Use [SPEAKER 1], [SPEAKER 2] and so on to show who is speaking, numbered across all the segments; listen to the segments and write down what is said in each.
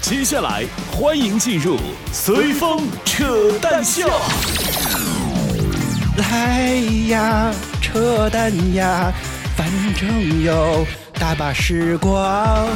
[SPEAKER 1] 接下来，欢迎进入随风扯淡秀。
[SPEAKER 2] 来呀，扯淡呀，反正有大把时光。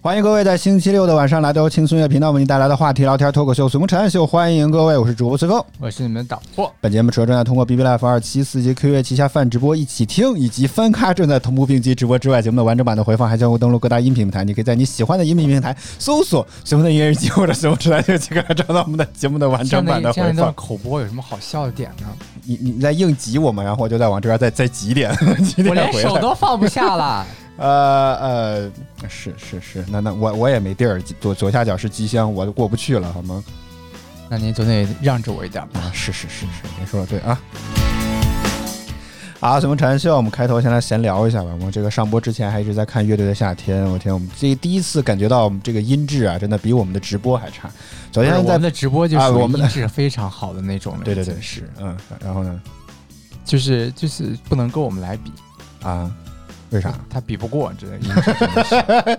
[SPEAKER 2] 欢迎各位在星期六的晚上来到轻松乐频道为您带来的话题聊天脱口秀《随风扯淡秀》，欢迎各位，我是主播随风。
[SPEAKER 3] 我是你们导播，
[SPEAKER 2] 本节目除了正在通过 B B Life 二七四及 Q 月旗下泛直播一起听，以及翻咖正在同步并机直播之外，节目的完整版的回放还将会登录各大音频平台。你可以在你喜欢的音频平台搜索“随风的音乐日记”或者“随风吃来就即可找到我们的节目的完整版的
[SPEAKER 3] 现在
[SPEAKER 2] 回
[SPEAKER 3] 这样一段
[SPEAKER 2] 放。
[SPEAKER 3] 口播有什么好笑的点 呢？
[SPEAKER 2] 你你在硬挤我们，然后我就再往这边再再挤一点，挤一
[SPEAKER 3] 我
[SPEAKER 2] 点
[SPEAKER 3] 连
[SPEAKER 2] 回
[SPEAKER 3] 手
[SPEAKER 2] 来。
[SPEAKER 3] 都放不下 了。
[SPEAKER 2] 呃呃，是是是，那那我我也没地儿，左左下角是机箱，我过不去了，好吗？
[SPEAKER 3] 那您总得让着我一点吧。
[SPEAKER 2] 啊，是是是是，您说的对啊。好，什么禅秀？我们开头先来闲聊一下吧。我们这个上播之前还一直在看《乐队的夏天》，我天，我们这第一次感觉到我们这个音质啊，真的比我们的直播还差。昨
[SPEAKER 3] 不是
[SPEAKER 2] 天
[SPEAKER 3] 我
[SPEAKER 2] 在
[SPEAKER 3] 们的直播就
[SPEAKER 2] 啊
[SPEAKER 3] 是
[SPEAKER 2] 我们的
[SPEAKER 3] 音质非常好的那种了，
[SPEAKER 2] 对对
[SPEAKER 3] 已经
[SPEAKER 2] 对是嗯，然后呢
[SPEAKER 3] 就是就是不能跟我们来比，
[SPEAKER 2] 啊，为啥？
[SPEAKER 3] 他比不过这音质 真的是。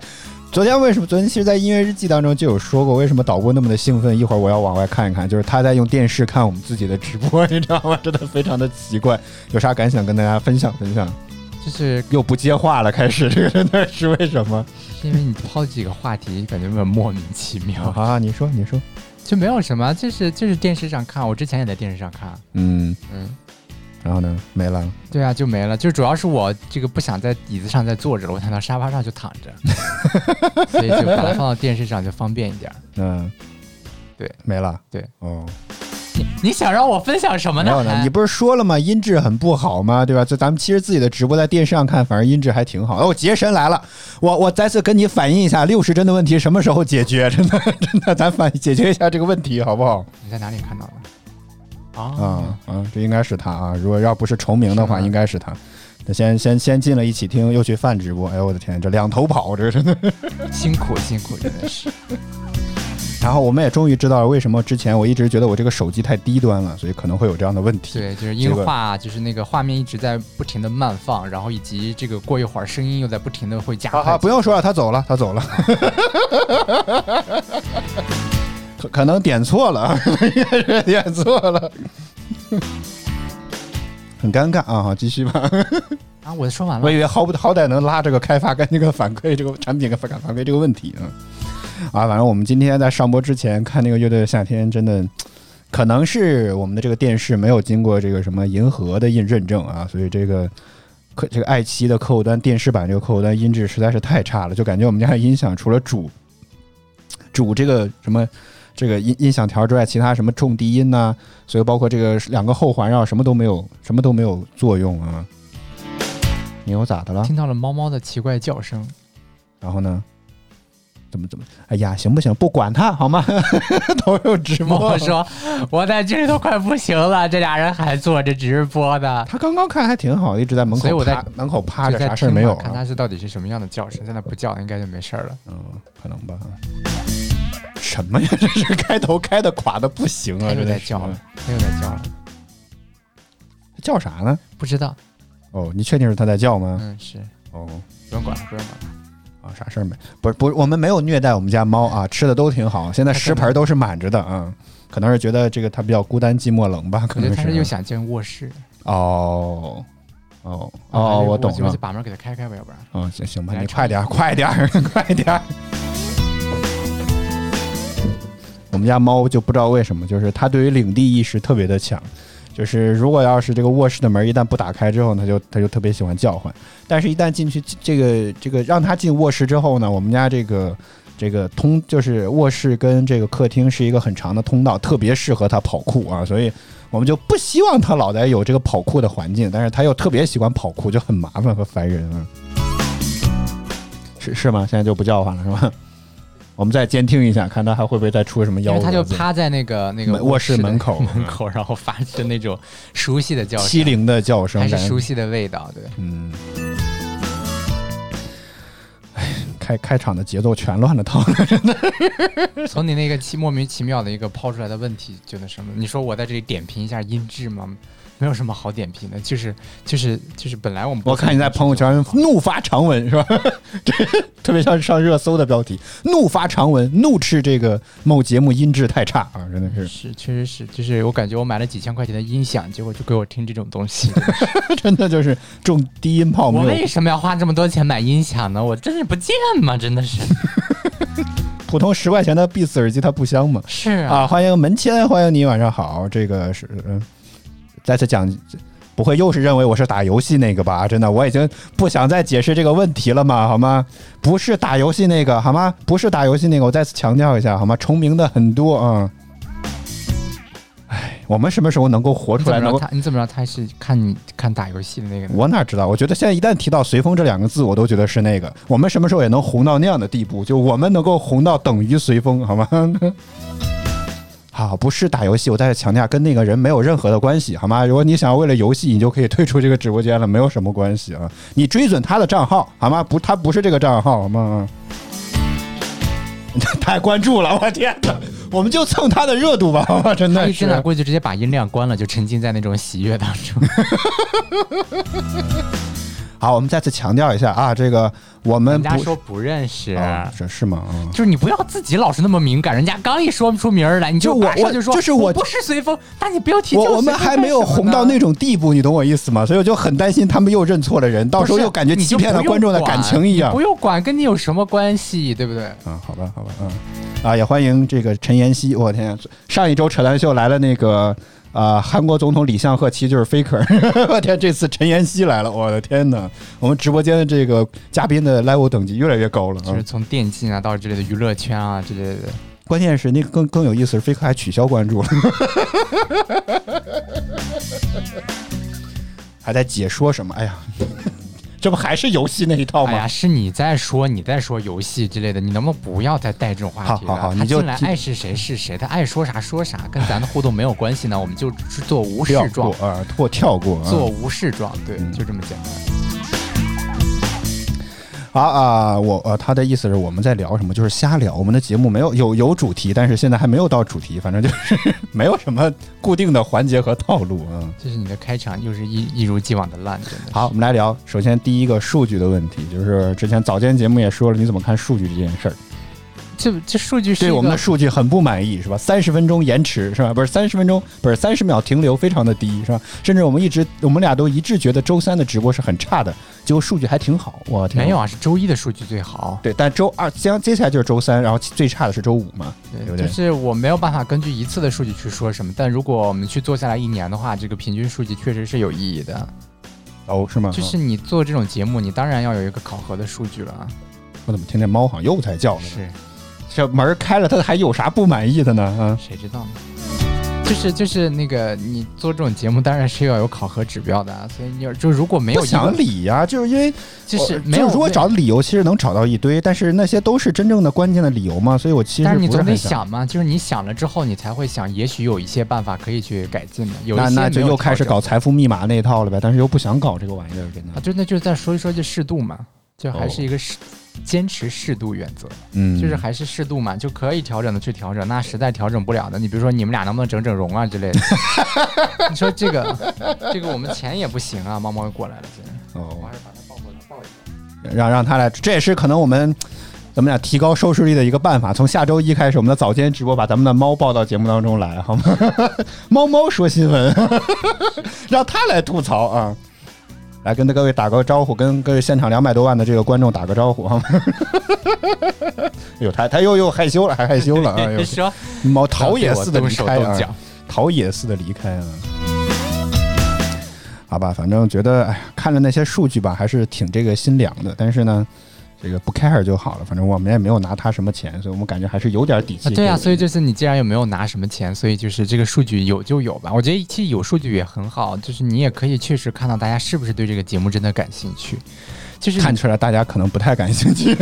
[SPEAKER 2] 昨天为什么？昨天其实，在音乐日记当中就有说过，为什么导播那么的兴奋？一会儿我要往外看一看，就是他在用电视看我们自己的直播，你知道吗？真的非常的奇怪。有啥感想跟大家分享分享？
[SPEAKER 3] 就是
[SPEAKER 2] 又不接话了，开始这个真的是为什么？
[SPEAKER 3] 因为你抛几个话题，感觉有点莫名其 妙，
[SPEAKER 2] 啊，你说，你说，
[SPEAKER 3] 就没有什么，就是就是电视上看，我之前也在电视上看，
[SPEAKER 2] 嗯，
[SPEAKER 3] 嗯，
[SPEAKER 2] 然后呢，没了，
[SPEAKER 3] 对啊，就没了。就主要是我这个不想在椅子上再坐着了，我想到沙发上就躺着， 所以就把它放到电视上就方便一点。
[SPEAKER 2] 嗯，
[SPEAKER 3] 对，
[SPEAKER 2] 没了，
[SPEAKER 3] 对，
[SPEAKER 2] 哦，
[SPEAKER 3] 你你想让我分享什么
[SPEAKER 2] 没有
[SPEAKER 3] 呢？哎
[SPEAKER 2] 呢，
[SPEAKER 3] 还
[SPEAKER 2] 你不是说了吗？音质很不好吗？对吧？就咱们其实自己的直播在电视上看，反而音质还挺好。哦，杰神来了，我我再次跟你反映一下，六十帧的问题什么时候解决？ 真的真的，咱反解决一下这个问题好不好？
[SPEAKER 3] 你在哪里看到的？
[SPEAKER 2] 啊，啊，这应该是他啊！如果要不是重名的话，
[SPEAKER 3] 是吗啊
[SPEAKER 2] 应该是他。那先先先进了一起听，又去饭直播，哎呦我的天，这两头跑，这个真的。
[SPEAKER 3] 辛苦辛苦，真的是。
[SPEAKER 2] 然后我们也终于知道了为什么之前我一直觉得我这个手机太低端了，所以可能会有这样的问题。
[SPEAKER 3] 对，就
[SPEAKER 2] 结
[SPEAKER 3] 是音
[SPEAKER 2] 果
[SPEAKER 3] 画，就是那个画面一直在不停的慢放，然后以及这个过一会儿声音又在不停的会加
[SPEAKER 2] 好啊
[SPEAKER 3] 快。
[SPEAKER 2] 好，不用说了，他走了，他走了。可可能点错了，应该是点错了，很尴尬啊！好，继续吧。
[SPEAKER 3] 啊，我说完了
[SPEAKER 2] 我。以为好不好歹能拉这个开发跟这个反馈这个产品跟反反馈这个问题啊啊！反正我们今天在上播之前看那个乐队的夏天，真的可能是我们的这个电视没有经过这个什么银河的印认证啊，所以这个。客这个爱奇艺的客户端电视版这个客户端音质实在是太差了，就感觉我们家的音响除了主主这个什么这个音音响条之外，其他什么重低音呐、所以包括这个两个后环绕什么都没有，什么都没有作用啊。你又咋的了？
[SPEAKER 3] 听到了猫猫的奇怪叫声，
[SPEAKER 2] 然后呢，怎么怎么？哎呀，行不行？不管他好吗？ 都有直
[SPEAKER 3] 猫
[SPEAKER 2] 播
[SPEAKER 3] 猫。说：“我在这里都快不行了，这俩人还坐着直播呢。
[SPEAKER 2] 他刚刚看还挺好，一直在门
[SPEAKER 3] 所以
[SPEAKER 2] 口
[SPEAKER 3] 我在
[SPEAKER 2] 趴，门口”趴
[SPEAKER 3] 就
[SPEAKER 2] 着，
[SPEAKER 3] 在
[SPEAKER 2] 啥事儿
[SPEAKER 3] 听
[SPEAKER 2] 没
[SPEAKER 3] 嘛
[SPEAKER 2] 有、
[SPEAKER 3] 看
[SPEAKER 2] 啊。
[SPEAKER 3] 它是到底是什么样的叫声，在那不叫应该就没事儿了。
[SPEAKER 2] 嗯，可能吧。什么呀？ 这是开头开的垮的不行
[SPEAKER 3] 它
[SPEAKER 2] 啊！
[SPEAKER 3] 又
[SPEAKER 2] 这
[SPEAKER 3] 在叫了，它又在叫
[SPEAKER 2] 啊
[SPEAKER 3] 了，
[SPEAKER 2] 叫啥呢？
[SPEAKER 3] 不知道。
[SPEAKER 2] 哦，你确定是他在叫吗？
[SPEAKER 3] 嗯，是
[SPEAKER 2] 哦。
[SPEAKER 3] 不用管了，不用管了。
[SPEAKER 2] 啊，啥事儿没？不是不是，我们没有虐待我们家猫啊，吃的都挺好，现在
[SPEAKER 3] 它
[SPEAKER 2] 食
[SPEAKER 3] 真的
[SPEAKER 2] 盆都是满着的啊、嗯可能是觉得这个它比较孤单寂寞冷吧，可
[SPEAKER 3] 我觉
[SPEAKER 2] 能
[SPEAKER 3] 得它是又
[SPEAKER 2] 是
[SPEAKER 3] 想进卧室。
[SPEAKER 2] 哦哦
[SPEAKER 3] 啊
[SPEAKER 2] 哦，我懂
[SPEAKER 3] 觉得
[SPEAKER 2] 了
[SPEAKER 3] 就。把门给它开开吧，要不然。
[SPEAKER 2] 哦，行行吧，
[SPEAKER 3] 来
[SPEAKER 2] 你
[SPEAKER 3] 尝
[SPEAKER 2] 快点儿，快点儿， 快点儿。我们家猫就不知道为什么，就是它对于领地意识特别的强，就是如果要是这个卧室的门一旦不打开之后，它就它就特别喜欢叫唤。但是，一旦进去这个这个让它进卧室之后呢，我们家这个这个通就是卧室跟这个客厅是一个很长的通道，特别适合它跑酷啊，所以我们就不希望它老在有这个跑酷的环境，但是它又特别喜欢跑酷，就很麻烦和烦人啊。是 是吗？现在就不叫唤了是吗？我们再监听一下，看他还会不会再出什么
[SPEAKER 3] 因
[SPEAKER 2] 幺
[SPEAKER 3] 为
[SPEAKER 2] 蛾子。
[SPEAKER 3] 它就趴在那个那个
[SPEAKER 2] 门卧室
[SPEAKER 3] 的
[SPEAKER 2] 门口 嗯
[SPEAKER 3] 门口，然后发出那种熟悉的叫声，
[SPEAKER 2] 欺凌的叫声，
[SPEAKER 3] 还是
[SPEAKER 2] 感觉
[SPEAKER 3] 熟悉的味道，对。
[SPEAKER 2] 嗯。哎，开开场的节奏全乱了套，
[SPEAKER 3] 从你那个奇莫名其妙的一个抛出来的问题，觉得什么？你说我在这里点评一下音质吗？没有什么好点评的，就是就是就是本来我们不
[SPEAKER 2] 我看你在朋友圈怒发长文是吧？ 这特别像上热搜的标题，怒发长文，怒斥这个某节目音质太差啊，真的是，
[SPEAKER 3] 是确实是，就是我感觉我买了几千块钱的音响，结果就给我听这种 东西，
[SPEAKER 2] 真的就是中低音炮
[SPEAKER 3] 我
[SPEAKER 2] 没
[SPEAKER 3] 为
[SPEAKER 2] 有，
[SPEAKER 3] 什么要花这么多钱买音响呢？我真是不贱吗？真 的是
[SPEAKER 2] 普通十块钱的 Beats 耳机它不香吗？
[SPEAKER 3] 是啊，
[SPEAKER 2] 啊，欢迎门签，欢迎你，晚上好。这个是，嗯，再次讲，不会又是认为我是打游戏那个吧？真的，我已经不想再解释这个问题了嘛，好吗？不是打游戏那个，好吗？不是打游戏那个，我再次强调一下，好吗？重名的很多啊。哎，我们什么时候能够活
[SPEAKER 3] 你
[SPEAKER 2] 出来？
[SPEAKER 3] 怎么知
[SPEAKER 2] 能
[SPEAKER 3] 道
[SPEAKER 2] 够
[SPEAKER 3] 他？你怎么知道他是看你看打游戏的那个呢？
[SPEAKER 2] 我哪知道？我觉得现在一旦提到“随风”这两个字，我都觉得是那个。我们什么时候也能红到那样的地步？就我们能够红到等于随风，好吗？ 好，不是打游戏，我再次强调，跟那个人没有任何的关系，好吗？如果你想要为了游戏，你就可以退出这个直播间了，没有什么关系啊。你追准他的账号，好吗？不，他不是这个账号，好吗？ 太关注了，我天哪！我们就蹭他的热度吧，好吗？真
[SPEAKER 3] 他
[SPEAKER 2] 的
[SPEAKER 3] 一
[SPEAKER 2] 是
[SPEAKER 3] 进来过去直接把音量关了，就沉浸在那种喜悦当中。
[SPEAKER 2] 好，我们再次强调一下啊，这个我们
[SPEAKER 3] 人家
[SPEAKER 2] 嗯不
[SPEAKER 3] 说不认识，
[SPEAKER 2] 啊，这是吗？啊。
[SPEAKER 3] 就是你不要自己老是那么敏感，人家刚一说出名儿来，你
[SPEAKER 2] 就我
[SPEAKER 3] 马上
[SPEAKER 2] 我
[SPEAKER 3] 就说
[SPEAKER 2] 就是我
[SPEAKER 3] 不是随风，但你不要提叫
[SPEAKER 2] 我我们
[SPEAKER 3] 随风
[SPEAKER 2] 还没有
[SPEAKER 3] 干什么
[SPEAKER 2] 红到
[SPEAKER 3] 呢
[SPEAKER 2] 那种地步，你懂我意思吗？所以我就很担心他们又认错了人，到时候
[SPEAKER 3] 不是
[SPEAKER 2] 又感觉
[SPEAKER 3] 你
[SPEAKER 2] 欺
[SPEAKER 3] 就
[SPEAKER 2] 骗了
[SPEAKER 3] 不用
[SPEAKER 2] 观众的感
[SPEAKER 3] 管
[SPEAKER 2] 情一样
[SPEAKER 3] 你不。用管，跟你有什么关系，对不对？
[SPEAKER 2] 啊，好吧，好吧，嗯，啊，也欢迎这个陈妍希，我天啊，上一周扯淡秀来了那个啊、韩国总统李相赫其实就是 faker，我 天，这次陈妍希来了，我的天呐，我们直播间的这个嘉宾的 level 等级越来越高了啊！
[SPEAKER 3] 就是从电竞啊到之类的娱乐圈啊之类的，
[SPEAKER 2] 关键是那个更更有意思是，faker 还取消关注了， 还在解说什么？哎呀， 这不还是游戏那一套
[SPEAKER 3] 哎
[SPEAKER 2] 吗？
[SPEAKER 3] 呀，是你在说你在说游戏之类的，你能不能不要再带这种话题了？
[SPEAKER 2] 好好好
[SPEAKER 3] 他
[SPEAKER 2] 你就
[SPEAKER 3] 进来爱是谁是谁，他爱说啥说啥，跟咱的互动没有关系呢，我们就做无视
[SPEAKER 2] 跳
[SPEAKER 3] 哎状
[SPEAKER 2] 过，嗯啊，或跳过啊。
[SPEAKER 3] 做无视状，对，就这么简单。
[SPEAKER 2] 啊啊，我呃，他的意思是我们在聊什么，就是瞎聊。我们的节目没有有有主题，但是现在还没有到主题，反正就是 没有什么固定的环节和套路啊。嗯
[SPEAKER 3] 就是你的开场又是一一如既往的烂，真的是。
[SPEAKER 2] 好，我们来聊。首先，第一个数据的问题，就是之前早间节目也说了，你怎么看数据这件事儿？
[SPEAKER 3] 这这数据是一
[SPEAKER 2] 对
[SPEAKER 3] 个
[SPEAKER 2] 我们的数据很不满意，是吧？三十分钟延迟是吧？不是三十分钟，不是三十秒停留，非常的低是吧？甚至我们一直我们俩都一致觉得周三的直播是很差的，结果数据还挺好。我天，
[SPEAKER 3] 没有啊，是周一的数据最好，
[SPEAKER 2] 对，但周二将接下来就是周三，然后最差的是周五嘛，对不对？
[SPEAKER 3] 就是我没有办法根据一次的数据去说什么，但如果我们去做下来一年的话，这个平均数据确实是有意义的。
[SPEAKER 2] 哦，是吗？
[SPEAKER 3] 就是你做这种节目，你当然要有一个考核的数据了啊。
[SPEAKER 2] 我怎么听见猫好像又在叫了呢？
[SPEAKER 3] 是，
[SPEAKER 2] 这门儿开了，它还有啥不满意的呢？啊，
[SPEAKER 3] 谁知道呢？就是就是那个你做这种节目，当然是要有考核指标的啊，所以你要就如果没有
[SPEAKER 2] 不
[SPEAKER 3] 一个
[SPEAKER 2] 想理呀、就是因为哦
[SPEAKER 3] 就是
[SPEAKER 2] 我
[SPEAKER 3] 没有
[SPEAKER 2] 如果
[SPEAKER 3] 那
[SPEAKER 2] 找理由，其实能找到一堆，但是那些都是真正的关键的理由嘛，所以我其实
[SPEAKER 3] 但是你
[SPEAKER 2] 不是
[SPEAKER 3] 总得
[SPEAKER 2] 很
[SPEAKER 3] 想嘛，就是你想了之后，你才会想，也许有一些办法可以去改进的。有一
[SPEAKER 2] 那
[SPEAKER 3] 些
[SPEAKER 2] 那
[SPEAKER 3] 没
[SPEAKER 2] 就
[SPEAKER 3] 有
[SPEAKER 2] 又开始
[SPEAKER 3] 调
[SPEAKER 2] 搞
[SPEAKER 3] 整
[SPEAKER 2] 财富密码那一套了呗，但是又不想搞这个玩意儿，真
[SPEAKER 3] 啊，
[SPEAKER 2] 的。
[SPEAKER 3] 就那就是再说一说，就适度嘛，就还是
[SPEAKER 2] 哦
[SPEAKER 3] 一个适、坚持适度原则，
[SPEAKER 2] 嗯，
[SPEAKER 3] 就是还是适度嘛，就可以调整的去调整。那实在调整不了的，你比如说你们俩能不能整整容啊之类的， 你说这个这个我们钱也不行啊，猫猫又过来了，现在
[SPEAKER 2] 哦
[SPEAKER 3] 我还，是把它抱过来抱一下。
[SPEAKER 2] 让让他来，这也是可能我们怎么讲提高收视率的一个办法。从下周一开始，我们的早间直播把咱们的猫抱到节目当中来，好吗？ 猫猫说新闻， 让他来吐槽啊！来跟各位打个招呼，跟各位现场两百多万的这个观众打个招呼好吗？ 哟，他他又又害羞了，还害羞了啊！哎呦
[SPEAKER 3] 你说
[SPEAKER 2] 猫陶冶似的
[SPEAKER 3] 动
[SPEAKER 2] 离
[SPEAKER 3] 手
[SPEAKER 2] 开
[SPEAKER 3] 动
[SPEAKER 2] 啊！
[SPEAKER 3] 脚，
[SPEAKER 2] 陶冶似的离开啊。好吧，反正觉得哎呀，看了那些数据吧，还是挺这个心凉的。但是呢，这个不 care 就好了，反正我们也没有拿他什么钱，所以我们感觉还是有点底气。
[SPEAKER 3] 啊，对啊，所以就是你既然也没有拿什么钱，所以就是这个数据有就有吧。我觉得其实有数据也很好，就是你也可以确实看到大家是不是对这个节目真的感兴趣。就是
[SPEAKER 2] 看出来大家可能不太感兴 趣。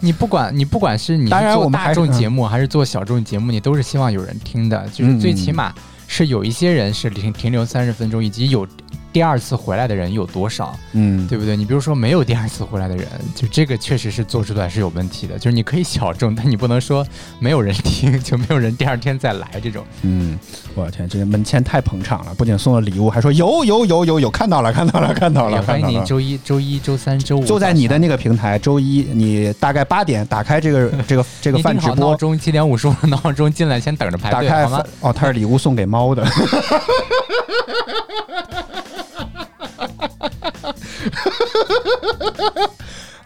[SPEAKER 3] 你不管你不管是你
[SPEAKER 2] 当
[SPEAKER 3] 是
[SPEAKER 2] 然我
[SPEAKER 3] 做
[SPEAKER 2] 们还
[SPEAKER 3] 大
[SPEAKER 2] 是
[SPEAKER 3] 众节目还是做小众节目，你都是希
[SPEAKER 2] 嗯
[SPEAKER 3] 望有人听的，就是最起码是有一些人是停停留三十分钟，以及有第二次回来的人有多少，
[SPEAKER 2] 嗯，
[SPEAKER 3] 对不对？你比如说没有第二次回来的人，就这个确实是做出来是有问题的。就是你可以小众，但你不能说没有人听就没有人第二天再来这种。
[SPEAKER 2] 嗯，我的天，这门前太捧场了，不仅送了礼物，还说有有有有有，看到了看到了看到
[SPEAKER 3] 也
[SPEAKER 2] 了，看
[SPEAKER 3] 欢迎
[SPEAKER 2] 到
[SPEAKER 3] 您
[SPEAKER 2] 了。
[SPEAKER 3] 周一、周一周三、周五
[SPEAKER 2] 就在你的那个平台，周一你大概八点打开这个这个这个
[SPEAKER 3] 你
[SPEAKER 2] 饭
[SPEAKER 3] 定
[SPEAKER 2] 直
[SPEAKER 3] 好闹
[SPEAKER 2] 播，
[SPEAKER 3] 钟七点五十五闹钟进来，先等着排
[SPEAKER 2] 打
[SPEAKER 3] 队
[SPEAKER 2] 开
[SPEAKER 3] 好吗
[SPEAKER 2] 饭？哦，它是礼物送给猫 的，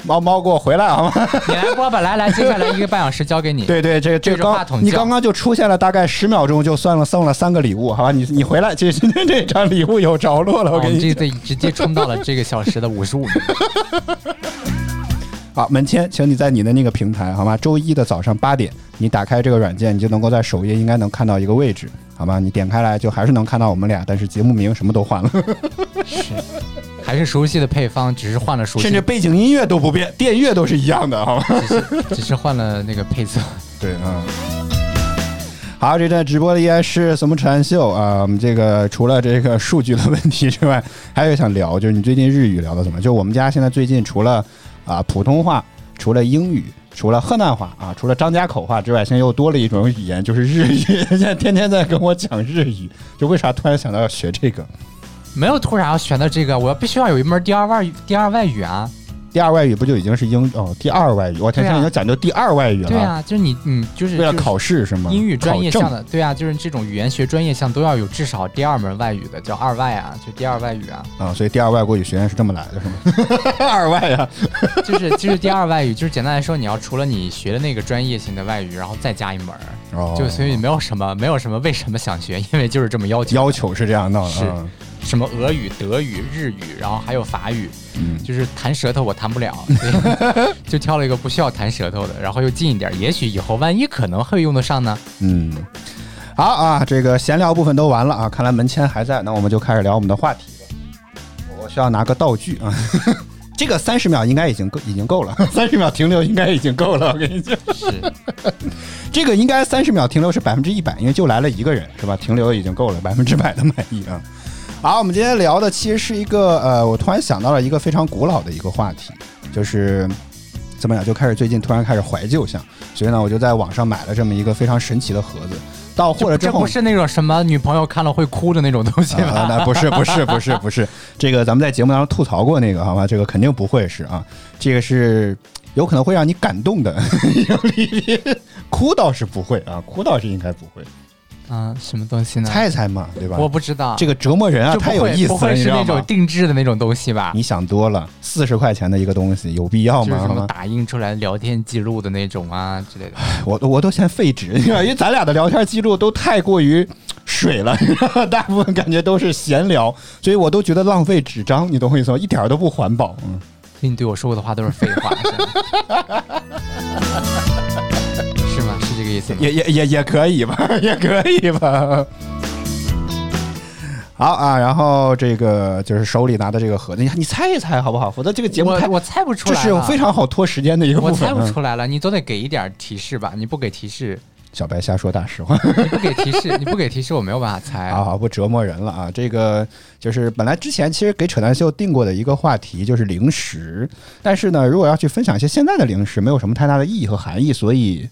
[SPEAKER 2] 猫猫给我回来好吗？
[SPEAKER 3] 你来播吧，来来，接下来一个半小时交 给你。
[SPEAKER 2] 对对，这这
[SPEAKER 3] 对着
[SPEAKER 2] 刚
[SPEAKER 3] 话筒
[SPEAKER 2] 你
[SPEAKER 3] 叫
[SPEAKER 2] 刚刚就出现了大概十秒钟，就算了送了三个礼物，好吧？你你回来， 这今天这场礼物有着落了，
[SPEAKER 3] 好，
[SPEAKER 2] 我
[SPEAKER 3] 我
[SPEAKER 2] 跟
[SPEAKER 3] 们
[SPEAKER 2] 哦你
[SPEAKER 3] 哦这次直接冲到了这个小时的五十五名。
[SPEAKER 2] 好，门签，请你在你的那个平台，好吗？周一的早上八点，你打开这个软件，你就能够在首页应该能看到一个位置，好吧？你点开来就还是能看到我们俩，但是节目名什么都换了，
[SPEAKER 3] 还是熟悉的配方，只是换了熟悉，
[SPEAKER 2] 甚至背景音乐都不变，电乐都是一样的，好吗？
[SPEAKER 3] 只是换了那个配色。
[SPEAKER 2] 对啊。好，这段直播的依然是什么禅秀啊？我们这个除了这个数据的问题之外，还有想聊，就是你最近日语聊的怎么样？就我们家现在最近除了啊、普通话，除了英语，除了河南话啊，除了张家口话之外，现在又多了一种语言，就是日语。 现在天天在跟我讲日语，就为啥突然想到要学这个
[SPEAKER 3] 没有突然要选到这个，我要必须要有一门第二外语第二外语啊！
[SPEAKER 2] 第二外语？不就已经是英哦第二外语？我天，
[SPEAKER 3] 对啊
[SPEAKER 2] 现在已经讲究第二外语了，
[SPEAKER 3] 对啊，就是你你就是
[SPEAKER 2] 为了
[SPEAKER 3] 就是
[SPEAKER 2] 考试是吗？
[SPEAKER 3] 英语专业
[SPEAKER 2] 考证
[SPEAKER 3] 项的，对啊，就是这种语言学专业项都要有至少第二门外语的，叫二外啊，就第二外语啊，
[SPEAKER 2] 啊，所以第二外国语学院是这么来的，是吗？ 二外啊呀、
[SPEAKER 3] 就是就是第二外语，就是简单来说，你要除了你学的那个专业性的外语，然后再加一门儿，
[SPEAKER 2] 哦
[SPEAKER 3] 就所以没有什么没有什么为什么想学，因为就是这么要求，
[SPEAKER 2] 要求是这样闹的，
[SPEAKER 3] 是
[SPEAKER 2] 啊
[SPEAKER 3] 什么俄语、德语、日语，然后还有法语，
[SPEAKER 2] 嗯，
[SPEAKER 3] 就是弹舌头我弹 不了，所以就挑了一个不需要弹舌头的，然后又近一点，也许以后万一可能会用得上呢。
[SPEAKER 2] 嗯。好啊，这个闲聊部分都完了啊，看来门签还在，那我们就开始聊我们的话题了。我需要拿个道具啊， 这个三十秒应该已经够，已经够了， 三十秒停留应该已经够了。我跟你讲，
[SPEAKER 3] 是，
[SPEAKER 2] 这个应该三十秒停留是百分之一百，因为就来了一个人是吧？停留已经够了，百分之百的满意啊。好，我们今天聊的其实是一个呃，我突然想到了一个非常古老的一个话题，就是怎么讲，就开始最近突然开始怀旧向，所以呢，我就在网上买了这么一个非常神奇的盒子，到货了之
[SPEAKER 3] 这
[SPEAKER 2] 后
[SPEAKER 3] 不。是那种什么女朋友看了会哭的那种东西吧？
[SPEAKER 2] 啊，那不是不是不是不是，这个咱们在节目当中吐槽过那个，好吗？这个肯定不会是啊，这个是有可能会让你感动的 一种礼品，哭倒是不会啊，哭倒是应该不会，
[SPEAKER 3] 啊，什么东西呢？
[SPEAKER 2] 猜猜嘛，对吧？
[SPEAKER 3] 我不知道，
[SPEAKER 2] 这个折磨人啊，
[SPEAKER 3] 就不
[SPEAKER 2] 太有
[SPEAKER 3] 会
[SPEAKER 2] 意思
[SPEAKER 3] 不
[SPEAKER 2] 了，
[SPEAKER 3] 会
[SPEAKER 2] 你
[SPEAKER 3] 是
[SPEAKER 2] 知道
[SPEAKER 3] 那种
[SPEAKER 2] 吗？
[SPEAKER 3] 定制的那种东西吧？
[SPEAKER 2] 你想多了，四十块钱的一个东西，有必要
[SPEAKER 3] 就是
[SPEAKER 2] 吗？
[SPEAKER 3] 什
[SPEAKER 2] 好
[SPEAKER 3] 么
[SPEAKER 2] 吗
[SPEAKER 3] 打印出来聊天记录的那种啊之类的，
[SPEAKER 2] 我都我都嫌废纸，因为咱俩的聊天记录都太过于水了， 大部分感觉都是闲聊，所以我都觉得浪费纸张，你懂我意思吗？一点儿都不环保。嗯，
[SPEAKER 3] 所以你对我说过的话都是废话，是吗？ 是吗？是这个意思吗？
[SPEAKER 2] 也也也也可以吧， 也可以吧。好啊，然后这个就是手里拿的这个盒子，你你猜一猜好不好？否则这个节目
[SPEAKER 3] 我
[SPEAKER 2] 太
[SPEAKER 3] 我猜不出
[SPEAKER 2] 这
[SPEAKER 3] 来
[SPEAKER 2] 是
[SPEAKER 3] 了，
[SPEAKER 2] 非常好拖时间的一个部
[SPEAKER 3] 我
[SPEAKER 2] 分。
[SPEAKER 3] 猜不
[SPEAKER 2] 嗯
[SPEAKER 3] 出来了，你总得给一点提示吧？你不给提示，
[SPEAKER 2] 小白瞎说大实话。
[SPEAKER 3] 你不给提示，你不给提示，我没有办法 猜。啊
[SPEAKER 2] 好好不折磨人了啊！这个就是本来之前其实给扯淡秀定过的一个话题，就是零食。但是呢，如果要去分享一些现在的零食，没有什么太大的意义和含义，所以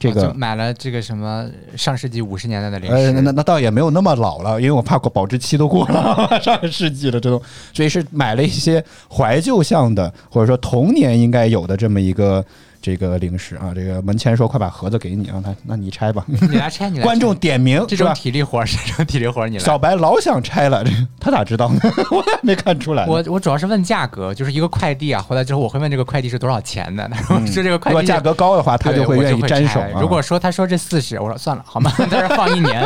[SPEAKER 2] 这
[SPEAKER 3] 我
[SPEAKER 2] 个
[SPEAKER 3] 啊就。买了这个什么上世纪五十年代的零
[SPEAKER 2] 呃，
[SPEAKER 3] 食，
[SPEAKER 2] 那那那倒也没有那么老了，因为我怕过保质期都过了， 上个世纪了，这都，所以是买了一些怀旧向的，或者说童年应该有的这么一个这个零食啊。这个门前说快把盒子给你啊，那那你拆吧。
[SPEAKER 3] 你来拆，你来拆
[SPEAKER 2] 观众点名
[SPEAKER 3] 这
[SPEAKER 2] 是吧
[SPEAKER 3] 种体力活儿， 这种体力活儿你来。
[SPEAKER 2] 小白老想拆了，这他咋知道呢？ 我也没看出来。
[SPEAKER 3] 我我主要是问价格，就是一个快递啊，回来之后我会问这个快递是多少钱的，然后说这个
[SPEAKER 2] 嗯
[SPEAKER 3] 快
[SPEAKER 2] 如果
[SPEAKER 3] 递
[SPEAKER 2] 价格高的话，他
[SPEAKER 3] 对
[SPEAKER 2] 就
[SPEAKER 3] 我
[SPEAKER 2] 会
[SPEAKER 3] 就会
[SPEAKER 2] 愿意沾
[SPEAKER 3] 拆
[SPEAKER 2] 手、啊。
[SPEAKER 3] 如果说他说这四十，我说算了，好吗？ 但是放一年，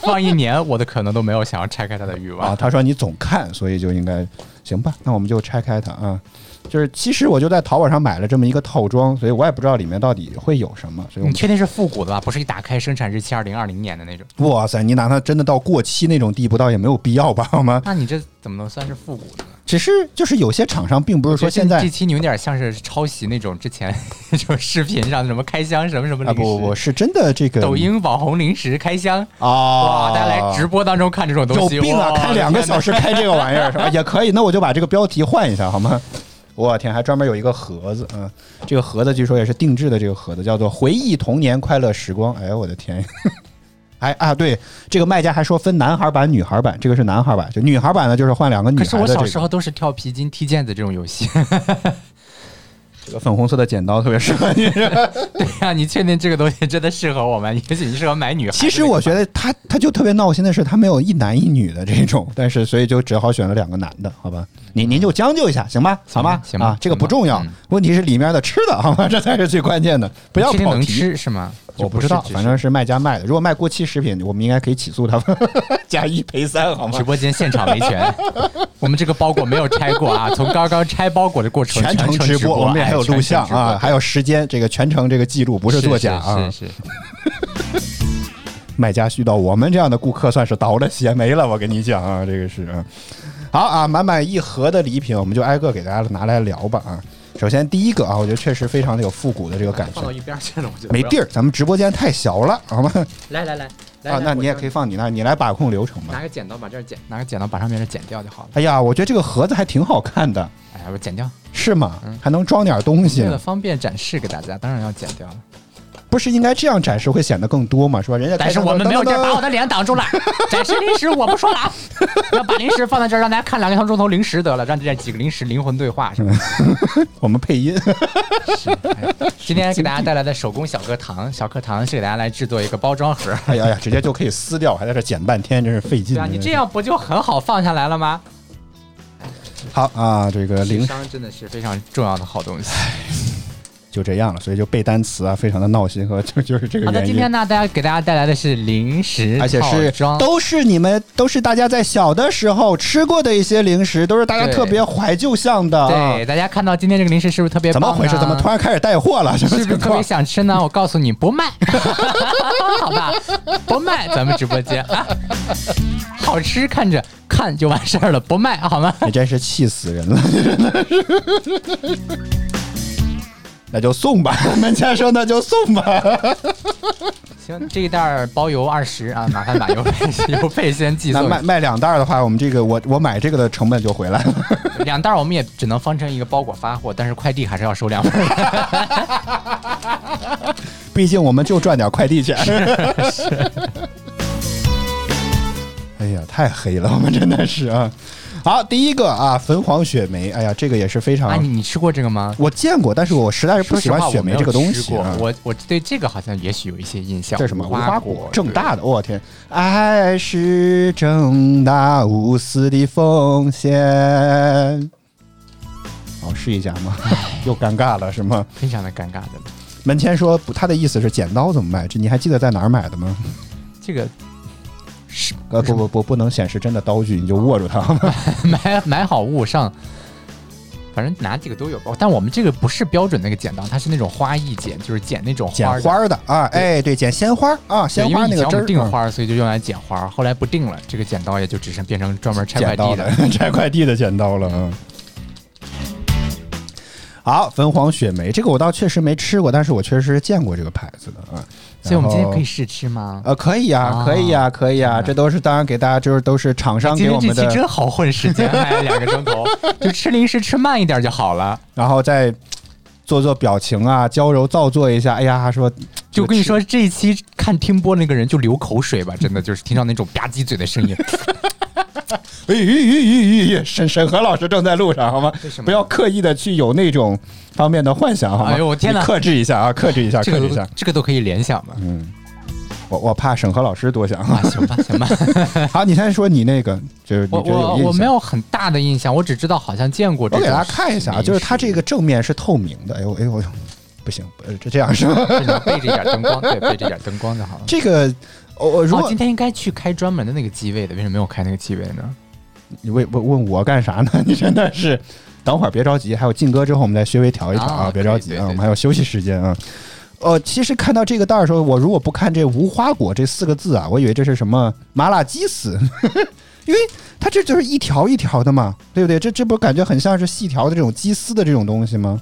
[SPEAKER 3] 放一年，我的可能都没有想要拆开它的欲望。
[SPEAKER 2] 啊，他说你总看，所以就应该行吧？那我们就拆开它啊。就是其实我就在淘宝上买了这么一个套装，所以我也不知道里面到底会有什么。所以我
[SPEAKER 3] 你
[SPEAKER 2] 们
[SPEAKER 3] 确定是复古的吧？不是一打开生产日期二零二零年的那种？
[SPEAKER 2] 哇塞，你拿它真的到过期那种地步，倒也没有必要吧？好吗？
[SPEAKER 3] 那你这怎么能算是复古的呢？
[SPEAKER 2] 只是就是有些厂商并不是说现在
[SPEAKER 3] 这期你有点像是抄袭那种之前 那种视频上的什么开箱什么什么零
[SPEAKER 2] 啊
[SPEAKER 3] 食，
[SPEAKER 2] 不不不是真的这个
[SPEAKER 3] 抖音网红零食开箱，
[SPEAKER 2] 啊，
[SPEAKER 3] 哇，大家来直播当中看这种东
[SPEAKER 2] 有
[SPEAKER 3] 西，
[SPEAKER 2] 病啊！
[SPEAKER 3] 哇
[SPEAKER 2] 开两个小时开这个玩意儿是吧？也可以，那我就把这个标题换一下好吗？我天，还专门有一个盒子，嗯，这个盒子据说也是定制的，这个盒子叫做“回忆童年快乐时光”。哎呦我的天！ 哎啊，对，这个卖家还说分男孩版、女孩版，这个是男孩版，就女孩版呢就是换两个女
[SPEAKER 3] 可是
[SPEAKER 2] 孩
[SPEAKER 3] 我
[SPEAKER 2] 的这
[SPEAKER 3] 小
[SPEAKER 2] 个。
[SPEAKER 3] 时候都是跳皮筋、踢毽子这种 游戏。
[SPEAKER 2] 这个粉红色的剪刀特别适合你。
[SPEAKER 3] 对呀、你确定这个东西真的适合我吗？也许你适合买女孩。
[SPEAKER 2] 其实我觉得他他就特别闹心的是，他没有一男一女的这种，但是所以就只好选了两个男的，好吧？您您就将就一下，行吧？好吧？
[SPEAKER 3] 嗯行吧
[SPEAKER 2] 啊，这个
[SPEAKER 3] 行吧
[SPEAKER 2] 不重要
[SPEAKER 3] 嗯，
[SPEAKER 2] 问题是里面的吃的，好 吗？这才是最关键的，不要
[SPEAKER 3] 确定
[SPEAKER 2] 跑
[SPEAKER 3] 能
[SPEAKER 2] 题。
[SPEAKER 3] 吃是吗？
[SPEAKER 2] 我不知道，反正是卖家卖的。如果卖过期食品，我们应该可以起诉他们，加一赔三，好吗
[SPEAKER 3] 直？播间现场维权。 我们这个包裹没有拆过 啊，从刚刚拆包裹的过程
[SPEAKER 2] 全程
[SPEAKER 3] 直
[SPEAKER 2] 直播，我们也
[SPEAKER 3] 哎
[SPEAKER 2] 还有录像啊，还有时间，这个全程这个记录不
[SPEAKER 3] 全
[SPEAKER 2] 是
[SPEAKER 3] 程直
[SPEAKER 2] 作
[SPEAKER 3] 播
[SPEAKER 2] 假啊。
[SPEAKER 3] 是是是。
[SPEAKER 2] 卖家絮叨，我们这样的顾客算是倒了血霉了。我跟你讲啊，这个是啊，好啊，满满一盒的礼品，我们就挨个给大家拿来聊吧啊。首先第一个啊，我觉得确实非常的有复古的这个感
[SPEAKER 3] 放
[SPEAKER 2] 受
[SPEAKER 3] 到，一边去了，我觉得
[SPEAKER 2] 没地
[SPEAKER 3] 儿。
[SPEAKER 2] 儿，咱们直播间太小了，好吗？
[SPEAKER 3] 来来来来
[SPEAKER 2] 啊，那你也可
[SPEAKER 3] 以
[SPEAKER 2] 以放你那儿，你来把控流程吧
[SPEAKER 3] 拿。个剪刀把这儿剪，拿个剪刀把上面的剪掉就好了。
[SPEAKER 2] 哎呀，我觉得这个盒子还挺好看的，
[SPEAKER 3] 哎呀，我剪掉，
[SPEAKER 2] 是吗
[SPEAKER 3] 嗯？
[SPEAKER 2] 还能装点东西
[SPEAKER 3] 为，了方便展示给大家，当然要剪掉了。
[SPEAKER 2] 不是应该这样展示会显得更多吗？是吧？人家
[SPEAKER 3] 但是
[SPEAKER 2] 开箱
[SPEAKER 3] 我们
[SPEAKER 2] 噔
[SPEAKER 3] 没有
[SPEAKER 2] 噔
[SPEAKER 3] 地儿把
[SPEAKER 2] 噔
[SPEAKER 3] 我的脸挡住了，展示零食我不说了啊，要把零食放在这儿，让大家看两个钟头零食得了，让这几个零食灵魂对话是 吧？
[SPEAKER 2] 我们配音，
[SPEAKER 3] 哎今天给大家带来的手工小课堂，小课堂是给大家来制作一个包装盒。
[SPEAKER 2] 哎呀哎呀，直接就可以撕掉，还在这剪半天，真是费劲。
[SPEAKER 3] 对啊，你这样不就很好放下来了吗？
[SPEAKER 2] 好啊，这个零
[SPEAKER 3] 智商真的是非常重要的好 东西。
[SPEAKER 2] 就这样了，所以就背单词啊，非常的闹心和 就就是这个
[SPEAKER 3] 好的，
[SPEAKER 2] 原
[SPEAKER 3] 今
[SPEAKER 2] 因
[SPEAKER 3] 天。呢，大家给大家带来的是零食
[SPEAKER 2] 而且
[SPEAKER 3] 套
[SPEAKER 2] 是
[SPEAKER 3] 装，
[SPEAKER 2] 都是你们都是大家在小的时候吃过的一些零食，都是大家
[SPEAKER 3] 对
[SPEAKER 2] 特别怀旧向的。啊
[SPEAKER 3] 对，大家看到今天这个零食是不是特别
[SPEAKER 2] 怎么
[SPEAKER 3] 棒
[SPEAKER 2] 回事？
[SPEAKER 3] 呢
[SPEAKER 2] 怎么突然开始带货了？什么
[SPEAKER 3] 是不是
[SPEAKER 2] 情
[SPEAKER 3] 特别
[SPEAKER 2] 况？
[SPEAKER 3] 想吃 呢？我告诉你，不卖，好吧，不卖，咱们直播间啊，好吃看着看就完事儿了，不卖好吗？
[SPEAKER 2] 你真是气死人了！ 那就送吧， 门前说那就送吧。
[SPEAKER 3] 行，这一袋儿包邮二十啊，麻烦把邮费邮费先寄
[SPEAKER 2] 那
[SPEAKER 3] 送一
[SPEAKER 2] 卖
[SPEAKER 3] 下。
[SPEAKER 2] 卖两袋儿的话，我们这个我我买这个的成本就回来了。
[SPEAKER 3] 两袋儿我们也只能分成一个包裹发货，但是快递还是要收两份儿。
[SPEAKER 2] 毕竟我们就赚点快递钱。 哎呀，太黑了，我们真的是啊。好，第一个啊，粉黄雪梅，哎呀，这个也是非常、
[SPEAKER 3] 啊，你你吃过这个吗？
[SPEAKER 2] 我见过，但是我实在是不
[SPEAKER 3] 说
[SPEAKER 2] 喜
[SPEAKER 3] 实
[SPEAKER 2] 欢
[SPEAKER 3] 话，
[SPEAKER 2] 雪
[SPEAKER 3] 我没
[SPEAKER 2] 梅
[SPEAKER 3] 有
[SPEAKER 2] 这个东
[SPEAKER 3] 吃
[SPEAKER 2] 西、
[SPEAKER 3] 过
[SPEAKER 2] 啊。
[SPEAKER 3] 我我对这个好像也许有一些印象。
[SPEAKER 2] 这是什么？无
[SPEAKER 3] 无
[SPEAKER 2] 花
[SPEAKER 3] 果
[SPEAKER 2] 果，正大的，我、天！爱是正大无私的奉献。哦，试一下吗？又尴尬了是吗？
[SPEAKER 3] 对非常的尴尬的。
[SPEAKER 2] 门前说不，他的意思是剪刀怎么卖？这你还记得在哪儿买的吗？
[SPEAKER 3] 这个 是
[SPEAKER 2] 呃，不不不，不能显示真的刀具，你就握 住它。
[SPEAKER 3] 买买好物上，反正哪几个都有吧。哦但我们这个不是标准那个剪刀，它是那种花艺剪，就是剪那种
[SPEAKER 2] 剪
[SPEAKER 3] 花儿的。
[SPEAKER 2] 花儿的啊，哎，对，剪鲜花儿啊，
[SPEAKER 3] 对
[SPEAKER 2] 鲜
[SPEAKER 3] 因为
[SPEAKER 2] 花
[SPEAKER 3] 以
[SPEAKER 2] 那
[SPEAKER 3] 前
[SPEAKER 2] 个
[SPEAKER 3] 我
[SPEAKER 2] 汁儿
[SPEAKER 3] 们定
[SPEAKER 2] 嗯
[SPEAKER 3] 花儿，所以就用来剪花儿。后来不定了，这个剪刀也就只剩变成专门拆快
[SPEAKER 2] 剪
[SPEAKER 3] 递
[SPEAKER 2] 刀
[SPEAKER 3] 的。
[SPEAKER 2] 的拆快递的剪刀了。嗯，好，粉黄雪梅这个我倒确实没吃过，但是我确实是见过这个牌子的啊。
[SPEAKER 3] 所以我们今天可以
[SPEAKER 2] 以
[SPEAKER 3] 试吃吗？
[SPEAKER 2] 呃，可以啊，
[SPEAKER 3] 啊
[SPEAKER 2] 可以啊，可以啊，
[SPEAKER 3] 嗯
[SPEAKER 2] 这都是当然给大家就是都是厂商
[SPEAKER 3] 今
[SPEAKER 2] 给
[SPEAKER 3] 天
[SPEAKER 2] 我
[SPEAKER 3] 这
[SPEAKER 2] 们
[SPEAKER 3] 期
[SPEAKER 2] 的，
[SPEAKER 3] 真好混时 间，哎，两个钟头，就吃零食吃慢一点就好了。
[SPEAKER 2] 然后再做做表情啊，娇柔造作一下。哎呀，说
[SPEAKER 3] 就我跟你说，这一期看听播那个人就流口水吧，真的就是听到那种吧唧嘴的 声音。
[SPEAKER 2] 哎咦咦咦咦！沈沈河老师正在路上，好吗
[SPEAKER 3] 为什？么
[SPEAKER 2] 不要刻意的去有那种方面的幻想，好吗？
[SPEAKER 3] 哎呦我天哪
[SPEAKER 2] 你克制一下啊，克制一下，
[SPEAKER 3] 这
[SPEAKER 2] 克制一
[SPEAKER 3] 个
[SPEAKER 2] 下
[SPEAKER 3] 都。嗯这个都可以联想嘛？
[SPEAKER 2] 我我怕沈河老师多想。
[SPEAKER 3] 啊，行吧， 行吧。
[SPEAKER 2] 好，你先说你那个，就是你
[SPEAKER 3] 我
[SPEAKER 2] 觉得有
[SPEAKER 3] 我
[SPEAKER 2] 印象
[SPEAKER 3] 我没。有很大的印象，我只知道好像见过这
[SPEAKER 2] 我
[SPEAKER 3] 种
[SPEAKER 2] 给
[SPEAKER 3] 零食。
[SPEAKER 2] 大家看一下啊，就是它这个正面是透明的。哎呦哎呦哎呦，不行，呃，这这样是 吧？
[SPEAKER 3] 只能背着一点灯光，对，背着一点灯光就好了。
[SPEAKER 2] 这个我我如
[SPEAKER 3] 哦，
[SPEAKER 2] 果
[SPEAKER 3] 今天应该去开专门的那个机位的，为什么没有开那个机位呢？
[SPEAKER 2] 你问问问我干啥呢？ 你真的是，等会儿别着急，还有进歌之后我们再稍微调一调啊，
[SPEAKER 3] 啊
[SPEAKER 2] 别着急
[SPEAKER 3] 对对
[SPEAKER 2] 啊，
[SPEAKER 3] 对
[SPEAKER 2] 我们还有休息时间啊。呃，其实看到这个袋儿的时候，我如果不看这“无花果”这四个字啊，我以为这是什么麻辣鸡丝， 因为它这就是一条一条的嘛，对不对？这这不感觉很像是细条的这种鸡丝的这种东西吗？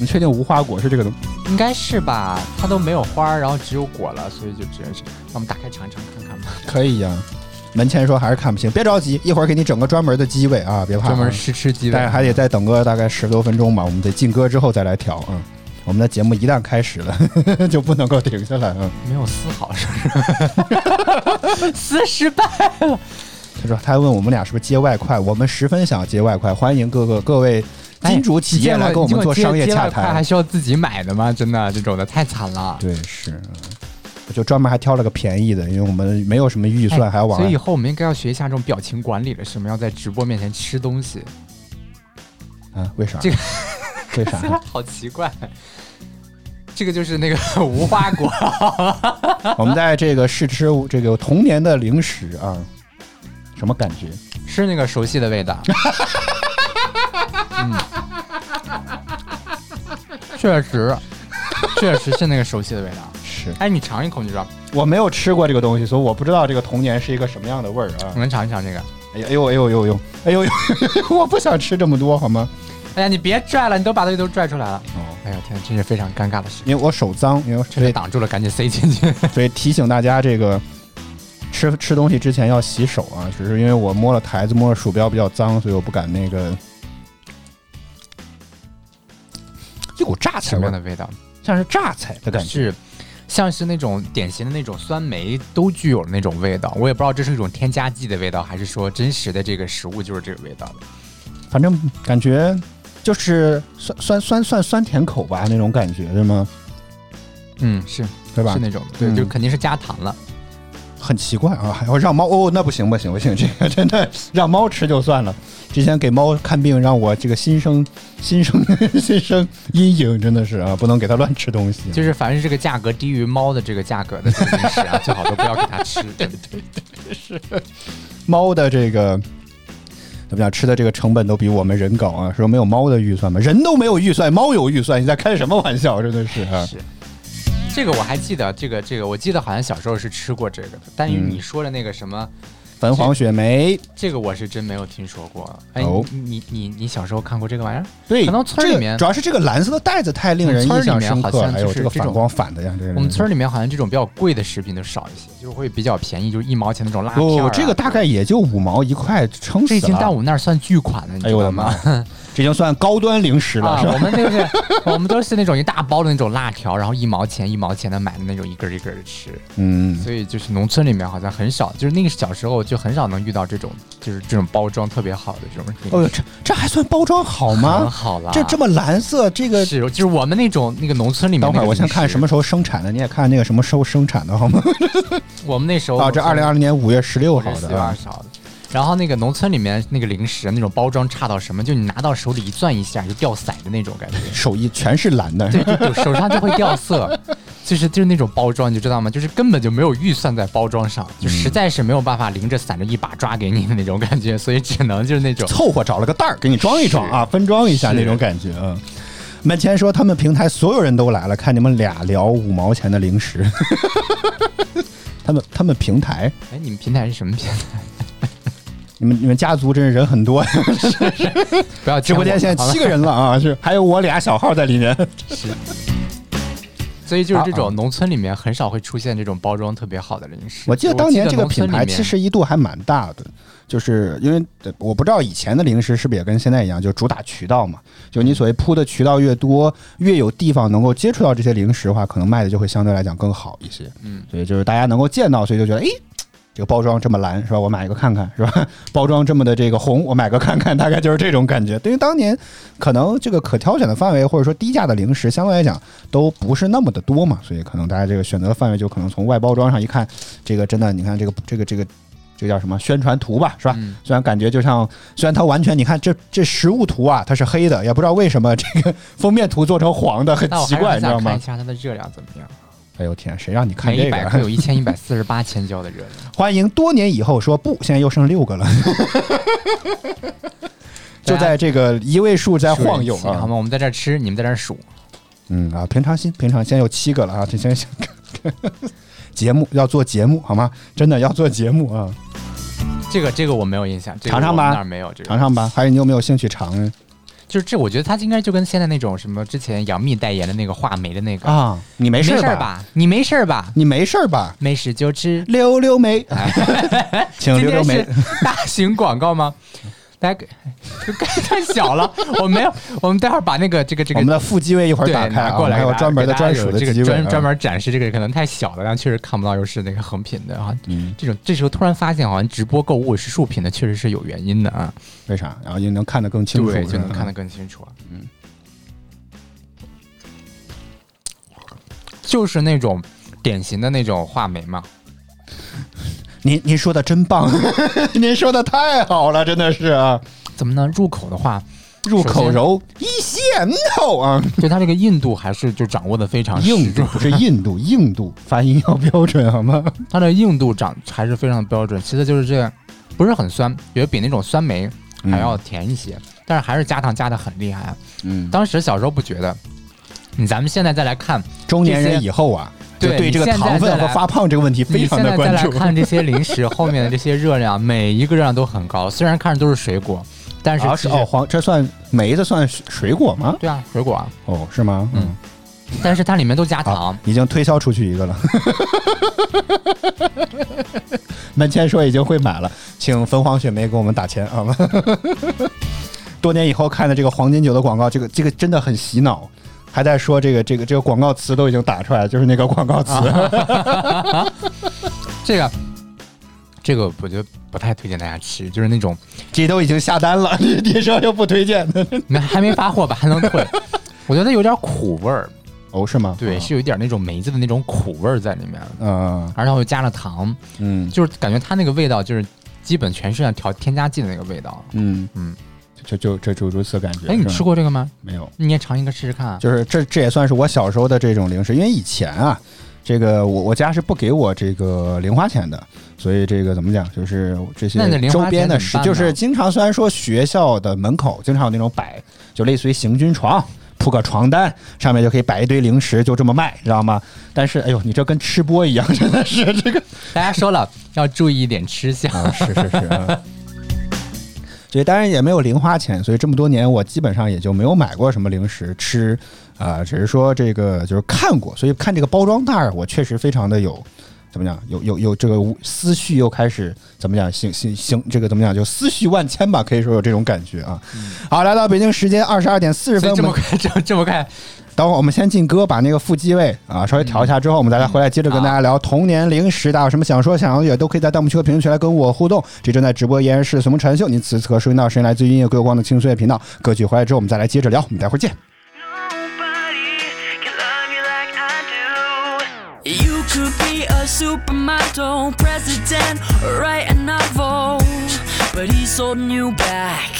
[SPEAKER 2] 你确定无花果是这个东
[SPEAKER 3] 应该是吧？它都没有花儿，然后只有果了，所以就只能是让我们打开尝一尝看看吧。
[SPEAKER 2] 可以呀、门前说还是看不清，别着急，一会儿给你整个专门的机位啊，别怕啊、
[SPEAKER 3] 专门试吃鸡
[SPEAKER 2] 但是
[SPEAKER 3] 尾，
[SPEAKER 2] 还得再等个大概十多分钟吧，我们得进歌之后再来调啊、嗯我们的节目一旦开始了， 就不能够停下来啊、嗯
[SPEAKER 3] 没有丝好是不 是？丝失败。
[SPEAKER 2] 他说他问我们俩是不是接外快，我们十分想接外快，欢迎各个各位
[SPEAKER 3] 哎
[SPEAKER 2] 金主企业来跟我们做商业洽
[SPEAKER 3] 哎你这么接接外快还
[SPEAKER 2] 谈。
[SPEAKER 3] 需要自己买的吗？真的这种的太惨了。
[SPEAKER 2] 对，是，嗯我就专门还挑了个便宜的，因为我们没有什么预算，还要往
[SPEAKER 3] 哎所以以后我们应该要学一下这种表情管理了，是吗？要在直播面前吃东西，
[SPEAKER 2] 啊，为啥？
[SPEAKER 3] 这个
[SPEAKER 2] 为啥？
[SPEAKER 3] 好奇怪。这个就是那个无花果，
[SPEAKER 2] 我们在这个试吃这个童年的零食啊，什么感觉？
[SPEAKER 3] 是那个熟悉的味 道。嗯，确实，确实是那个熟悉的味道。
[SPEAKER 2] 是
[SPEAKER 3] 哎，你尝一口，你知道？
[SPEAKER 2] 我没有吃过这个东西，所以我不知道这个童年是一个什么样的味儿啊
[SPEAKER 3] 我。们尝一尝这个。
[SPEAKER 2] 哎呦哎呦哎呦哎呦哎呦哎 呦！我不想吃这么多好吗？
[SPEAKER 3] 哎呀，你别拽了，你都把东西都拽出来了。
[SPEAKER 2] 哦，
[SPEAKER 3] 哎呀天，真是非常尴尬的事，
[SPEAKER 2] 因为我手脏，因为
[SPEAKER 3] 这
[SPEAKER 2] 所
[SPEAKER 3] 里
[SPEAKER 2] 以
[SPEAKER 3] 挡住了，赶紧塞 进去。
[SPEAKER 2] 所以提醒大家这个。吃吃东西之前要洗手啊，只是因为我摸了台子、摸了鼠标比较脏，所以我不敢那个。一股榨
[SPEAKER 3] 什
[SPEAKER 2] 菜
[SPEAKER 3] 么
[SPEAKER 2] 味
[SPEAKER 3] 样
[SPEAKER 2] 儿，
[SPEAKER 3] 的味道？
[SPEAKER 2] 像是榨菜的感觉。
[SPEAKER 3] 是像是那种典型的那种酸梅都具有那种味道，我也不知道这是一种添加剂的味道，还是说真实的这个食物就是这个味道的。
[SPEAKER 2] 反正感觉就是酸酸酸酸酸甜口吧那种感觉，是吗？
[SPEAKER 3] 嗯，是
[SPEAKER 2] 对吧
[SPEAKER 3] 是？那种，对，
[SPEAKER 2] 嗯
[SPEAKER 3] 就肯定是加糖了。
[SPEAKER 2] 很奇怪啊，还要让猫哦，那不行不行不行，这个真的让猫吃就算了。之前给猫看病，让我这个心生心生 心生阴影，真的是啊，不能给它乱吃东西。
[SPEAKER 3] 就是凡是这个价格低于猫的这个价格的这个零食 啊，最好都不要给它吃。对对，
[SPEAKER 2] 猫的这个怎么讲，吃的这个成本都比我们人高啊，说没有猫的预算吗？人都没有预算，猫有预算，你在开什么玩笑？真的是啊，
[SPEAKER 3] 是。这个我还记得，这个这个我记得好像小时候是吃过这个的，但是
[SPEAKER 2] 嗯
[SPEAKER 3] 你说的那个什么，
[SPEAKER 2] 粉黄雪梅，
[SPEAKER 3] 这个我是真没有听说过。哎，
[SPEAKER 2] 哦
[SPEAKER 3] 你你你你小时候看过这个玩意儿？
[SPEAKER 2] 对，
[SPEAKER 3] 可能村儿里面
[SPEAKER 2] 这个主要是这个蓝色的袋子太令人印象深刻
[SPEAKER 3] 我
[SPEAKER 2] 了，
[SPEAKER 3] 们村
[SPEAKER 2] 还
[SPEAKER 3] 儿里面好像就是
[SPEAKER 2] 有这个
[SPEAKER 3] 这种
[SPEAKER 2] 反光反的呀，这个
[SPEAKER 3] 我们村儿里面好像这种比较贵的食品都少一些，就是会比较便宜，就是一毛钱那种辣片儿啊、
[SPEAKER 2] 哦，这个大概也就五毛一块，撑死
[SPEAKER 3] 这
[SPEAKER 2] 了。
[SPEAKER 3] 已经到我们那儿算巨款了，你
[SPEAKER 2] 哎
[SPEAKER 3] 知
[SPEAKER 2] 呦我
[SPEAKER 3] 道
[SPEAKER 2] 的
[SPEAKER 3] 吗
[SPEAKER 2] 妈？，这已经算高端零食了，
[SPEAKER 3] 啊
[SPEAKER 2] 是，吧？
[SPEAKER 3] 我们那个我们都是那种一大包的那种辣条，然后一毛钱一毛钱的买的那种，一根儿一根的吃。
[SPEAKER 2] 嗯，
[SPEAKER 3] 所以就是农村里面好像很少，就是那个小时候就很少能遇到这种，就是这种包装特别好的这种零食。
[SPEAKER 2] 哦呦，这这还算包装好
[SPEAKER 3] 很
[SPEAKER 2] 吗？
[SPEAKER 3] 好啦，
[SPEAKER 2] 这这么蓝色，这个
[SPEAKER 3] 啊是就是我们那种那个农村里面。
[SPEAKER 2] 等会儿我先看什么，时候生产的，你也看那个什么时候生产的好 吗？
[SPEAKER 3] 我们那时候
[SPEAKER 2] 啊，这二零二零年五月十六号
[SPEAKER 3] 好的
[SPEAKER 2] 的啊，，
[SPEAKER 3] 啊少的。然后那个农村里面那个零食啊那种包装差到什么，就你拿到手里一攥一下就掉色的那种感觉
[SPEAKER 2] 手艺全是蓝的，
[SPEAKER 3] 对，就就手上就会掉色，就是就是那种包装，你就知道吗？就是根本就没有预算在包装上，就实在是没有办法拎着伞着一把抓给你的那种感觉，所以只能就是那种
[SPEAKER 2] 凑合找了个袋儿给你装一装啊，分装一下
[SPEAKER 3] 是
[SPEAKER 2] 那种感觉啊。门前说他们平台所有人都来了，看你们俩聊五毛钱的零食。 他们他们平台，
[SPEAKER 3] 哎，你们平台是什么平 台？
[SPEAKER 2] 你们你们家族真是人很多呀，
[SPEAKER 3] 不要
[SPEAKER 2] 直播间现在七个人了啊，是还有我俩小号在里面。
[SPEAKER 3] 所以就是这
[SPEAKER 2] 啊
[SPEAKER 3] 种农村里面很少会出现这种包装特别好的零食。
[SPEAKER 2] 我记得当年这个品牌
[SPEAKER 3] 农村里面
[SPEAKER 2] 其实一度还蛮大的，就是因为呃我不知道以前的零食是不是也跟现在一样，就主打渠道嘛。就你所谓铺的渠道越多，越有地方能够接触到这些零食的话，可能卖的就会相对来讲更好一些。
[SPEAKER 3] 嗯，
[SPEAKER 2] 所以就是大家能够见到，所以就觉得，诶，这个包装这么蓝是吧？我买一个看看是吧？ 包装这么的这个红，我买个看看，大概就是这种感觉。对于当年可能这个可挑选的范围或者说低价的零食，相对来讲都不是那么的多嘛，所以可能大家这个选择的范围就可能从外包装上一看，这个真的，你看这个这个这个这个叫什么宣传图吧，是吧？
[SPEAKER 3] 嗯
[SPEAKER 2] 虽然感觉就像，虽然它完全，你看这这实物图啊，它是黑的，也不知道为什么这个封面图做成黄的，很
[SPEAKER 3] 那我
[SPEAKER 2] 奇
[SPEAKER 3] 还是
[SPEAKER 2] 怪，
[SPEAKER 3] 很
[SPEAKER 2] 你知道
[SPEAKER 3] 想看
[SPEAKER 2] 吗
[SPEAKER 3] 一？下它的热量怎么样？
[SPEAKER 2] 哎呦天，谁让你看
[SPEAKER 3] 每
[SPEAKER 2] 这
[SPEAKER 3] 一
[SPEAKER 2] 个
[SPEAKER 3] 百克
[SPEAKER 2] 啊？
[SPEAKER 3] 有一千一百四十八千焦的热量。
[SPEAKER 2] 欢迎多年以后说不，现在又剩六个 了。就在这个一位数在晃悠
[SPEAKER 3] 好
[SPEAKER 2] 啊，
[SPEAKER 3] 吗？我们在这儿吃，你们在这儿数。
[SPEAKER 2] 嗯啊，平常心，平常现在有七个了啊，这现在 节目，要做节目好吗？真的要做节目啊，
[SPEAKER 3] 这个这个我没有印象，这个
[SPEAKER 2] 尝尝吧
[SPEAKER 3] 我们那儿没有这个，
[SPEAKER 2] 尝尝吧。还是你有没有兴趣尝呢
[SPEAKER 3] 就是这，我觉得它应该就跟现在那种什么之前杨幂代言的那个话梅的那个，
[SPEAKER 2] 啊？你没
[SPEAKER 3] 没
[SPEAKER 2] 事
[SPEAKER 3] 事
[SPEAKER 2] 儿
[SPEAKER 3] 儿
[SPEAKER 2] 吧？
[SPEAKER 3] 吧？你没事儿吧？
[SPEAKER 2] 你没事儿吧？
[SPEAKER 3] 没事就吃。
[SPEAKER 2] 溜溜梅， 请
[SPEAKER 3] 今
[SPEAKER 2] 溜溜
[SPEAKER 3] 天
[SPEAKER 2] 梅
[SPEAKER 3] 是。 大型广告吗？大家给 太小了，我没有。我们待会儿把那个这个这
[SPEAKER 2] 我
[SPEAKER 3] 个
[SPEAKER 2] 们的副机位一会儿
[SPEAKER 3] 对
[SPEAKER 2] 打开
[SPEAKER 3] 拿
[SPEAKER 2] 啊，
[SPEAKER 3] 过来
[SPEAKER 2] 还
[SPEAKER 3] 给大
[SPEAKER 2] 有
[SPEAKER 3] 家，
[SPEAKER 2] 专门的
[SPEAKER 3] 给大家
[SPEAKER 2] 专属的
[SPEAKER 3] 有这
[SPEAKER 2] 机
[SPEAKER 3] 个
[SPEAKER 2] 位啊，
[SPEAKER 3] 专专门展示这个可能太小了，但确实看不到，又是那个横屏的啊。
[SPEAKER 2] 嗯，
[SPEAKER 3] 这种这时候突然发现，好像直播购物是竖屏的，确实是有原因的啊。
[SPEAKER 2] 为啥？然后也能看得更清楚，
[SPEAKER 3] 对，
[SPEAKER 2] 是
[SPEAKER 3] 就
[SPEAKER 2] 吧
[SPEAKER 3] 能看得更清楚。嗯，就是那种典型的那种画眉嘛。
[SPEAKER 2] 您您说的真 棒， 您说的太好了，真的是啊，
[SPEAKER 3] 怎么呢？入口的话，
[SPEAKER 2] 入口
[SPEAKER 3] 首先
[SPEAKER 2] 柔一仙头啊，
[SPEAKER 3] 就它这个硬度还是就掌握的非常
[SPEAKER 2] 硬
[SPEAKER 3] 实
[SPEAKER 2] 度不是印 度，硬度发音要标准好吗？
[SPEAKER 3] 它的硬度长还是非常标准。其次就是这个不是很酸，觉得比那种酸梅还要甜一些，但是还是加糖加的很厉害啊。
[SPEAKER 2] 嗯，
[SPEAKER 3] 当时小时候不觉得，你咱们现在再来看，
[SPEAKER 2] 中年人以后啊，就
[SPEAKER 3] 对
[SPEAKER 2] 对这个
[SPEAKER 3] 你现在
[SPEAKER 2] 糖
[SPEAKER 3] 再
[SPEAKER 2] 分和
[SPEAKER 3] 来
[SPEAKER 2] 发胖这个问题非
[SPEAKER 3] 你
[SPEAKER 2] 常
[SPEAKER 3] 现
[SPEAKER 2] 的
[SPEAKER 3] 在再
[SPEAKER 2] 关
[SPEAKER 3] 来
[SPEAKER 2] 注。
[SPEAKER 3] 看这些 零食后面的这些热量，每一个热量都很高，虽然看着都是水果，但是
[SPEAKER 2] 啊
[SPEAKER 3] 其
[SPEAKER 2] 是
[SPEAKER 3] 实、
[SPEAKER 2] 哦，黄这算梅子算水果吗？
[SPEAKER 3] 对啊，水果啊，
[SPEAKER 2] 哦，是吗？嗯，
[SPEAKER 3] 但是它里面都加
[SPEAKER 2] 好
[SPEAKER 3] 糖。，
[SPEAKER 2] 已经推销出去一个了。 门前说已经会买了，请凤凰雪梅给我们打钱好吗？ 多年以后看的这个黄金酒的广告，这个这个真的很洗脑，还在说这个这个这个广告词都已经打出来了，就是那个广告词。
[SPEAKER 3] 啊这个，这个我觉得不太推荐大家吃，就是那种
[SPEAKER 2] 这都已经下单 了，你你说又不推荐的？
[SPEAKER 3] 没还没发货吧，还能退。我觉得有点苦味儿，
[SPEAKER 2] 哦，是吗？
[SPEAKER 3] 对，是有一点那种梅子的那种苦味儿在里面，
[SPEAKER 2] 嗯
[SPEAKER 3] 而且又加了糖，
[SPEAKER 2] 嗯
[SPEAKER 3] 就是感觉它那个味道就是基本全是按调添加剂的那个味道。
[SPEAKER 2] 嗯
[SPEAKER 3] 嗯，
[SPEAKER 2] 就就这就如此感觉。
[SPEAKER 3] 哎，你
[SPEAKER 2] 是吗
[SPEAKER 3] 吃过这个吗？
[SPEAKER 2] 没有？
[SPEAKER 3] 你也尝一个试试看啊。
[SPEAKER 2] 就是这这也算是我小时候的这种零食，因为以前啊，这个我我家是不给我这个零花钱的，所以这个怎么讲，就是这些
[SPEAKER 3] 那你的零花
[SPEAKER 2] 周
[SPEAKER 3] 钱
[SPEAKER 2] 边的
[SPEAKER 3] 怎么
[SPEAKER 2] 食，
[SPEAKER 3] 办呢
[SPEAKER 2] 就是经常虽然说学校的门口经常有那种摆，就类似于行军床。铺个床单，上面就可以摆一堆零食，就这么卖，知道吗？但是，哎呦，你这跟吃播一样，真的是这个
[SPEAKER 3] 大家说了要注意一点吃相。
[SPEAKER 2] 啊，是是是。啊所以当然也没有零花钱，所以这么多年我基本上也就没有买过什么零食吃，啊、只是说这个就是看过，所以看这个包装袋儿，我确实非常的有怎么讲，有有有这个思绪又开始怎么讲，行行行，这个怎么讲，就思绪万千吧，可以说有这种感觉啊。好，来到北京时间二十二点四十
[SPEAKER 3] 嗯所
[SPEAKER 2] 分，
[SPEAKER 3] 以
[SPEAKER 2] 我
[SPEAKER 3] 这么
[SPEAKER 2] 们
[SPEAKER 3] 快，这这么快，
[SPEAKER 2] 等会儿我们先进歌，把那个副机位啊稍微调一下，之后我们大家回来接着跟大家聊童年零食，大家有什么想说想要的也都可以在弹幕区和评论区来跟我互动。这正在直播依然是什么传秀，您此刻收听到的声音来自于音乐歌光的轻松乐频道。歌曲回来之后我们再来接着聊，我们待会儿见。
[SPEAKER 4] Nobody can love you like I do.
[SPEAKER 5] You could be a supermodel, president, or write a novel. But he's holding you back.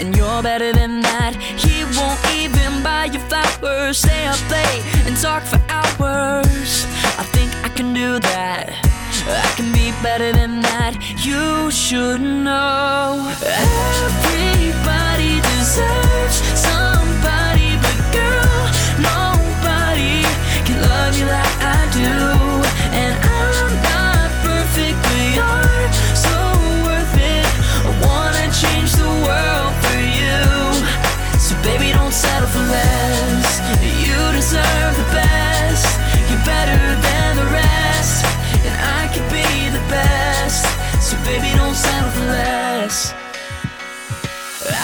[SPEAKER 5] And you're better than that. He won't even buy you flowers. Stay up late and talk for hours. I think I can do that. I can be better than that. You should know. Everybody deserves somebody, but girl, nobody can love you like I do. And I'm not perfect, but you're so worth it. I wanna change the world for you. So baby, don't settle for less. You deserve the best. You're better than the rest, and I could be the best. So baby, don't settle for less.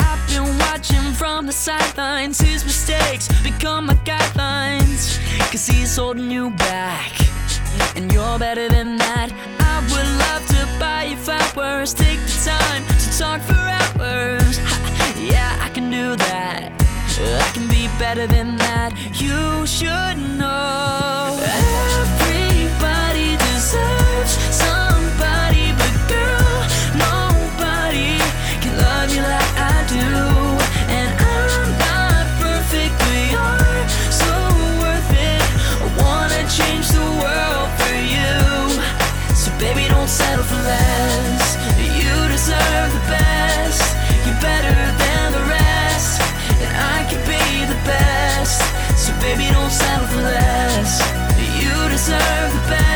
[SPEAKER 5] I've been watching from the sidelines. His mistakes become my guidelines. Cause he's holding you back. And you're better than that. I would love to buy you flowers. Take the time to talk for hours. Ha, yeah, I can do that. I can be better than that. You should know. Everybody deserves somebody, but girl, nobody can love you like I do. And I'm not perfect, but you're so worth it. I wanna change the world for you. So baby, don't settle for less. You deserve the best. You're better than the rest, and I can be the best. So baby, don't settle for less. You deserve the best.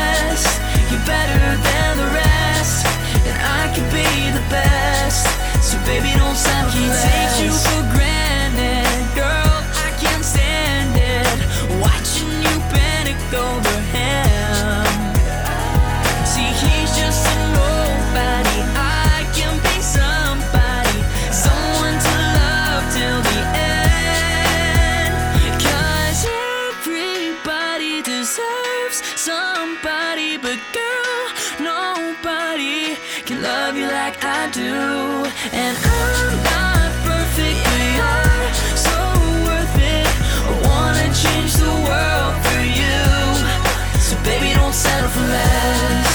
[SPEAKER 5] can love you like I do. And I'm not perfect, but you're so worth it. I wanna change the world for you. So baby, don't settle for less.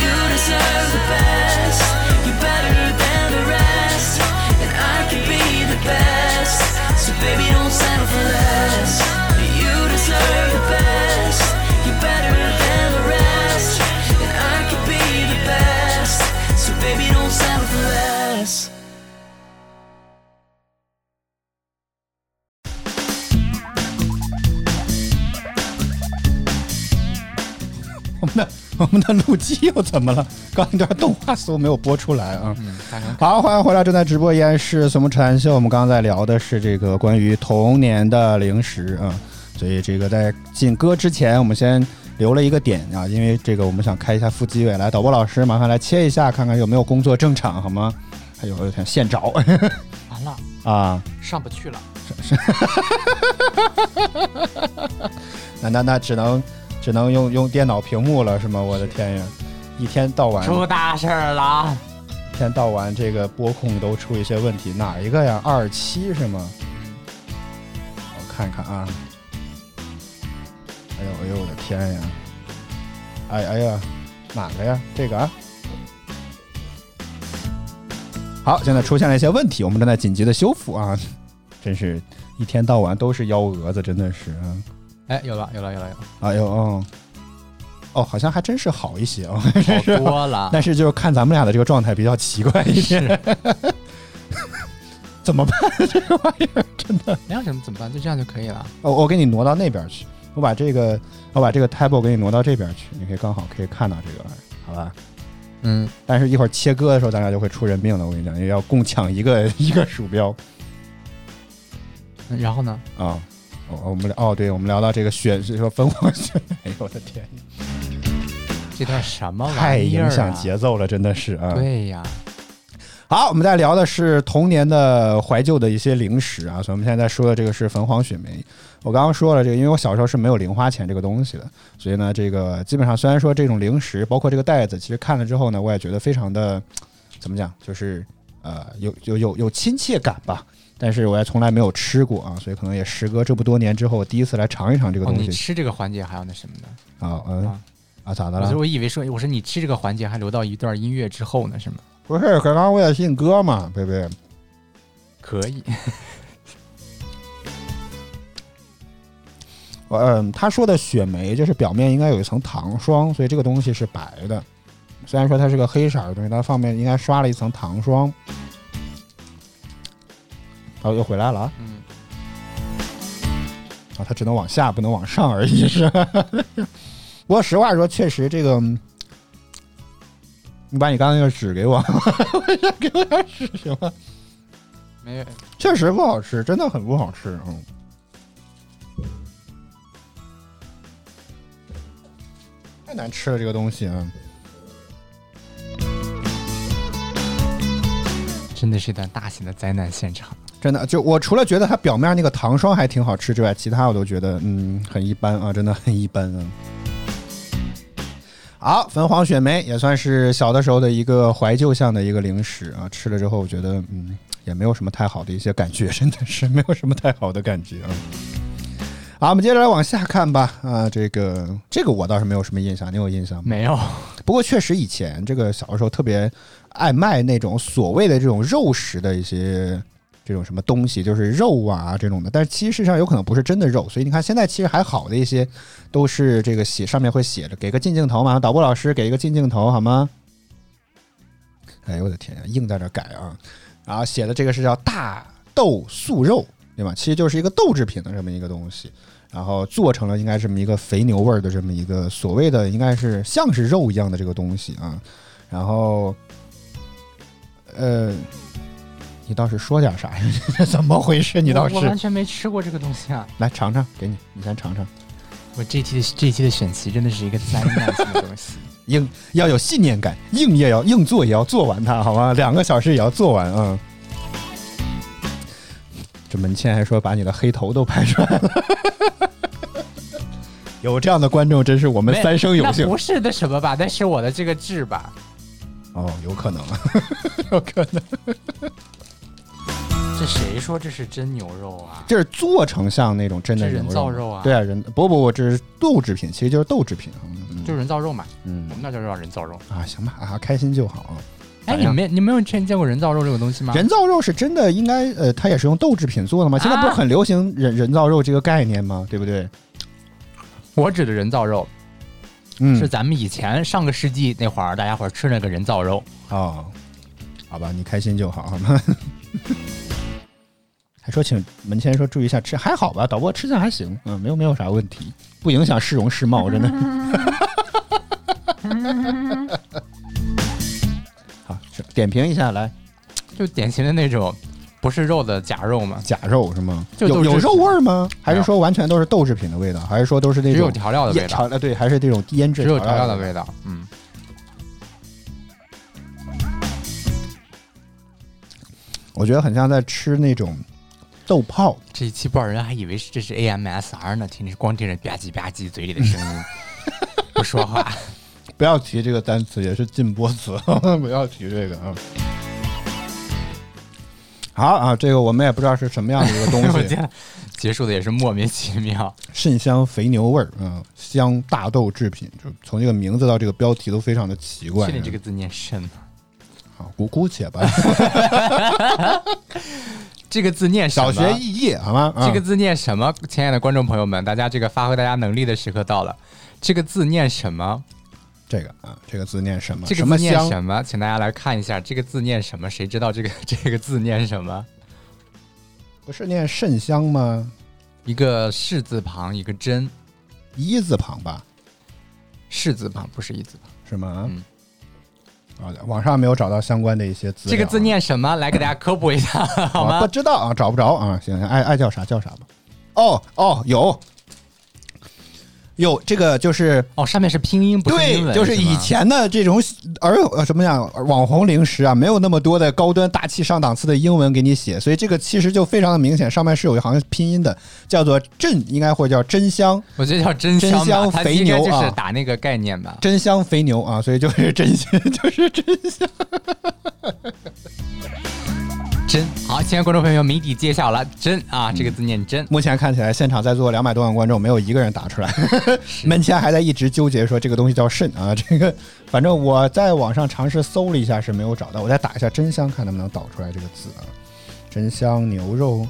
[SPEAKER 5] You deserve the best. You're better than the rest. And I can be the best. So baby, don't settle for less. You deserve the best. You're better than the rest. And I can be the best. So baby, don't settle for less.
[SPEAKER 2] 我 们的我们的录机又怎么了？刚才那段动画似乎没有播出来啊。好，欢迎回来，正在直播依然是随梦陈谈秀。我们刚刚在聊的是这个关于童年的零食啊，所以这个在进歌之前，我们先留了一个点啊，因为这个我们想开一下腹肌位，来导播老师麻烦来切一下，看看有没有工作正常好吗？还有有点现找
[SPEAKER 3] 完了，
[SPEAKER 2] 啊，
[SPEAKER 3] 上不去了。
[SPEAKER 2] 那那那只能只能用用电脑屏幕了是吗？我的天呀，一天到晚
[SPEAKER 3] 出大事儿了啊！
[SPEAKER 2] 一天到晚这个播控都出一些问题，哪一个呀？二七是吗？我看看啊。哎呦哎呦我的天呀！哎哎呀，哪个呀？这个啊。好，现在出现了一些问题，我们正在紧急的修复啊！真是一天到晚都是幺蛾子，真的是啊！
[SPEAKER 3] 哎，有了，有了，有 了，有
[SPEAKER 2] 哎呦哦哦，好像还真是好一些哦。
[SPEAKER 3] 了，好多了。
[SPEAKER 2] 但是就是看咱们俩的这个状态比较奇怪一点， 怎么办？这个玩意儿真的，
[SPEAKER 3] 没有什么怎么办？就这样就可以了。
[SPEAKER 2] 我我给你挪到那边去，我把这个我把这个 table 给你挪到这边去，你可以刚好可以看到这个玩意儿，好吧？
[SPEAKER 3] 嗯，
[SPEAKER 2] 但是一会儿切割的时候，咱俩就会出人命的，我跟你讲，因为要共抢一个 一个鼠标
[SPEAKER 3] 然后呢？
[SPEAKER 2] 啊。哦，我们聊哦，对，我们聊到这个选这个分黄选，哎呦我的天，
[SPEAKER 3] 这段什么玩意儿、啊？
[SPEAKER 2] 太影响节奏了，真的是啊。
[SPEAKER 3] 对呀，
[SPEAKER 2] 好，我们在聊的是童年的怀旧的一些零食啊，所以我们现在说的这个是粉黄雪梅。我刚刚说了这个，因为我小时候是没有零花钱这个东西的，所以呢，这个基本上虽然说这种零食，包括这个袋子，其实看了之后呢，我也觉得非常的怎么讲，就是呃有有有有亲切感吧。但是我也从来没有吃过啊，所以可能也时隔这么多年之后，第一次来尝一尝这个
[SPEAKER 3] 哦，
[SPEAKER 2] 东
[SPEAKER 3] 你
[SPEAKER 2] 西
[SPEAKER 3] 吃这个环节还要那什么呢？
[SPEAKER 2] 啊，嗯
[SPEAKER 3] 啊
[SPEAKER 2] 啊，咋的
[SPEAKER 3] 我
[SPEAKER 2] 了
[SPEAKER 3] 说？我以为说，我说你吃这个环节还留到一段音乐之后呢，是吗？
[SPEAKER 2] 不是，刚刚我也信哥嘛，贝贝。
[SPEAKER 3] 可 以，
[SPEAKER 2] 嗯，他说的雪梅就是表面应该有一层糖霜，所以这个东西是白的。虽然说它是个黑色儿的东西，但上面应该刷了一层糖霜。哦，又回来了啊！
[SPEAKER 3] 嗯，
[SPEAKER 2] 啊，它只能往下，不能往上而已。是。 不过实话说，确实这个，嗯你把你刚刚那个纸给我， 给我点纸行吗？
[SPEAKER 3] 没有，
[SPEAKER 2] 确实不好吃，真的很不好吃。嗯。太难吃了，这个东西啊！
[SPEAKER 3] 真的是一段大型的灾难现场。
[SPEAKER 2] 真的，就我除了觉得它表面那个糖霜还挺好吃之外，其他我都觉得嗯很一般啊，真的很一般啊。好，粉黄雪梅也算是小的时候的一个怀旧向的一个零食啊，吃了之后我觉得嗯也没有什么太好的一些感觉，真的是没有什么太好的感觉啊。好，我们接着来往下看吧。啊，这个这个我倒是没有什么印象，你有印象吗？
[SPEAKER 3] 没有，
[SPEAKER 2] 不过确实以前这个小的时候特别爱卖那种所谓的这种肉食的一些这种什么东西，就是肉啊这种的，但是其实事实上有可能不是真的肉，所以你看现在其实还好的一些都是这个写上面会写着给个近镜头嘛，导播老师给一个近镜头好吗？哎呦我的天呀，硬在这改啊，然后写的这个是叫大豆素肉，对吧？其实就是一个豆制品的这么一个东西。然后做成了应该这么一个肥牛味儿的这么一个所谓的应该是像是肉一样的这个东西啊，然后，呃，你倒是说点啥呀？ 这怎么回事？你倒
[SPEAKER 3] 我我完
[SPEAKER 2] 是
[SPEAKER 3] 全没吃过这个东西啊！
[SPEAKER 2] 来尝尝，给你，你先尝尝，
[SPEAKER 3] 我这期的这一期的选题真的是一个灾难性的东西。
[SPEAKER 2] 硬要有信念感，硬也要硬做也要做完它，好吗？两个小时也要做完啊。这门倩还说把你的黑头都拍出来了， 有这样的观众真是我们
[SPEAKER 3] 没
[SPEAKER 2] 三生有
[SPEAKER 3] 那
[SPEAKER 2] 幸
[SPEAKER 3] 不。是那什么吧？那是我的这个痣吧？
[SPEAKER 2] 哦，有可能， 有可能，
[SPEAKER 3] 这谁说这是真牛肉啊？
[SPEAKER 2] 这是做成像那种真的
[SPEAKER 3] 这
[SPEAKER 2] 牛
[SPEAKER 3] 人造肉啊
[SPEAKER 2] 对啊，人不不不，这是豆制品，其实就是豆制品。嗯
[SPEAKER 3] 就是人造肉嘛，
[SPEAKER 2] 嗯
[SPEAKER 3] 我们那就叫人造肉。
[SPEAKER 2] 啊，行吧啊，开心就好啊。
[SPEAKER 3] 哎，
[SPEAKER 2] 咋
[SPEAKER 3] 你
[SPEAKER 2] 样
[SPEAKER 3] 没你没有见见过人造肉这个东西吗？
[SPEAKER 2] 人造肉是真的，应该呃，它也是用豆制品做的吗？现在不是
[SPEAKER 3] 啊啊
[SPEAKER 2] 很流行人人造肉这个概念吗？对不对？
[SPEAKER 3] 我指的人造肉
[SPEAKER 2] 嗯，
[SPEAKER 3] 是咱们以前上个世纪那会儿大家伙儿吃那个人造肉，
[SPEAKER 2] 哦，好吧，你开心就好，好吗？ 还说请门前说注意一下吃，还好吧？导播吃相还行，嗯，没有没有啥问题，不影响市容市貌， 真的。 好，是点评一下来，
[SPEAKER 3] 就典型的那种不是肉的假肉嘛，
[SPEAKER 2] 假肉是吗？
[SPEAKER 3] 就
[SPEAKER 2] 有
[SPEAKER 3] 豆制
[SPEAKER 2] 有
[SPEAKER 3] 品
[SPEAKER 2] 肉味儿吗？还
[SPEAKER 3] 没
[SPEAKER 2] 是
[SPEAKER 3] 有
[SPEAKER 2] 说完全都是豆制品的味道？还是说都是那
[SPEAKER 3] 只有
[SPEAKER 2] 种
[SPEAKER 3] 调料的味
[SPEAKER 2] 腌
[SPEAKER 3] 道，
[SPEAKER 2] 调料？对，还是这种腌制
[SPEAKER 3] 只有调料的
[SPEAKER 2] 道？
[SPEAKER 3] 味道。嗯，
[SPEAKER 2] 我觉得很像在吃那种豆泡，
[SPEAKER 3] 这一期不少人还以为是这是 AMSR 呢，听着光听着吧唧吧唧嘴里的声 音，不说话。
[SPEAKER 2] 不要提这个单词，也是禁播词， 不要提这个啊。好啊，这个我们也 不知道是什么样的一个 东
[SPEAKER 3] 我
[SPEAKER 2] 西
[SPEAKER 3] 见，结束的也是莫名其妙。
[SPEAKER 2] 肾香肥牛味儿，嗯，香大豆制品，就从这个名字到这个标题都非常的奇怪。
[SPEAKER 3] 确定这个字念肾吗？
[SPEAKER 2] 好，姑姑且吧，
[SPEAKER 3] 这个字念什
[SPEAKER 2] 小
[SPEAKER 3] 么？
[SPEAKER 2] 学肄业好吗？啊
[SPEAKER 3] 这个字念什么？亲爱的观众朋友们，大家这个发挥大家能力的时刻到了。这个字念什么？
[SPEAKER 2] 这个啊，这个字念什么？
[SPEAKER 3] 这个
[SPEAKER 2] 什么
[SPEAKER 3] 字念
[SPEAKER 2] 香？
[SPEAKER 3] 什么？请大家来看一下，这个字念什么？谁知道这个 这个字念什么？
[SPEAKER 2] 不是念肾香吗？
[SPEAKER 3] 一个士字旁，一个真，
[SPEAKER 2] 一字旁吧，
[SPEAKER 3] 士字旁不是一字旁。
[SPEAKER 2] 是吗
[SPEAKER 3] 嗯？
[SPEAKER 2] 好的，网上没有找到相关的一些资
[SPEAKER 3] 这
[SPEAKER 2] 料啊。
[SPEAKER 3] 个字念什么？来给大家科普 一下，好
[SPEAKER 2] 啊
[SPEAKER 3] 吗
[SPEAKER 2] 不？知道啊，找不着啊，行行，爱爱叫啥叫啥吧。哦哦，有有，这个就是
[SPEAKER 3] 哦，上面是拼音，不是英
[SPEAKER 2] 对，
[SPEAKER 3] 文，
[SPEAKER 2] 就是以
[SPEAKER 3] 吗
[SPEAKER 2] 前的这种儿呃什么呀，网红零食啊，没有那么多的高端大气上档次的英文给你写，所以这个其实就非常的明显，上面是有一行拼音的，叫做“朕”，应该会叫“真香
[SPEAKER 3] 我觉得叫真香吧，
[SPEAKER 2] 真香
[SPEAKER 3] 它
[SPEAKER 2] 肥
[SPEAKER 3] 应该
[SPEAKER 2] 牛
[SPEAKER 3] 就
[SPEAKER 2] 啊
[SPEAKER 3] 是打那个概念吧”“。
[SPEAKER 2] 真香肥牛”啊，所以就是真香， 就是真香。
[SPEAKER 3] 真好，亲爱的观众朋友，谜底揭晓了，真啊，这个字念真。
[SPEAKER 2] 目前看起来，现场在座两百多万观众没有一个人答出来，门前还在一直纠结说这个东西叫肾啊， 这个反正我在网上尝试搜了一下是没有找到，我再打一下真香看能不能导出来这个字啊，真香牛肉，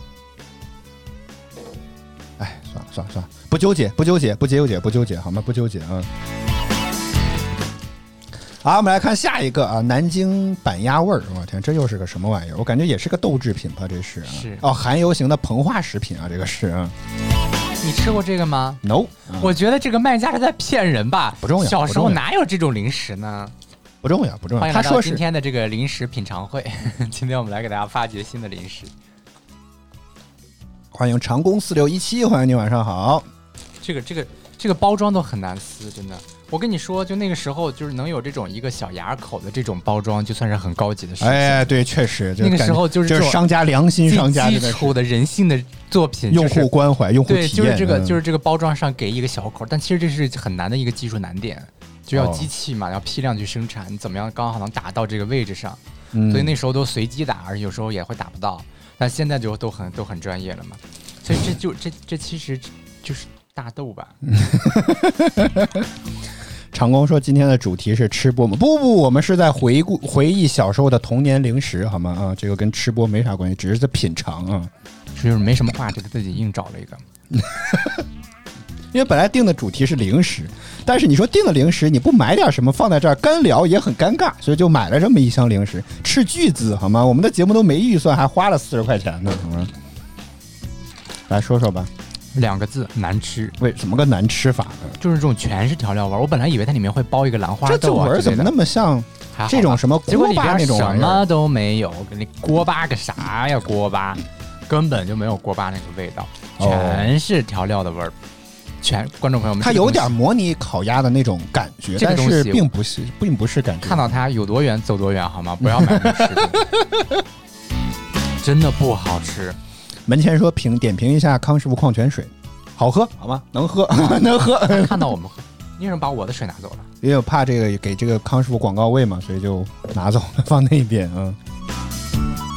[SPEAKER 2] 哎，算了算了算了，不纠结不纠结不纠结不纠结好吗？不纠结啊。好，我们来看下一个啊，南京板鸭味儿，我天，这又是个什么玩意儿？我感觉也是个豆制品吧，这是啊，
[SPEAKER 3] 是
[SPEAKER 2] 哦，含油型的膨化食品啊，这个是啊
[SPEAKER 3] 你吃过这个吗？
[SPEAKER 2] ，no，啊
[SPEAKER 3] 我觉得这个卖家是在骗人吧，
[SPEAKER 2] 不重要
[SPEAKER 3] 小时
[SPEAKER 2] 不
[SPEAKER 3] 候
[SPEAKER 2] 重要
[SPEAKER 3] 哪有这种零食呢？
[SPEAKER 2] 不重要不重
[SPEAKER 3] 欢
[SPEAKER 2] 要，
[SPEAKER 3] 迎
[SPEAKER 2] 他
[SPEAKER 3] 来到
[SPEAKER 2] 说
[SPEAKER 3] 今
[SPEAKER 2] 是
[SPEAKER 3] 天的这个零食品尝会。 今天我们来给大家发掘新的零食。
[SPEAKER 2] 欢迎长工四六一七，欢迎你，晚上好。
[SPEAKER 3] 这个这个这个包装都很难撕，真的。我跟你说，就那个时候，就是能有这种一个小牙口的这种包装，就算是很高级的事情。
[SPEAKER 2] 哎，对，确实，就
[SPEAKER 3] 那个
[SPEAKER 2] 感
[SPEAKER 3] 时
[SPEAKER 2] 觉
[SPEAKER 3] 候就是
[SPEAKER 2] 就
[SPEAKER 3] 这
[SPEAKER 2] 是
[SPEAKER 3] 种
[SPEAKER 2] 商家良心
[SPEAKER 3] 最
[SPEAKER 2] 商家，
[SPEAKER 3] 基
[SPEAKER 2] 这个是
[SPEAKER 3] 础的人性的作品，
[SPEAKER 2] 用
[SPEAKER 3] 就是
[SPEAKER 2] 户关怀、用户体
[SPEAKER 3] 对，
[SPEAKER 2] 验，
[SPEAKER 3] 就是这个，
[SPEAKER 2] 嗯
[SPEAKER 3] 就是这个包装上给一个小口，但其实这是很难的一个技术难点，就要
[SPEAKER 2] 哦
[SPEAKER 3] 机器嘛，要批量去生产，你怎么样刚好能达到这个位置上？
[SPEAKER 2] 嗯
[SPEAKER 3] 所以那时候都随机打，而且有时候也会打不到。但现在就都很都很专业了嘛，所以这就这这其实就是大豆吧，
[SPEAKER 2] 嗯长工说今天的主题是吃播吗？不不，我们是在回顾回忆小时候的童年零食，好吗？啊，这个跟吃播没啥关系，只是在品尝啊。
[SPEAKER 3] 就是没什么话，就给自己硬找了一个。
[SPEAKER 2] 因为本来定的主题是零食，但是你说定的零食你不买点什么放在这儿干聊也很尴尬，所以就买了这么一箱零食，斥巨资好吗？我们的节目都没预算，还花了四十块钱呢，好吗？来说说吧，
[SPEAKER 3] 两个字难吃，
[SPEAKER 2] 为什么个难吃法呢？
[SPEAKER 3] 就是这种全是调料味儿。我本来以为它里面会包一个兰花
[SPEAKER 2] 这
[SPEAKER 3] 豆
[SPEAKER 2] 皱
[SPEAKER 3] 啊
[SPEAKER 2] 纹
[SPEAKER 3] 之
[SPEAKER 2] 怎
[SPEAKER 3] 类
[SPEAKER 2] 么
[SPEAKER 3] 的
[SPEAKER 2] 那么像
[SPEAKER 3] 还好吧
[SPEAKER 2] 这种什么
[SPEAKER 3] 结果
[SPEAKER 2] 锅
[SPEAKER 3] 里
[SPEAKER 2] 巴
[SPEAKER 3] 边
[SPEAKER 2] 那种
[SPEAKER 3] 什
[SPEAKER 2] 玩意儿？
[SPEAKER 3] 么都没有，那锅巴个啥呀？锅巴根本就没有锅巴那个味道，
[SPEAKER 2] 哦
[SPEAKER 3] 全是调料的味儿。全观众朋友们，
[SPEAKER 2] 它
[SPEAKER 3] 嗯这个
[SPEAKER 2] 有
[SPEAKER 3] 东西
[SPEAKER 2] 点模拟烤鸭的那种感觉，
[SPEAKER 3] 这个
[SPEAKER 2] 但
[SPEAKER 3] 东西
[SPEAKER 2] 是并不是，并不是感觉。
[SPEAKER 3] 看到它有多远走多远，好吗？不要买那吃的，真的不好吃。
[SPEAKER 2] 门前说 评点评一下康师傅矿泉水，好喝好吗？能喝能喝。
[SPEAKER 3] 看到我们你为什么把我的水拿走了？
[SPEAKER 2] 因为我怕这个给这个康师傅广告位嘛，所以就拿走 了放那边啊、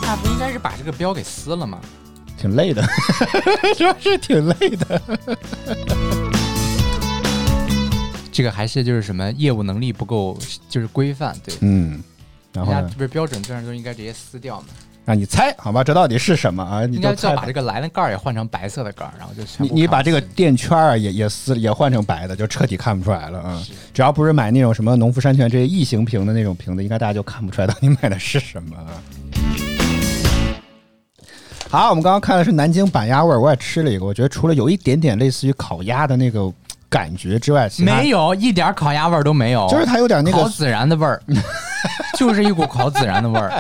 [SPEAKER 3] 那不应该是把这个标给撕了吗？
[SPEAKER 2] 挺累的， 主要是挺累的。
[SPEAKER 3] 这个还是就是什么业务能力不够，就是规范对。
[SPEAKER 2] 嗯，然后
[SPEAKER 3] 人家
[SPEAKER 2] 呢
[SPEAKER 3] 这，不是标准证都应该直接撕掉吗？
[SPEAKER 2] 让你猜好吧，这到底是什么啊？你
[SPEAKER 3] 应
[SPEAKER 2] 都
[SPEAKER 3] 该就
[SPEAKER 2] 猜
[SPEAKER 3] 要
[SPEAKER 2] 吧
[SPEAKER 3] 把这个蓝的盖儿也换成白色的盖儿，然后就全
[SPEAKER 2] 你
[SPEAKER 3] 部
[SPEAKER 2] 你
[SPEAKER 3] 看
[SPEAKER 2] 把这个
[SPEAKER 3] 清
[SPEAKER 2] 垫圈儿啊也也撕也换成白的，就彻底看不出来了啊
[SPEAKER 3] 是！
[SPEAKER 2] 只要不是买那种什么农夫山泉这些异形瓶的那种瓶子，应该大家就看不出来到底 买的是什么啊。好，我们刚刚看的是南京板鸭味儿，我也吃了一个，我觉得除了有一点点类似于烤鸭的那个感觉之外，其他
[SPEAKER 3] 没有一点烤鸭味儿都没有，
[SPEAKER 2] 就是它有点那
[SPEAKER 3] 烤
[SPEAKER 2] 个，
[SPEAKER 3] 孜然的 味儿，就是一股烤孜然的味儿，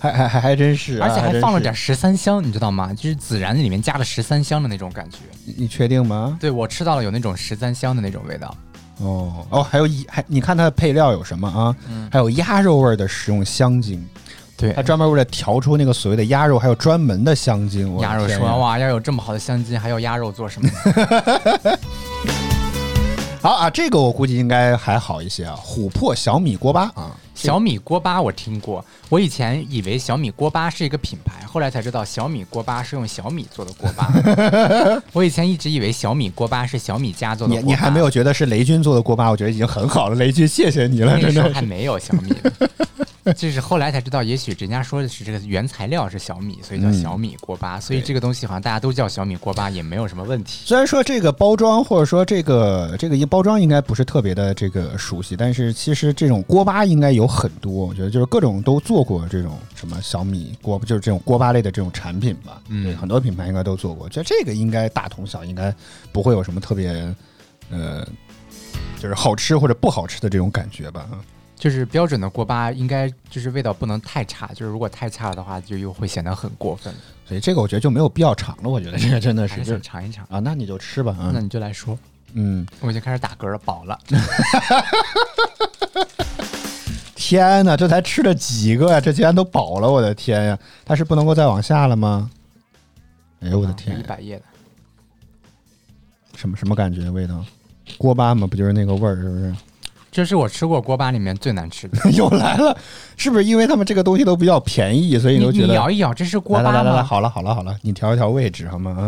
[SPEAKER 2] 还还还还真是啊，
[SPEAKER 3] 而且还
[SPEAKER 2] 真
[SPEAKER 3] 放了
[SPEAKER 2] 是
[SPEAKER 3] 点十三香，你知道吗？就是孜然里面加了十三香的那种感觉。
[SPEAKER 2] 你你确定吗？
[SPEAKER 3] 对我吃到了有那种十三香的那种味道，
[SPEAKER 2] 哦哦，还有一还你看它的配料有什么啊？
[SPEAKER 3] 嗯
[SPEAKER 2] 还有鸭肉味儿的食用香精。
[SPEAKER 3] 对
[SPEAKER 2] 他，专门为了调出那个所谓的鸭肉，还有专门的香精。我的
[SPEAKER 3] 鸭肉
[SPEAKER 2] 天
[SPEAKER 3] 说
[SPEAKER 2] 呀
[SPEAKER 3] 哇，要有这么好的香精，还要鸭肉做什么？
[SPEAKER 2] 好啊，这个我估计应该还好一些啊。琥珀小米锅巴啊，
[SPEAKER 3] 小米锅巴我听过，我以前以为小米锅巴是一个品牌，后来才知道小米锅巴是用小米做的锅巴。 我以前一直以为小米锅巴是小米家做的
[SPEAKER 2] 你
[SPEAKER 3] 锅巴，
[SPEAKER 2] 你还没有觉得是雷军做的锅巴，我觉得已经很好了。雷军，谢谢你了，
[SPEAKER 3] 那个
[SPEAKER 2] 真
[SPEAKER 3] 时候
[SPEAKER 2] 的
[SPEAKER 3] 还
[SPEAKER 2] 是。
[SPEAKER 3] 没有小米呢， 就是后来才知道，也许人家说的是这个原材料是小米，所以叫小米锅巴，所以这个东西好像大家都叫小米锅巴，也没有什么问题。
[SPEAKER 2] 虽然说这个包装或者说这个这个包装应该不是特别的这个熟悉，但是其实这种锅巴应该有很多，我觉得就是各种都做过这种什么小米锅，就是这种锅巴类的这种产品吧。
[SPEAKER 3] 嗯
[SPEAKER 2] 对，很多品牌应该都做过，就这个应该大同小异，应该不会有什么特别呃，就是好吃或者不好吃的这种感觉吧。
[SPEAKER 3] 就是标准的锅巴，应该就是味道不能太差，就是如果太差的话，就又会显得很过分。
[SPEAKER 2] 所以这个我觉得就没有必要尝了，我觉得这个真的
[SPEAKER 3] 还
[SPEAKER 2] 是
[SPEAKER 3] 是
[SPEAKER 2] 就
[SPEAKER 3] 想
[SPEAKER 2] 是
[SPEAKER 3] 尝一尝。
[SPEAKER 2] 啊，那你就吃吧啊
[SPEAKER 3] 那，你就来说，
[SPEAKER 2] 嗯。
[SPEAKER 3] 我已经开始打嗝了，饱了。
[SPEAKER 2] 天呐，这才吃了几个呀？这竟然都饱了！我的天呀，它是不能够再往下了吗？哎呦我的天
[SPEAKER 3] 啊一，百页的，
[SPEAKER 2] 什么什么感觉？味道？锅巴嘛，不就是那个味儿，是不是？
[SPEAKER 3] 这是我吃过锅巴里面最难吃的。
[SPEAKER 2] 又来了，是不是因为他们这个东西都比较便宜， 所以
[SPEAKER 3] 你
[SPEAKER 2] 都觉
[SPEAKER 3] 你
[SPEAKER 2] 得？
[SPEAKER 3] 咬一咬，这是锅
[SPEAKER 2] 来
[SPEAKER 3] 巴
[SPEAKER 2] 来来来来，
[SPEAKER 3] 吗？
[SPEAKER 2] 好了好了好了，你调一调位置好吗？啊，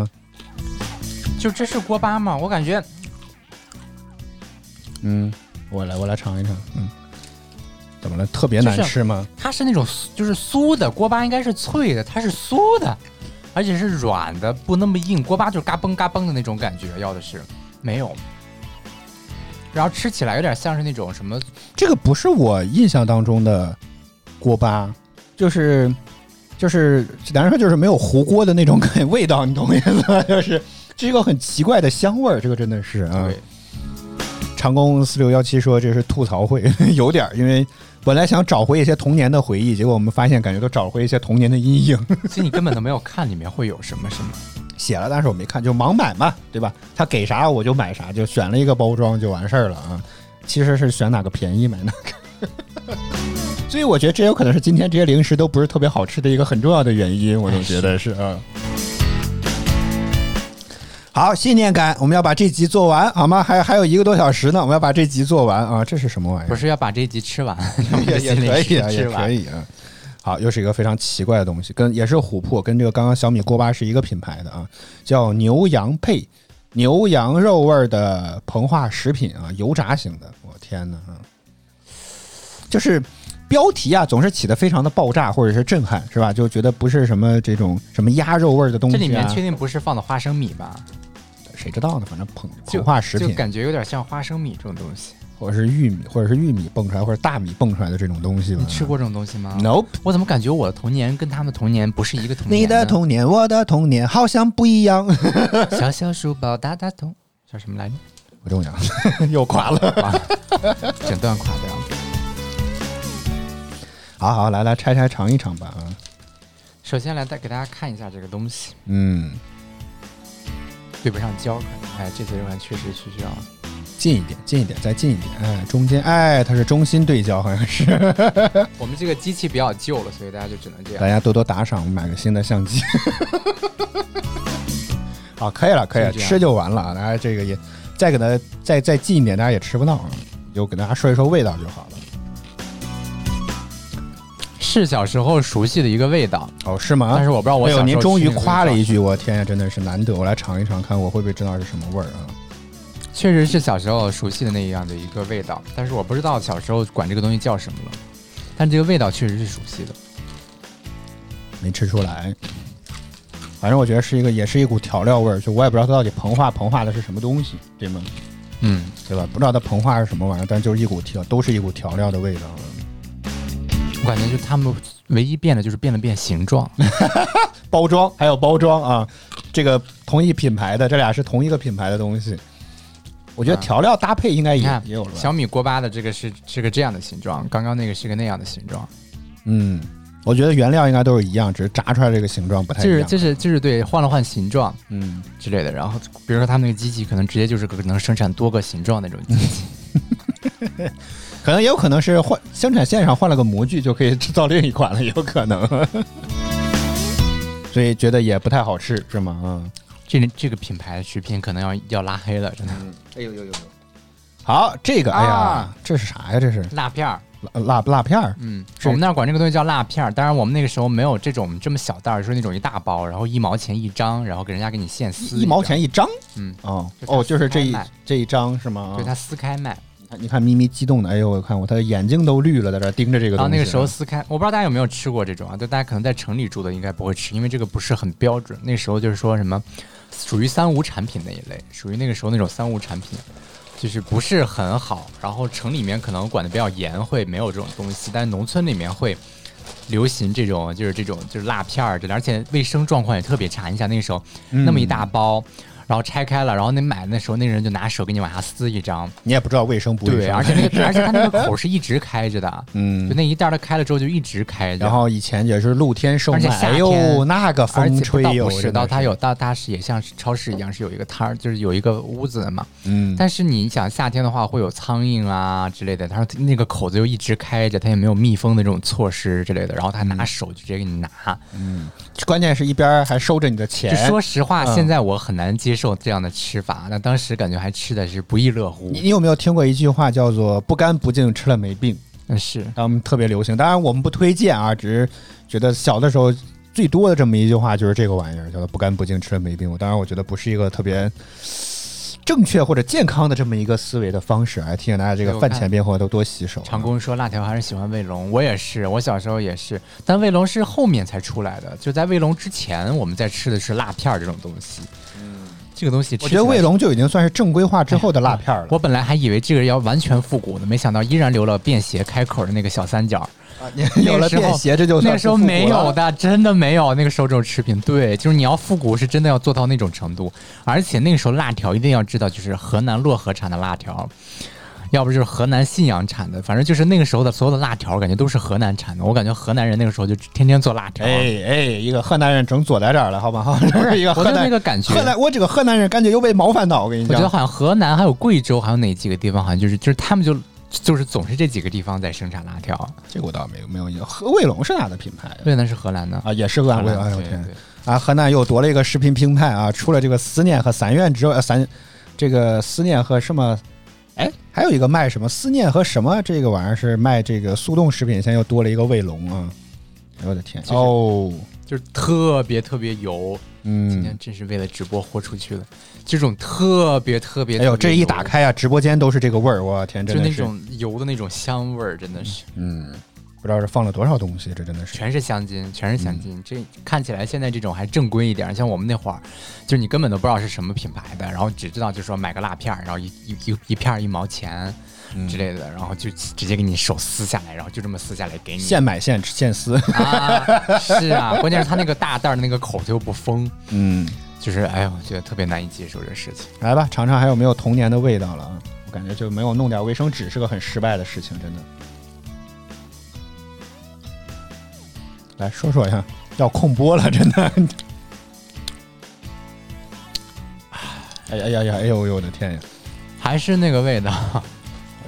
[SPEAKER 3] 就这是锅巴吗？我感觉
[SPEAKER 2] 嗯，我来我来尝一尝，嗯，怎么了？特别
[SPEAKER 3] 就
[SPEAKER 2] 难
[SPEAKER 3] 是
[SPEAKER 2] 吃吗？
[SPEAKER 3] 它是那种酥就是酥的，锅巴应该是脆的，它是酥的，而且是软的，不那么硬。锅巴就是嘎嘣嘎嘣的那种感觉，要的是没有。然后吃起来有点像是那种什么，
[SPEAKER 2] 这个不是我印象当中的锅巴，就是就是简单说就是没有糊锅的那种感味道，你懂我意思吗？ 就是这是一个很奇怪的香味儿，这个真的是啊。
[SPEAKER 3] 对，
[SPEAKER 2] 长工四六幺七说这是吐槽会， 有点儿，因为本来想找回一些童年的回忆，结果我们发现感觉都找回一些童年的阴影。
[SPEAKER 3] 其实你根本都没有看里面会有什么什么。
[SPEAKER 2] 写了，但是我没看，就盲买嘛，对吧？他给啥我就买啥，就选了一个包装就完事儿了啊。其实是选哪个便宜买哪个。 所以我觉得这有可能是今天这些零食都不是特别好吃的一个很重要的原因，我总觉得是啊。好，信念感，我们要把这集做完，好吗？还还有一个多小时呢，我们要把这集做完啊！这是什么玩意
[SPEAKER 3] 不
[SPEAKER 2] 儿？
[SPEAKER 3] 是要把这一集吃完，
[SPEAKER 2] 也也可以啊，也
[SPEAKER 3] 吃
[SPEAKER 2] 可
[SPEAKER 3] 完。
[SPEAKER 2] 以啊。好，又是一个非常奇怪的东西，跟也是琥珀，跟这个刚刚小米锅巴是一个品牌的啊，叫牛羊配牛羊肉味儿的膨化食品啊，油炸型的。我天哪啊！就是标题啊，总是起的非常的爆炸或者是震撼，是吧？就觉得不是什么这种什么鸭肉味儿的东西、
[SPEAKER 3] 这
[SPEAKER 2] 啊，
[SPEAKER 3] 里面确定不是放的花生米吧？
[SPEAKER 2] 谁知道呢？反正膨
[SPEAKER 3] 就
[SPEAKER 2] 膨化食
[SPEAKER 3] 就
[SPEAKER 2] 品，
[SPEAKER 3] 感觉有点像花生米这种东西。
[SPEAKER 2] 或者是玉米，或者是玉米蹦出来，或者大米蹦出来的这种东西吧。嗯
[SPEAKER 3] 你吃过这种东西吗？
[SPEAKER 2] ？Nope。
[SPEAKER 3] 我怎么感觉我的童年跟他们童年不是一个童年？
[SPEAKER 2] 你的童年，我的童年，好像不一样。
[SPEAKER 3] 小小书包大大桶叫什么来着？
[SPEAKER 2] 不重要， 又垮了。
[SPEAKER 3] 整段垮掉。
[SPEAKER 2] 好好，来来拆拆尝一尝吧啊。
[SPEAKER 3] 首先来带给大家看一下这个东西，
[SPEAKER 2] 嗯，
[SPEAKER 3] 对不上焦，可能哎，这节肉确实需要。
[SPEAKER 2] 近一点，近一点，再近一点。哎，中间，哎，它是中心对焦，好像是。
[SPEAKER 3] 我们这个机器比较旧了，所以大家就只能这样
[SPEAKER 2] 大。家多多打赏，我们买个新的相机。 好，可以了，可以了，
[SPEAKER 3] 就这样
[SPEAKER 2] 啊吃就完了啊。大家这个也再给它再再近一点，大家也吃不到啊，就给大家说一说味道就好了。
[SPEAKER 3] 是小时候熟悉的一个味道，
[SPEAKER 2] 哦，是吗？
[SPEAKER 3] 但是我不知道我
[SPEAKER 2] 哎呦，
[SPEAKER 3] 小时候
[SPEAKER 2] 您终于
[SPEAKER 3] 吃那个
[SPEAKER 2] 夸
[SPEAKER 3] 味
[SPEAKER 2] 了
[SPEAKER 3] 道
[SPEAKER 2] 一句，我天呀，真的是难得！我来尝一尝，看我会不会知道是什么味儿啊？
[SPEAKER 3] 确实是小时候熟悉的那样的一个味道，但是我不知道小时候管这个东西叫什么了，但这个味道确实是熟悉的。
[SPEAKER 2] 没吃出来。反正我觉得是一个，也是一股调料味儿，就我也不知道它到底膨化膨化的是什么东西，对吗？
[SPEAKER 3] 嗯，
[SPEAKER 2] 对吧？不知道它膨化是什么玩意儿，但就是一股调，都是一股调料的味道。
[SPEAKER 3] 我感觉就他们唯一变的就是变了变形状。
[SPEAKER 2] 包装还有包装啊，这个同一品牌的，这俩是同一个品牌的东西。我觉得
[SPEAKER 3] 啊
[SPEAKER 2] 调料搭配应该
[SPEAKER 3] 你
[SPEAKER 2] 也、
[SPEAKER 3] 看
[SPEAKER 2] 哎也有了，吧？
[SPEAKER 3] 小米锅巴的这个是是个这样的形状，刚刚那个是个那样的形状，
[SPEAKER 2] 嗯，我觉得原料应该都是一样，只是炸出来这个形状不太
[SPEAKER 3] 就
[SPEAKER 2] 一
[SPEAKER 3] 是
[SPEAKER 2] 样。
[SPEAKER 3] 就是就是对换了换形状
[SPEAKER 2] 嗯，
[SPEAKER 3] 之类的。然后比如说他们那个机器可能直接就是可能生产多个形状那种机
[SPEAKER 2] 嗯
[SPEAKER 3] 器。
[SPEAKER 2] 可能也有可能是换生产线上换了个模具就可以制造另一款了，也有可 能。所以觉得也不太好吃，是吗？嗯。
[SPEAKER 3] 这这个品牌的食品可能要要拉黑了，真的。
[SPEAKER 2] 哎呦呦呦！好，这个，哎呀，
[SPEAKER 3] 啊
[SPEAKER 2] 这是啥呀？这是
[SPEAKER 3] 辣片儿，
[SPEAKER 2] 辣辣辣片儿，
[SPEAKER 3] 嗯，
[SPEAKER 2] 是
[SPEAKER 3] 我们那儿管这个东西叫辣片儿，当然我们那个时候没有这种这么小袋儿，就是那种一大包，然后一毛钱一张，然后给人家给你现撕
[SPEAKER 2] 一毛钱一张。
[SPEAKER 3] 嗯，
[SPEAKER 2] 哦
[SPEAKER 3] 就它
[SPEAKER 2] 哦，就是这一
[SPEAKER 3] 开卖
[SPEAKER 2] 这一张是吗？
[SPEAKER 3] 对，它撕开卖。
[SPEAKER 2] 你看，你看咪咪激动的，哎呦，我看我他的眼睛都绿了，在这儿盯着这个东西。
[SPEAKER 3] 然后啊
[SPEAKER 2] 啊
[SPEAKER 3] 那个时候，撕开，我不知道大家有没有吃过这种啊？就大家可能在城里住的应该不会吃，因为这个不是很标准。那时候就是说什么，属于三无产品那一类，属于那个时候那种三无产品，就是不是很好。然后城里面可能管的比较严，会没有这种东西，但农村里面会流行这种，就是这种就是辣片儿之类，而且卫生状况也特别差。你想那个时候
[SPEAKER 2] 嗯
[SPEAKER 3] 那么一大包。然后拆开了，然后那买的那时候，那个人就拿手给你往下撕一张，
[SPEAKER 2] 你也不知道卫生不卫
[SPEAKER 3] 对，
[SPEAKER 2] 生。
[SPEAKER 3] 而且那个而且它那个口是一直开着的，啊就
[SPEAKER 2] 嗯，
[SPEAKER 3] 那一袋儿它开了之后就一直开 着，
[SPEAKER 2] 然后以前也是露天售
[SPEAKER 3] 而且
[SPEAKER 2] 卖，
[SPEAKER 3] 夏
[SPEAKER 2] 哎
[SPEAKER 3] 天
[SPEAKER 2] 呦，那个
[SPEAKER 3] 而
[SPEAKER 2] 风
[SPEAKER 3] 且
[SPEAKER 2] 吹
[SPEAKER 3] 不到
[SPEAKER 2] 哟，
[SPEAKER 3] 不
[SPEAKER 2] 真
[SPEAKER 3] 是
[SPEAKER 2] 的
[SPEAKER 3] 到它
[SPEAKER 2] 是
[SPEAKER 3] 有到它是也像是超市一样是有一个摊儿，就是有一个屋子的嘛。
[SPEAKER 2] 嗯，
[SPEAKER 3] 但是你想夏天的话会有苍蝇啊之类的，他说那个口子又一直开着，它也没有密封的这种措施之类的，然后他
[SPEAKER 2] 嗯
[SPEAKER 3] 拿手就直接给你拿。
[SPEAKER 2] 关键是一边儿还收着你的
[SPEAKER 3] 就
[SPEAKER 2] 钱。
[SPEAKER 3] 说实话，
[SPEAKER 2] 嗯
[SPEAKER 3] 现在我很难接受这样的吃法，那当时感觉还吃的是不亦乐乎
[SPEAKER 2] 你。你有没有听过一句话叫做“不干不净吃了没病”？
[SPEAKER 3] 但嗯是
[SPEAKER 2] 他们特别流行。当然，我们不推荐啊，只是觉得小的时候最多的这么一句话就是这个玩意儿，叫做“不干不净吃了没病”。我当然，我觉得不是一个特别正确或者健康的这么一个思维的方式啊。提醒大家，这
[SPEAKER 3] 对
[SPEAKER 2] 个
[SPEAKER 3] 我
[SPEAKER 2] 饭
[SPEAKER 3] 看
[SPEAKER 2] 前便后都多洗手啊。
[SPEAKER 3] 长工说辣条还是喜欢卫龙，我也是，我小时候也是，但卫龙是后面才出来的，就在卫龙之前，我们在吃的是辣片儿这种东西。这个东西
[SPEAKER 2] 嗯
[SPEAKER 3] 吃
[SPEAKER 2] 我觉
[SPEAKER 3] 起来
[SPEAKER 2] 得卫龙就已经算是正规化之后的辣片儿了。
[SPEAKER 3] 我本来还以为这个要完全复古呢，没想到依然留了便携开口的那个小三角。
[SPEAKER 2] 啊 有了
[SPEAKER 3] 那个时候
[SPEAKER 2] 便携，这就
[SPEAKER 3] 那
[SPEAKER 2] 算
[SPEAKER 3] 个时候
[SPEAKER 2] 不复古
[SPEAKER 3] 没有
[SPEAKER 2] 了。
[SPEAKER 3] 的，真的没有。那个时候这种食品，对，就是你要复古，是真的要做到那种程度。而且那个时候辣条一定要知道，就是河南漯河产的辣条，要不就是河南信阳产的，反正就是那个时候的所有的辣条，感觉都是河南产的。我感觉河南人那个时候就天天做辣条。
[SPEAKER 2] 哎哎，一个河南人整坐在这儿了，好 吧？哈，这是一个河
[SPEAKER 3] 我就
[SPEAKER 2] 南
[SPEAKER 3] 那个感觉
[SPEAKER 2] 河南，我这个河南人感觉又被冒犯到，我跟你
[SPEAKER 3] 我觉得
[SPEAKER 2] 讲。
[SPEAKER 3] 好像河南还有贵州，还有哪几个地方，好像就是就是他们就就是总是这几个地方在生产辣条。
[SPEAKER 2] 这个我倒没有没有印象。河卫龙是哪的品牌呀？
[SPEAKER 3] 对，那是荷兰的。
[SPEAKER 2] 啊，也是个安徽。哎呦我
[SPEAKER 3] 对
[SPEAKER 2] 天
[SPEAKER 3] 对！
[SPEAKER 2] 啊，河南又夺了一个视频平台啊，出了这个思念和散院之后，呃散这个思念和什么？哎，还有一个卖什么思念和什么这个玩意儿是卖这个速冻食品，现在又多了一个卫龙啊！哎我的天！
[SPEAKER 3] 其实
[SPEAKER 2] 哦，
[SPEAKER 3] 就是特别特别油。今天
[SPEAKER 2] 嗯，
[SPEAKER 3] 真是为了直播豁出去了，这种特别特别，
[SPEAKER 2] 哎呦，
[SPEAKER 3] 特别
[SPEAKER 2] 这
[SPEAKER 3] 油
[SPEAKER 2] 一打，开啊，直播间都是这个味儿，我天，
[SPEAKER 3] 就
[SPEAKER 2] 真的
[SPEAKER 3] 是那
[SPEAKER 2] 是，
[SPEAKER 3] 种油的那种香味儿，真的是
[SPEAKER 2] 嗯，不知道是放了多少东西，这真的是。
[SPEAKER 3] 全是香精，全是香精。
[SPEAKER 2] 嗯
[SPEAKER 3] 这看起来现在这种还正规一点，像我们那会儿，就是你根本都不知道是什么品牌的，然后只知道就说买个辣片儿，然后一一一一片儿一毛钱
[SPEAKER 2] 嗯
[SPEAKER 3] 之类的，然后就直接给你手撕下来，然后就这么撕下来给你。
[SPEAKER 2] 现买现吃现撕，
[SPEAKER 3] 啊，是啊， 关键是它那个大袋儿的那个口它又不封，
[SPEAKER 2] 嗯，
[SPEAKER 3] 就是哎呀，我觉得特别难以接受这事情。
[SPEAKER 2] 来吧，尝尝还有没有童年的味道了啊！我感觉就没有弄点卫生纸是个很失败的事情，真的。来说说呀，要控播了，真的。哎呀呀呀！哎呦呦我的天呀！
[SPEAKER 3] 还是那个味道，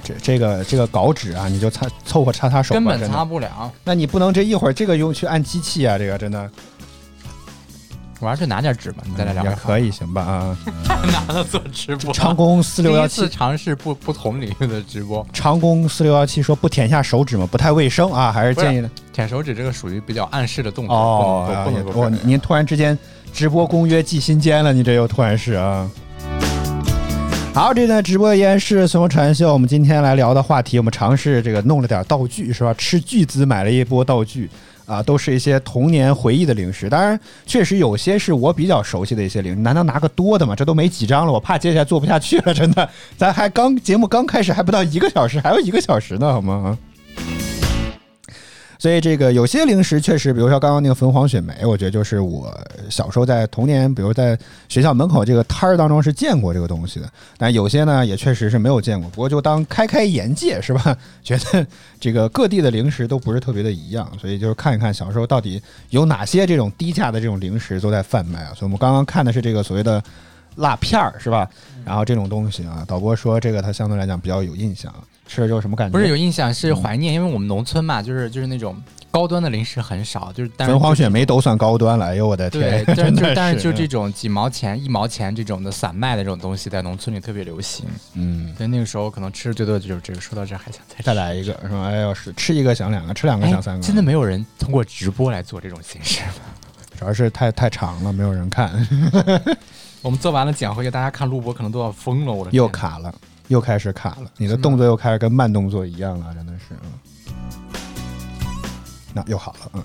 [SPEAKER 2] 这这个这个稿纸啊，你就擦凑合擦擦手吧，
[SPEAKER 3] 根本
[SPEAKER 2] 真
[SPEAKER 3] 擦
[SPEAKER 2] 的。
[SPEAKER 3] 不了。
[SPEAKER 2] 那你不能这一会儿这个用去按机器啊，这个真的。
[SPEAKER 3] 我要是拿点纸嘛，你再来聊
[SPEAKER 2] 嗯也
[SPEAKER 3] 聊。
[SPEAKER 2] 可 以行吧啊。
[SPEAKER 3] 拿了做直播，
[SPEAKER 2] 长工四六
[SPEAKER 3] 第
[SPEAKER 2] 幺
[SPEAKER 3] 一次
[SPEAKER 2] 七，
[SPEAKER 3] 尝试不不同领域的直播，
[SPEAKER 2] 长工四六幺七说不舔下手指吗？不太卫生啊，还是建议
[SPEAKER 3] 舔手指这个属于比较暗示的动作，
[SPEAKER 2] 哦。
[SPEAKER 3] 不能不能不
[SPEAKER 2] 我
[SPEAKER 3] 能
[SPEAKER 2] 您突然之间直播公约记心间了，你这又突然是啊。好，这段直播间是随风传秀。我们今天来聊的话题，我们尝试这个弄了点道具，是吧？斥巨资买了一波道具，啊，都是一些童年回忆的零食。当然，确实有些是我比较熟悉的一些零食。难道拿个多的吗？这都没几张了，我怕接下来做不下去了，真的。咱还刚节目刚开始，还不到一个小时，还有一个小时呢，好吗？啊所以这个有些零食确实，比如说刚刚那个粉黄雪梅，我觉得就是我小时候在童年，比如在学校门口这个摊儿当中是见过这个东西的。但有些呢也确实是没有见过，不过就当开开眼界是吧？觉得这个各地的零食都不是特别的一样，所以就是看一看小时候到底有哪些这种低价的这种零食都在贩卖啊。所以我们刚刚看的是这个所谓的辣片儿是吧？然后这种东西啊，导播说这个他相对来讲比较有印象，吃了之后什么感觉？
[SPEAKER 3] 不是有印象是怀念，因为我们农村嘛，就是就是那种高端的零食很少，就是但是
[SPEAKER 2] 粉黄雪梅都算高端了，哎呦我的天
[SPEAKER 3] 对，！但是
[SPEAKER 2] 真的
[SPEAKER 3] 就但
[SPEAKER 2] 是嗯
[SPEAKER 3] 是就这种几毛钱、一毛钱这种的散卖的这种东西，在农村里特别流行。
[SPEAKER 2] 嗯，
[SPEAKER 3] 所以那个时候可能吃的最多的就是这个。说到这儿还想再吃
[SPEAKER 2] 再来一个是吧？哎呦是吃一个想两个，吃两个
[SPEAKER 3] 哎
[SPEAKER 2] 想三个，
[SPEAKER 3] 真的没有人通过直播来做这种形式。
[SPEAKER 2] 主要是太太长了，没有人 看，
[SPEAKER 3] 我们做完了讲回去，大家看录播可能都要疯了。我的
[SPEAKER 2] 又
[SPEAKER 3] 天
[SPEAKER 2] 卡了，又开始卡了，你的动作又开始跟慢动作一样了，真的是。嗯那又好了，嗯，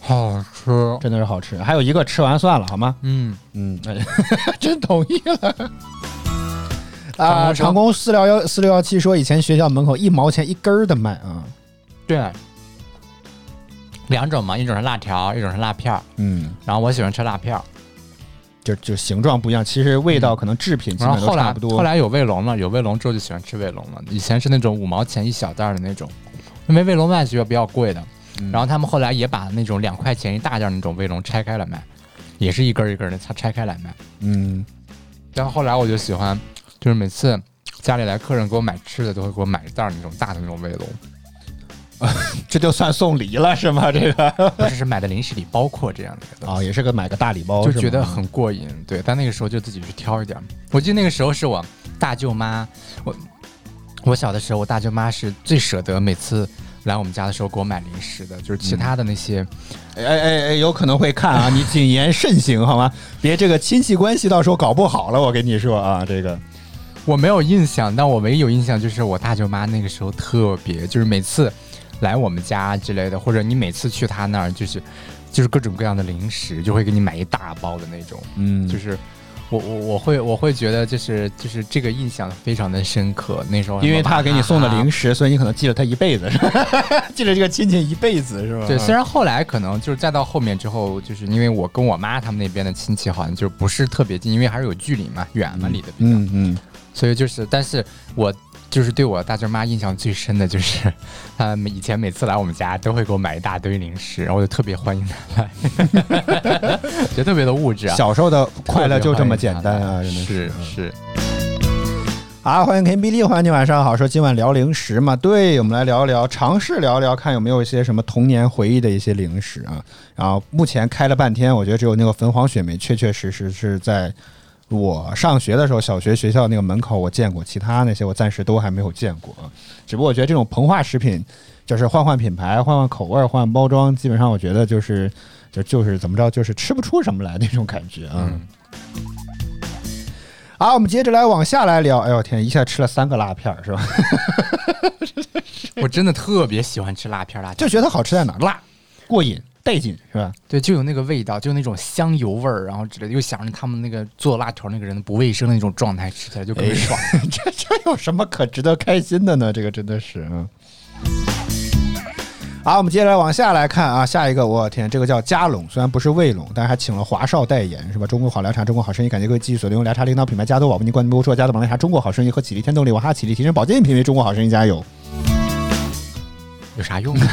[SPEAKER 3] 好吃，
[SPEAKER 2] 真的是好吃。还有一个吃完算了，好吗？
[SPEAKER 3] 嗯，
[SPEAKER 2] 嗯，哎 真同意了。啊，
[SPEAKER 3] 工
[SPEAKER 2] 长工四六幺四六幺七说，以前学校门口一毛钱一根儿的卖啊，
[SPEAKER 3] 对，两种嘛，一种是辣条，一种是辣片儿。
[SPEAKER 2] 嗯，
[SPEAKER 3] 然后我喜欢吃辣片儿。
[SPEAKER 2] 就就形状不一样，其实味道可能制品基
[SPEAKER 3] 嗯然
[SPEAKER 2] 本
[SPEAKER 3] 后
[SPEAKER 2] 都
[SPEAKER 3] 后
[SPEAKER 2] 差
[SPEAKER 3] 来
[SPEAKER 2] 不多。
[SPEAKER 3] 后来有卫龙了，有卫龙之后就喜欢吃卫龙了。以前是那种五毛钱一小袋儿的那种，因为卫龙卖学比较贵的。
[SPEAKER 2] 嗯
[SPEAKER 3] 然后他们后来也把那种两块钱一大袋儿那种卫龙拆开来卖，也是一根儿一根儿的拆拆开来卖。
[SPEAKER 2] 嗯，
[SPEAKER 3] 然后后来我就喜欢，就是每次家里来客人给我买吃的，都会给我买一袋儿那种大的那种 卫龙，
[SPEAKER 2] 这就算送礼了是吗？ 这个
[SPEAKER 3] 不是是买的零食里包括这样的一个东
[SPEAKER 2] 哦，也是个买个大礼包，是
[SPEAKER 3] 西，就
[SPEAKER 2] 吗嗯
[SPEAKER 3] 觉得很过瘾。对，但那个时候就自己去挑一点儿。我记得那个时候是我大舅妈，我我小的时候，我大舅妈是最舍得每次。来我们家的时候给我买零食的，就是其
[SPEAKER 2] 嗯
[SPEAKER 3] 他的那些，
[SPEAKER 2] 哎哎哎，有可能会看啊，你谨言慎行好吗？别这个亲戚关系到时候搞不好了，我跟你说啊，这个
[SPEAKER 3] 我没有印象，但我唯一有印象就是我大舅妈那个时候特别，就是每次来我们家之类的，或者你每次去她那儿，就是就是各种各样的零食，就会给你买一大包的那种，
[SPEAKER 2] 嗯
[SPEAKER 3] 就
[SPEAKER 2] 就是
[SPEAKER 3] 是。我我我会我会觉得就是就是这个印象非常的深刻，那时候
[SPEAKER 2] 因为他给你送的零
[SPEAKER 3] 食，
[SPEAKER 2] 食，所以你可能记了他一辈子，是吧？ 记了这个亲戚一辈子是吧？
[SPEAKER 3] 对，虽然后来可能就是再到后面之后，就是因为我跟我妈他们那边的亲戚好像就不是特别近，因为还是有距离嘛，远嘛离得比较
[SPEAKER 2] 嗯嗯，
[SPEAKER 3] 所以就是，但是我就是对我大舅妈印象最深的就是， 她每以前每次来我们家都会给我买一大堆零食，然后我就特别欢迎她来， 觉得特别的物质啊，
[SPEAKER 2] 小时候的
[SPEAKER 3] 特别
[SPEAKER 2] 快乐就这么
[SPEAKER 3] 欢迎
[SPEAKER 2] 简
[SPEAKER 3] 她
[SPEAKER 2] 单啊，
[SPEAKER 3] 来
[SPEAKER 2] 真的
[SPEAKER 3] 是
[SPEAKER 2] 嗯
[SPEAKER 3] 是，
[SPEAKER 2] 啊，欢迎 K B 丽，欢迎你晚上好。说今晚聊零食嘛，对我们来聊一聊，尝试聊一聊，看有没有一些什么童年回忆的一些零食啊。然后目前开了半天，我觉得只有那个粉黄雪梅确确实实是在我上学的时候，小学学校那个门口我见过，其他那些我暂时都还没有见过。啊。只不过我觉得这种膨化食品，就是换换品牌、换换口味、换换包装，基本上我觉得就是就就是怎么着，就是吃不出什么来那种感觉啊。好，我们接着来往下来聊。哎呦天，一下吃了三个辣片儿是吧？
[SPEAKER 3] 我真的特别喜欢吃辣片儿辣椒，
[SPEAKER 2] 就觉得好吃在哪儿？ 辣，过瘾，带劲是吧？
[SPEAKER 3] 对，就有那个味道，就那种香油味儿，然后之类的，又想着他们那个做辣条那个人不卫生的那种状态，吃起来就
[SPEAKER 2] 哎
[SPEAKER 3] 特 别爽。
[SPEAKER 2] 这这有什么可值得开心的呢？这个真的是嗯。好，我们接着往下来看啊，下一个，我天，这个叫加拢，虽然不是卫龙，但是还请了华少代言，是吧？中国好凉茶，中国好声音，感谢各位继续锁定用凉茶领导品牌加多宝为您冠名播出的加多宝凉茶，中国好声音和启力天动力娃哈启力提升保健品为中国好声音加油。
[SPEAKER 3] 有啥 用啊？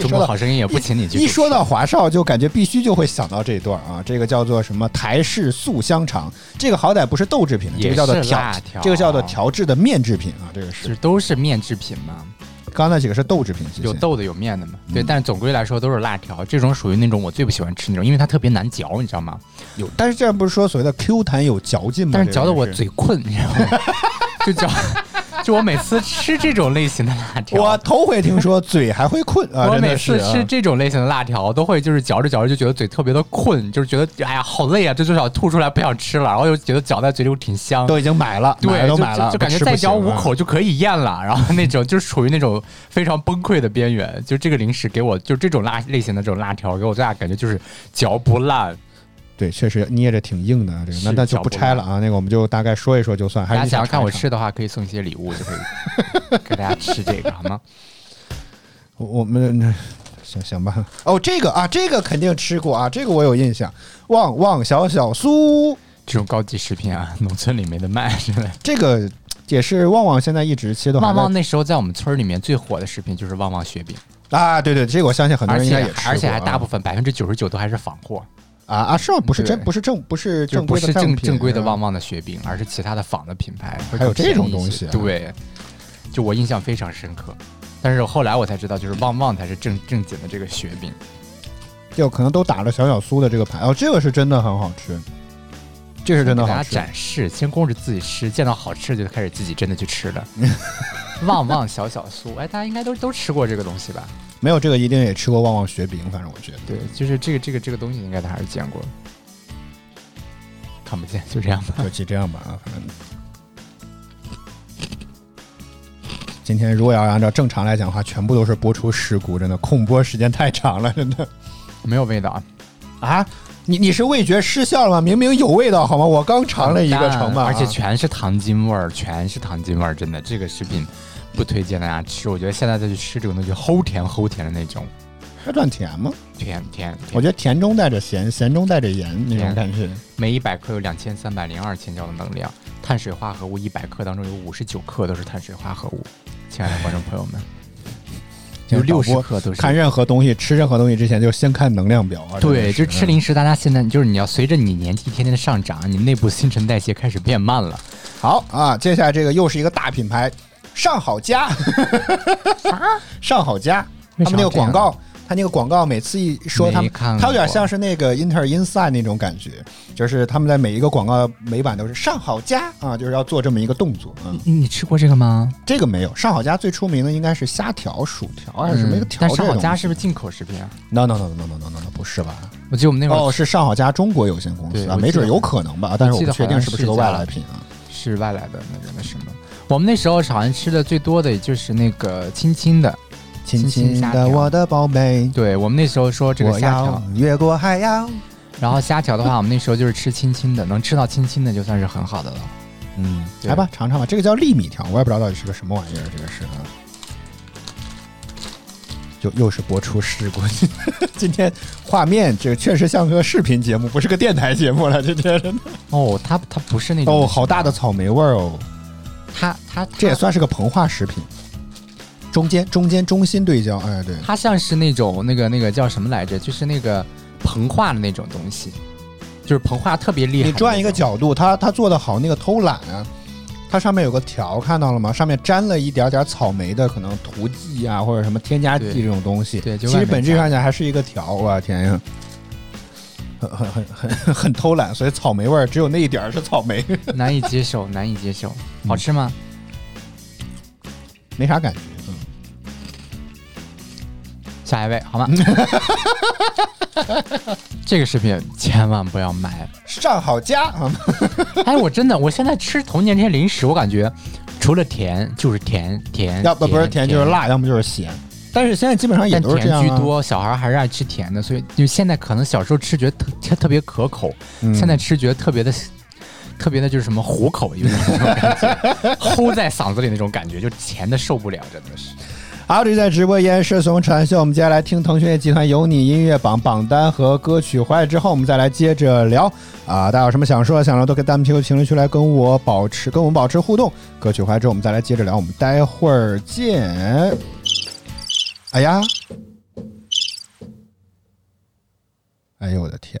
[SPEAKER 3] 中国好声音也不请你去主 持。
[SPEAKER 2] 一说到华少，就感觉必须就会想到这一段啊，这个叫做什么台式素香肠，这个好歹不是豆制品，这
[SPEAKER 3] 也
[SPEAKER 2] 个
[SPEAKER 3] 是
[SPEAKER 2] 叫做调
[SPEAKER 3] 辣条，
[SPEAKER 2] 这个叫做调制的面制品啊，这个
[SPEAKER 3] 就是
[SPEAKER 2] 是
[SPEAKER 3] 都是面制品嘛，
[SPEAKER 2] 刚才那几个是豆制品，谢谢
[SPEAKER 3] 有豆的有面的嘛，
[SPEAKER 2] 嗯
[SPEAKER 3] 对，但是总归来说都是辣条，这种属于那种我最不喜欢吃那种，因为它特别难嚼，你知道吗？
[SPEAKER 2] 有，但是这样不是说所谓的 Q 弹有嚼劲吗？
[SPEAKER 3] 但是嚼的我
[SPEAKER 2] 这个是
[SPEAKER 3] 嘴困， 你知道吗？就嚼， 就我每次吃这种类型的辣条，
[SPEAKER 2] 我头回听说嘴还会困啊！
[SPEAKER 3] 我
[SPEAKER 2] 真的
[SPEAKER 3] 每
[SPEAKER 2] 是
[SPEAKER 3] 次
[SPEAKER 2] 啊
[SPEAKER 3] 吃这种类型的辣条，都会就是嚼着嚼着就觉得嘴特别的困，就是觉得哎呀好累啊，这就想吐出来，不想吃了，然后又觉得嚼在嘴里挺香，
[SPEAKER 2] 都已经买了，买
[SPEAKER 3] 对，
[SPEAKER 2] 了都
[SPEAKER 3] 就
[SPEAKER 2] 买了，
[SPEAKER 3] 就就感觉
[SPEAKER 2] 不吃
[SPEAKER 3] 再
[SPEAKER 2] 不
[SPEAKER 3] 嚼
[SPEAKER 2] 行
[SPEAKER 3] 五
[SPEAKER 2] 啊。
[SPEAKER 3] 口就可以咽了，然后那种就是处于那种非常崩溃的边缘。就这个零食给我，就这种辣类型的这种辣条，给我最大感觉就是嚼不烂。
[SPEAKER 2] 对，确实捏着挺硬的啊，这个那
[SPEAKER 3] 是
[SPEAKER 2] 那就
[SPEAKER 3] 嚼
[SPEAKER 2] 不
[SPEAKER 3] 不
[SPEAKER 2] 拆了啊，那个我们就大概说一说就算。还是
[SPEAKER 3] 大家
[SPEAKER 2] 你
[SPEAKER 3] 想要看我
[SPEAKER 2] 尝一尝
[SPEAKER 3] 吃的话，可以送一些礼物，就可以 给大家吃这个好吗？
[SPEAKER 2] 我我们那行行吧。哦，这个啊，这个肯定吃过啊，这个我有印象。旺旺小小酥，
[SPEAKER 3] 这种高级食品啊，农村里没得卖，真的。
[SPEAKER 2] 这个也是旺旺现在一直其实都还
[SPEAKER 3] 旺
[SPEAKER 2] 在
[SPEAKER 3] 旺那时候在我们村儿里面最火的食品就是旺旺雪饼，
[SPEAKER 2] 啊，对对，这个我相信很多
[SPEAKER 3] 而
[SPEAKER 2] 人应该
[SPEAKER 3] 且
[SPEAKER 2] 也吃过啊
[SPEAKER 3] 而且还大部分百分之九十九都还是仿货，
[SPEAKER 2] 啊啊是吗？不是
[SPEAKER 3] 对
[SPEAKER 2] 真不是正不是
[SPEAKER 3] 就是
[SPEAKER 2] 正
[SPEAKER 3] 不
[SPEAKER 2] 规的
[SPEAKER 3] 是正
[SPEAKER 2] 正品啊
[SPEAKER 3] 正规的
[SPEAKER 2] 是吧
[SPEAKER 3] 旺旺的雪饼，而是其他的仿的品牌。会
[SPEAKER 2] 还有
[SPEAKER 3] 更
[SPEAKER 2] 这种
[SPEAKER 3] 便宜一
[SPEAKER 2] 东
[SPEAKER 3] 些
[SPEAKER 2] 西啊
[SPEAKER 3] 对，就我印象非常深刻。但是后来我才知道，就是旺旺才是正正经的这个雪饼。
[SPEAKER 2] 就可能都打着小小酥的这个牌哦，这个是真的很好吃，这是真的
[SPEAKER 3] 给大
[SPEAKER 2] 好
[SPEAKER 3] 家
[SPEAKER 2] 吃。
[SPEAKER 3] 展示，先供着自己吃，见到好吃就开始自己真的去吃 了。旺旺小小酥，哎，大家应该都都吃过这个东西吧？
[SPEAKER 2] 没有这个一定也吃过旺旺雪饼，反正我觉得。
[SPEAKER 3] 对，就是这个这个这个东西，应该他还是见过的。看不见，就这样吧。
[SPEAKER 2] 就就这样吧啊，反正今天如果要按照正常来讲的话，全部都是播出事故，真的控播时间太长了，真的
[SPEAKER 3] 没有味道啊。
[SPEAKER 2] 啊！你你是味觉失效了吗？明明有味道好吗？我刚尝了一个
[SPEAKER 3] 成
[SPEAKER 2] 成吧，啊
[SPEAKER 3] 而且全是糖精味儿，全是糖精味儿，真的，这个食品不推荐大家吃。我觉得现在再去吃这种东西，齁甜齁甜的那种，
[SPEAKER 2] 还算甜吗？
[SPEAKER 3] 甜甜。
[SPEAKER 2] 我觉得甜中带着咸，咸中带着盐那种
[SPEAKER 3] 甜
[SPEAKER 2] 感觉。
[SPEAKER 3] 每一百克有两千三百零二千焦的能量，碳水化合物一百克当中有五十九克都是碳水化合物。亲爱的观众 朋友们，
[SPEAKER 2] 就
[SPEAKER 3] 有
[SPEAKER 2] 是导
[SPEAKER 3] 六十
[SPEAKER 2] 播
[SPEAKER 3] 克都是
[SPEAKER 2] 看任何东西，吃任何东西之前就先看能量表啊。
[SPEAKER 3] 对，
[SPEAKER 2] 真
[SPEAKER 3] 就
[SPEAKER 2] 的是
[SPEAKER 3] 吃零食，大家现在就是你要随着你年纪一天天的上涨，你内部新陈代谢开始变慢了。
[SPEAKER 2] 好啊，接下来这个又是一个大品牌，上好佳。 上好佳，他
[SPEAKER 3] 为啥
[SPEAKER 2] 们那个
[SPEAKER 3] 要这
[SPEAKER 2] 广
[SPEAKER 3] 样
[SPEAKER 2] 告，他那个广告每次一说他们
[SPEAKER 3] 没看，过
[SPEAKER 2] 他有点像是那个 Inter Inside 那种感觉，就是他们在每一个广告每版都是上好佳啊，就是要做这么一个动作啊。
[SPEAKER 3] 你你吃过这个吗？
[SPEAKER 2] 这个没有，上好佳最出名的应该是虾条、薯条还是什么一个条
[SPEAKER 3] 嗯但
[SPEAKER 2] 这
[SPEAKER 3] 上
[SPEAKER 2] 种
[SPEAKER 3] 好
[SPEAKER 2] 东西。
[SPEAKER 3] 佳是不是进口食品啊？
[SPEAKER 2] ？No No No No No No No No，不是吧？
[SPEAKER 3] 我记得我们那会儿
[SPEAKER 2] 哦，是上好佳中国有限公司
[SPEAKER 3] 对
[SPEAKER 2] 啊，
[SPEAKER 3] 我
[SPEAKER 2] 没准
[SPEAKER 3] 记得
[SPEAKER 2] 有可能吧，但是我
[SPEAKER 3] 记
[SPEAKER 2] 不
[SPEAKER 3] 得
[SPEAKER 2] 确
[SPEAKER 3] 好
[SPEAKER 2] 定
[SPEAKER 3] 像
[SPEAKER 2] 是不是
[SPEAKER 3] 是
[SPEAKER 2] 个
[SPEAKER 3] 这
[SPEAKER 2] 外
[SPEAKER 3] 样
[SPEAKER 2] 来品啊。
[SPEAKER 3] 是外来的那个那什么。我们那时候好像吃的最多的也就是那个青青的，
[SPEAKER 2] 亲
[SPEAKER 3] 亲
[SPEAKER 2] 亲
[SPEAKER 3] 虾
[SPEAKER 2] 的
[SPEAKER 3] 条
[SPEAKER 2] 我的宝贝，
[SPEAKER 3] 对我们那时候说这个
[SPEAKER 2] 我
[SPEAKER 3] 虾
[SPEAKER 2] 要
[SPEAKER 3] 条，
[SPEAKER 2] 越过海洋。
[SPEAKER 3] 然后虾条的话，我们那时候就是吃青青的，能吃到青青的就算是很好的了。
[SPEAKER 2] 嗯，
[SPEAKER 3] 对
[SPEAKER 2] 来吧，尝尝吧。这个叫粒米条，我也不知道到底是个什么玩意儿，这个是啊。又又是播出事故， 今天画面这确实像个视频节目，不是个电台节目了。今 天真的
[SPEAKER 3] 哦，它它不是那种
[SPEAKER 2] 哦，好大的，草莓味儿哦，
[SPEAKER 3] 它它
[SPEAKER 2] 这也算是个膨化食品。中间中间中心对焦，哎对，
[SPEAKER 3] 它像是那种那个那个叫什么来着，就是那个膨化的那种东西，就是膨化特别厉害。
[SPEAKER 2] 你转一个，角度，它它做的好，那个偷懒啊，它上面有个条，看到了吗？上面沾了一点点草莓的可能涂剂啊，或者什么添加剂
[SPEAKER 3] 对
[SPEAKER 2] 这种东西。
[SPEAKER 3] 对就
[SPEAKER 2] 其实
[SPEAKER 3] 外面
[SPEAKER 2] 本质上讲还是一个条。我天呀，很很很很很偷懒，所以草莓味儿只有那一点儿是草莓，
[SPEAKER 3] 难以接受，难以接受。
[SPEAKER 2] 嗯
[SPEAKER 3] 好吃吗？
[SPEAKER 2] 没啥感觉。嗯，
[SPEAKER 3] 下一位，好吗？ 这个食品千万不要买。
[SPEAKER 2] 上好佳啊，
[SPEAKER 3] 哎，我真的，我现在吃童年这些零食，我感觉除了甜就是甜甜，
[SPEAKER 2] 要不不是甜就是。辣，要么就是咸。但是现在基本上也
[SPEAKER 3] 但
[SPEAKER 2] 都是这
[SPEAKER 3] 甜
[SPEAKER 2] 样、啊，
[SPEAKER 3] 居多，小孩还是爱吃甜的，所以就现在可能小时候吃觉得特特别可口，
[SPEAKER 2] 嗯
[SPEAKER 3] 现在吃觉得特别的。特别的就是什么虎口，有点那种感觉， 齁在嗓子里那种感觉，就甜的受不了，真的是。
[SPEAKER 2] 好，这里在直播间是怂传秀，我们接下来听腾讯集团有你音乐榜榜单和歌曲回来之后，我们再来接着聊啊，大家有什么想说的想聊都可以弹幕区、评论区来跟我保持跟我们保持互动。歌曲回来之后，我们再来接着聊，我们待会儿见。哎呀，哎呦我的天！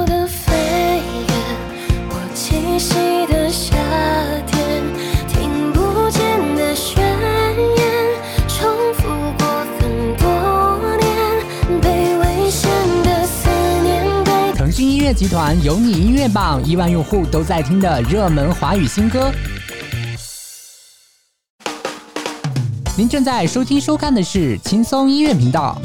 [SPEAKER 6] 的飞燕，我栖息的夏天，听不见的宣言，重复过很多年，被危险的思念被
[SPEAKER 7] 腾讯音乐集团有你音乐榜亿万用户都在听的热门华语新歌。您正在收听收看的是轻松音乐频道。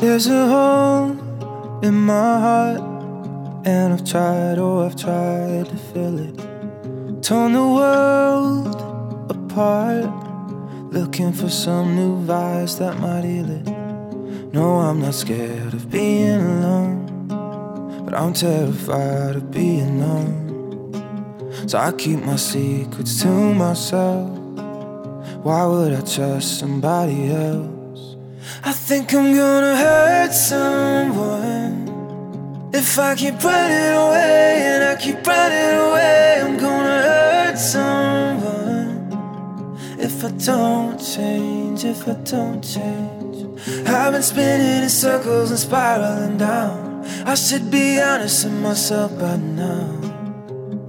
[SPEAKER 8] There's a hole in my heart, and I've tried, oh, I've tried to fill it. Torn the world apart, looking for some new vice that might heal it. No, I'm not scared of being alone, but I'm terrified of being known. So I keep my secrets to myself. Why would I trust somebody else? I think I'm gonna hurt someone if I keep running away and I keep running away. I'm gonna hurt someone if I don't change. If I don't change, I've been spinning in circles and spiraling down. I should be honest with myself by now.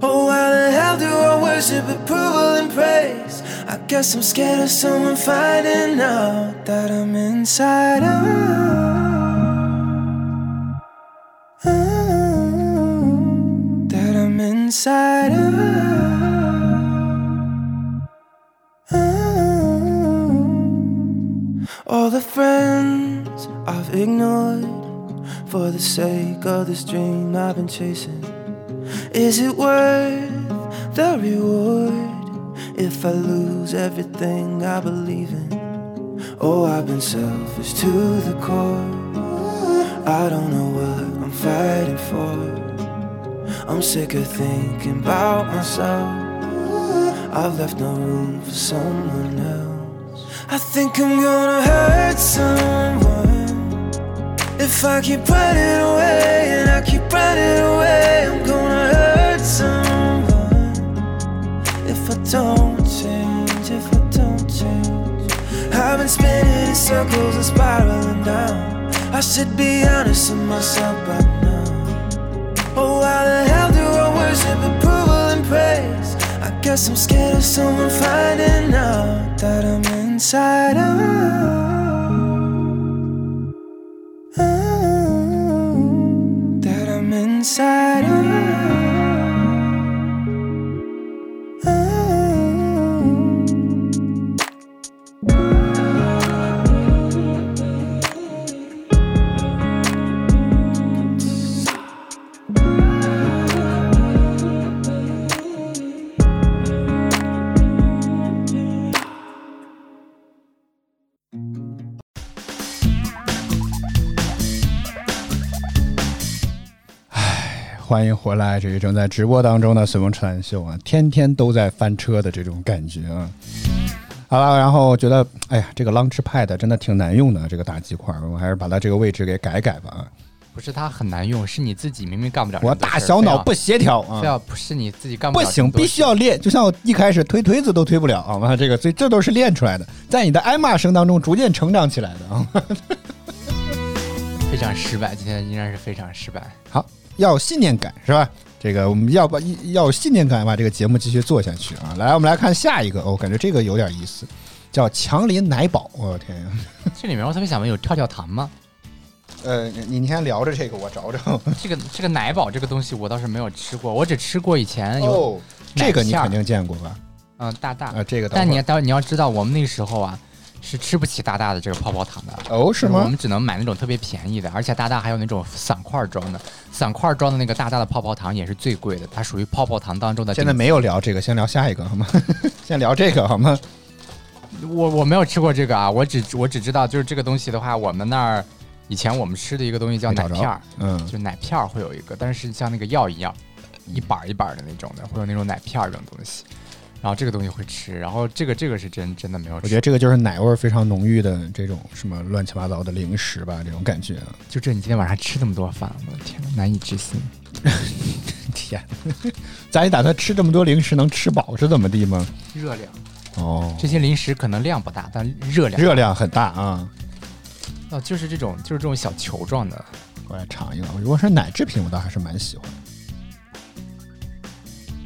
[SPEAKER 8] Oh, why the hell do I worship approval and praise? I guess I'm scared of someone finding out that I'm inside out. Out. That I'm inside out. Out. All the friends I've ignored for the sake of this dream I've been chasing. Is it worth the reward if I lose everything I believe in? Oh, I've been selfish to the core. I don't know what I'm fighting for. I'm sick of thinking about myself. I've left no room for someone else. I think I'm gonna hurt someone. If I keep running away and I keep running away, I'm gonna hurt someone. If I don't change, if I don't change, I've been spinning in circles and spiraling down. I should be honest with myself by now. Oh, why the hell do I worship approval and praise? I guess I'm scared of someone finding out that I'm inside out that I'm inside out. out.
[SPEAKER 2] 欢迎回来，这是正在直播当中的随风传秀啊，天天都在翻车的这种感觉啊。好了，然后我觉得，哎呀，这个 Launchpad 真的挺难用的，这个打击块，我还是把它这个位置给改改吧啊。
[SPEAKER 3] 不是它很难用，是你自己明明干不了这
[SPEAKER 2] 我
[SPEAKER 3] 个事儿。
[SPEAKER 2] 大小脑不协调
[SPEAKER 3] 非要
[SPEAKER 2] 啊
[SPEAKER 3] 非，要不是你自己干
[SPEAKER 2] 不
[SPEAKER 3] 了这
[SPEAKER 2] 行，
[SPEAKER 3] 么多
[SPEAKER 2] 必须要练。就像我一开始推推子都推不了啊，妈这个，所以这都是练出来的，在你的挨骂声当中逐渐成长起来的啊。
[SPEAKER 3] 事非常失败，今天依然是非常失败。
[SPEAKER 2] 好，要有信念感是吧？这个我们要把要有信念感，把这个节目继续做下去啊！来，我们来看下一个，哦我、感觉这个有点意思，叫强林奶宝。啊我、天呀！
[SPEAKER 3] 这里面我特别想问，有跳跳糖吗？
[SPEAKER 2] 呃，你你先聊着这个，我找找。
[SPEAKER 3] 这个这个奶宝这个东西我倒是没有吃过，我只吃过以前有
[SPEAKER 2] 哦，这个你
[SPEAKER 3] 奶馅儿
[SPEAKER 2] 肯定见过吧？
[SPEAKER 3] 嗯、大大，
[SPEAKER 2] 啊，这个等会儿
[SPEAKER 3] 但你要但你要知道，我们那个时候啊是吃不起大大的这个泡泡糖的。
[SPEAKER 2] 哦是
[SPEAKER 3] 我
[SPEAKER 2] 吗
[SPEAKER 3] 们？只能买那种特别便宜的，而且大大还有那种散块装的，散块装的那个大大的泡泡糖也是最贵的，它属于泡泡糖当中的顶级。
[SPEAKER 2] 现在没有聊这个，先聊下一个好吗？ 先聊这个好吗？
[SPEAKER 3] 我我没有吃过这个啊，我只我只知道就是这个东西的话，我们那儿以前我们吃的一个东西叫
[SPEAKER 2] 没
[SPEAKER 3] 奶
[SPEAKER 2] 找着
[SPEAKER 3] 片儿，
[SPEAKER 2] 嗯
[SPEAKER 3] 就奶片儿会有一个，但是像那个药一样，一板儿一板儿的那种的，会有那种奶片儿这种东西。然后这个东西会吃，然后这个这个是真真的没有吃，
[SPEAKER 2] 我觉得这个就是奶味儿非常浓郁的这种什么乱七八糟的零食吧，这种感觉。啊
[SPEAKER 3] 就这你今天晚上吃这么多饭，我的天呐，难以置信。
[SPEAKER 2] 天， 咱也打算吃这么多零食能吃饱是怎么地吗？
[SPEAKER 3] 热量，
[SPEAKER 2] 哦，
[SPEAKER 3] 这些零食可能量不大，但热量
[SPEAKER 2] 热量很大啊！
[SPEAKER 3] 哦，就是这种就是这种小球状的，
[SPEAKER 2] 我来尝一个。如果是奶制品，我倒还是蛮喜欢。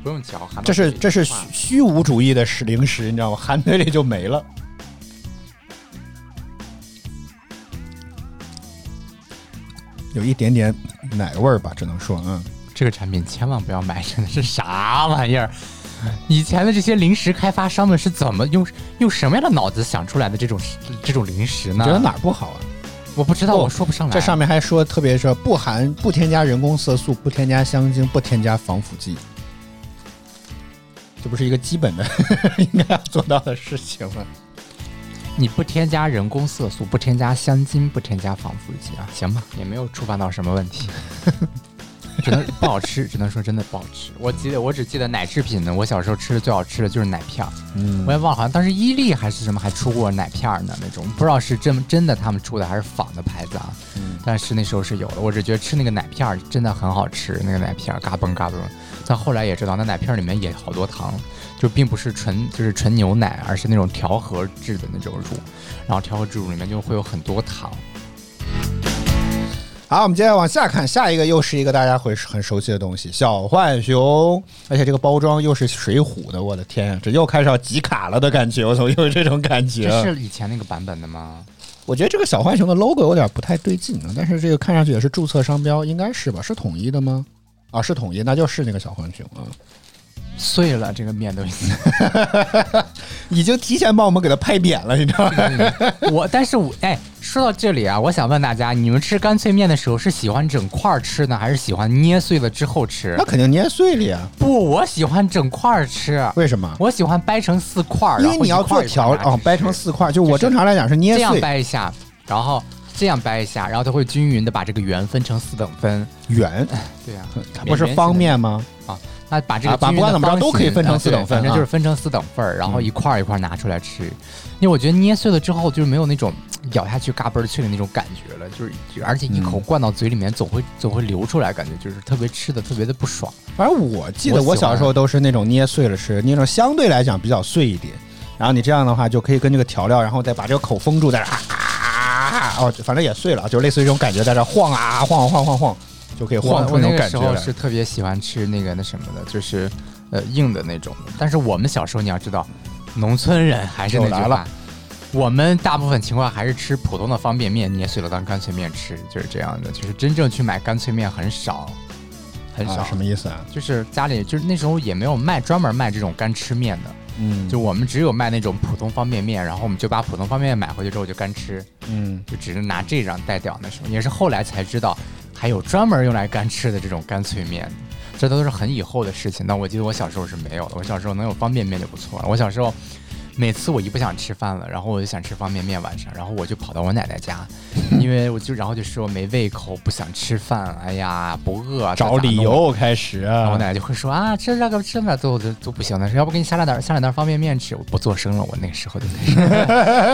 [SPEAKER 3] 不用嚼，含到
[SPEAKER 2] 这是
[SPEAKER 3] 嘴里
[SPEAKER 2] 这是
[SPEAKER 3] 的
[SPEAKER 2] 虚
[SPEAKER 3] 话
[SPEAKER 2] 虚无主义的食零食，你知道吗？含嘴里就没了。有一点点奶味儿吧，只能说，嗯，
[SPEAKER 3] 这个产品千万不要买， 真的是啥玩意儿？以前的这些零食开发商们是怎么用用什么样的脑子想出来的这种这种零食
[SPEAKER 2] 你
[SPEAKER 3] 呢？
[SPEAKER 2] 觉得哪儿不好啊？
[SPEAKER 3] 我不知道，
[SPEAKER 2] 不
[SPEAKER 3] 我说不上来。
[SPEAKER 2] 这上面还说，特别是不含、不添加人工色素、不添加香精、不添加防腐剂，这不是一个基本的 应该要做到的事情吗？
[SPEAKER 3] 你不添加人工色素，不添加香精，不添加防腐剂啊，行吧，也没有触犯到什么问题。只能不好吃，只能说真的不好吃。我记得我只记得奶制品呢，我小时候吃的最好吃的就是奶片儿，
[SPEAKER 2] 嗯
[SPEAKER 3] 我也忘了，好像当时伊利还是什么还出过奶片儿呢那种，不知道是真真的他们出的还是仿的牌子啊。但是那时候是有的，我只觉得吃那个奶片儿真的很好吃，那个奶片儿嘎嘣嘎嘣。但后来也知道，那奶片儿里面也好多糖，就并不是纯就是纯牛奶，而是那种调和制的那种乳，然后调和制乳里面就会有很多糖。
[SPEAKER 2] 好，我们接着往下看，下一个又是一个大家会很熟悉的东西——小浣熊，而且这个包装又是水浒的，我的天呀，这又开始要集卡了的感觉，我怎么又有这种感觉？
[SPEAKER 3] 这是以前那个版本的吗？
[SPEAKER 2] 我觉得这个小浣熊的 logo 有点不太对劲啊，但是这个看上去也是注册商标，应该是吧？是统一的吗？啊，是统一，那就是那个小浣熊啊，
[SPEAKER 3] 碎了，这个面都已经。
[SPEAKER 2] 已经提前帮我们给它拍扁了，你知道吗？
[SPEAKER 3] 我，但是我哎，说到这里啊，我想问大家，你们吃干脆面的时候是喜欢整块儿吃呢，还是喜欢捏碎了之后吃
[SPEAKER 2] 那？肯定捏碎了呀，
[SPEAKER 3] 不，我喜欢整块儿吃。
[SPEAKER 2] 为什么？
[SPEAKER 3] 我喜欢掰成四块儿，
[SPEAKER 2] 因为
[SPEAKER 3] 然后
[SPEAKER 2] 你要
[SPEAKER 3] 一块
[SPEAKER 2] 做
[SPEAKER 3] 儿一块
[SPEAKER 2] 条
[SPEAKER 3] 儿
[SPEAKER 2] 啊、
[SPEAKER 3] 拿
[SPEAKER 2] 哦
[SPEAKER 3] 着，
[SPEAKER 2] 掰
[SPEAKER 3] 吃
[SPEAKER 2] 成四块，就我
[SPEAKER 3] 就是
[SPEAKER 2] 正常来讲是捏
[SPEAKER 3] 这样
[SPEAKER 2] 碎，
[SPEAKER 3] 掰一下，然后这样掰一下，然后它会均匀的把这个圆分成四等分。
[SPEAKER 2] 圆，
[SPEAKER 3] 对啊呀、
[SPEAKER 2] 它不是方面吗？
[SPEAKER 3] 那把这
[SPEAKER 2] 啊
[SPEAKER 3] 个
[SPEAKER 2] 把
[SPEAKER 3] 均匀
[SPEAKER 2] 不管
[SPEAKER 3] 的
[SPEAKER 2] 怎么着
[SPEAKER 3] 方
[SPEAKER 2] 都可以
[SPEAKER 3] 形
[SPEAKER 2] 分成
[SPEAKER 3] 呃
[SPEAKER 2] 四等
[SPEAKER 3] 对
[SPEAKER 2] 份
[SPEAKER 3] 反正
[SPEAKER 2] 啊嗯
[SPEAKER 3] 就是分成四等份儿，然后一块儿一块儿拿出来吃。因为我觉得捏碎了之后，就是没有那种咬下去嘎嘣儿脆的那种感觉了，就是就而且一口
[SPEAKER 2] 嗯
[SPEAKER 3] 灌到嘴里面，总会总会流出来，感觉就是特别吃的特别的不爽。
[SPEAKER 2] 反正我记得
[SPEAKER 3] 我喜
[SPEAKER 2] 我
[SPEAKER 3] 欢
[SPEAKER 2] 小时候都是那种捏碎了吃，那种相对来讲比较碎一点。然后你这样的话就可以跟这个调料，然后再把这个口封住，在这儿啊，哦，反正也碎了，就类似于这种感觉，在这儿晃啊晃啊晃啊晃啊晃，就可以
[SPEAKER 3] 我
[SPEAKER 2] 晃出
[SPEAKER 3] 我
[SPEAKER 2] 那
[SPEAKER 3] 那
[SPEAKER 2] 种
[SPEAKER 3] 个
[SPEAKER 2] 感
[SPEAKER 3] 时
[SPEAKER 2] 觉
[SPEAKER 3] 候
[SPEAKER 2] 来。
[SPEAKER 3] 是特别喜欢吃那个那什么的，就是呃硬的那种的。但是我们小时候你要知道，农村人还是那
[SPEAKER 2] 又
[SPEAKER 3] 句
[SPEAKER 2] 来
[SPEAKER 3] 话
[SPEAKER 2] 了，
[SPEAKER 3] 我们大部分情况还是吃普通的方便面，捏碎了当干脆面吃，就是这样的。就是真正去买干脆面很少，很少。
[SPEAKER 2] 啊，什么意思啊？
[SPEAKER 3] 就是家里就是那时候也没有卖专门卖这种干吃面的，
[SPEAKER 2] 嗯，
[SPEAKER 3] 就我们只有卖那种普通方便面，然后我们就把普通方便面买回去之后就干吃。
[SPEAKER 2] 嗯，
[SPEAKER 3] 就只是拿这张代表那时候，也是后来才知道还有专门用来干吃的这种干脆面，这都是很以后的事情。但我记得我小时候是没有的，我小时候能有方便面就不错了。我小时候每次我一不想吃饭了，然后我就想吃方便面，晚上，然后我就跑到我奶奶 家，因为我就然后就说没胃口，不想吃饭，哎呀不饿啊，
[SPEAKER 2] 找
[SPEAKER 3] 这咋弄
[SPEAKER 2] 理由开始
[SPEAKER 3] 然后
[SPEAKER 2] 啊
[SPEAKER 3] 我奶。奶就会说啊，吃这个吃那个最后都都不行了，要不给你下来点下来点方便面吃，我不做声了，我那个时候就开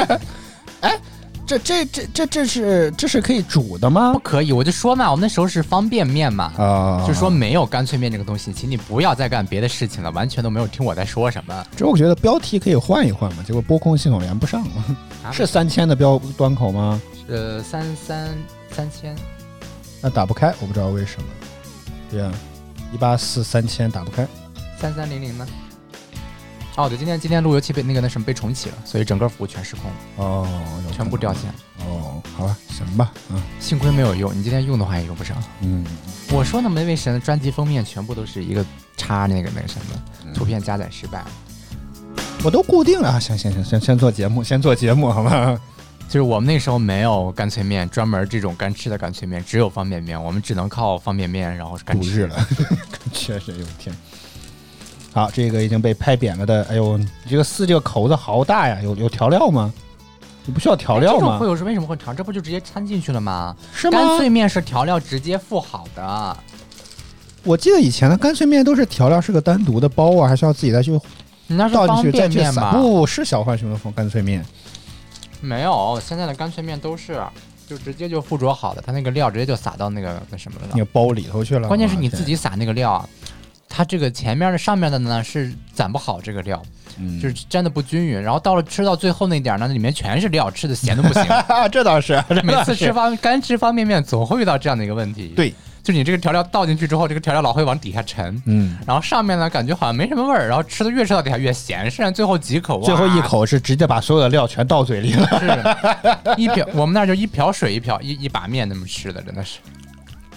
[SPEAKER 3] 始。
[SPEAKER 2] 这这这这这是这是可以煮的吗
[SPEAKER 3] 不？可以，我就说嘛，我们那时候是方便面嘛，
[SPEAKER 2] 啊，
[SPEAKER 3] 就说没有干脆面这个东西，请你不要再干别的事情了，完全都没有听我在说什么。
[SPEAKER 2] 这我觉得标题可以换一换嘛，结果播控系统连不上了。 是三千的标端口吗？
[SPEAKER 3] 啊呃，三三三千，
[SPEAKER 2] 那打不开，我不知道为什么。对呀，一八四三千打不开。
[SPEAKER 3] 三三零零呢？哦，对，今天今天路由器被那个那什么被重启了，所以整个服务全失控，
[SPEAKER 2] 哦，有
[SPEAKER 3] 全部
[SPEAKER 2] 可能
[SPEAKER 3] 掉线。
[SPEAKER 2] 哦，好吧，行吧，嗯
[SPEAKER 3] 幸亏没有用，你今天用的话也用不上。
[SPEAKER 2] 嗯，
[SPEAKER 3] 我说呢，梅卫神的专辑封面全部都是一个插那个那个什
[SPEAKER 2] 嗯
[SPEAKER 3] 么，图片加载失败了。
[SPEAKER 2] 我都固定了啊，行行行，先先做节目，先做节目，好吧？
[SPEAKER 3] 就是我们那时候没有干脆面，专门这种干吃的干脆面，只有方便面，我们只能靠方便面，然后干
[SPEAKER 2] 度
[SPEAKER 3] 吃。
[SPEAKER 2] 日了， 确实有天。好，这个已经被拍扁了的，哎呦，你这个撕这个口子好大呀，有有调料吗？你不需要调料
[SPEAKER 3] 哎这种会
[SPEAKER 2] 吗？
[SPEAKER 3] 有是为什么会尝？这不就直接掺进去了吗？
[SPEAKER 2] 是吗
[SPEAKER 3] 干？脆面是调料直接附好的，
[SPEAKER 2] 我记得以前的干脆面都是调料是个单独的包啊，还需要自己再去
[SPEAKER 3] 你那是
[SPEAKER 2] 倒
[SPEAKER 3] 方
[SPEAKER 2] 进去再
[SPEAKER 3] 便
[SPEAKER 2] 去
[SPEAKER 3] 面
[SPEAKER 2] 撒。
[SPEAKER 3] 吧？
[SPEAKER 2] 不，不是小浣熊的风干脆面，
[SPEAKER 3] 没有，现在的干脆面都是就直接就附着好的，它那个料直接就撒到那个那什么了
[SPEAKER 2] 那。个包里头去了。
[SPEAKER 3] 关键是你
[SPEAKER 2] 啊对
[SPEAKER 3] 自，己撒那个料啊，它这个前面的上面的呢是攒不好这个料，
[SPEAKER 2] 嗯
[SPEAKER 3] 就是粘的不均匀。然后到了吃到最后那点儿呢，里面全是料，吃的咸的不行。
[SPEAKER 2] 啊，这倒是，这倒
[SPEAKER 3] 每 次
[SPEAKER 2] 是
[SPEAKER 3] 吃方干吃方便面总会遇到这样的一个问题。
[SPEAKER 2] 对，
[SPEAKER 3] 就你这个调料倒进去之后，这个调料老会往底下沉。
[SPEAKER 2] 嗯，
[SPEAKER 3] 然后上面呢，感觉好像没什么味儿，然后吃的越吃到底下越咸，甚至最后几口，哇啊
[SPEAKER 2] 最后一口是直接把所有的料全倒嘴里了。
[SPEAKER 3] 是一瓢， 我们那儿就一瓢水一瓢一一把面那么吃的，真的是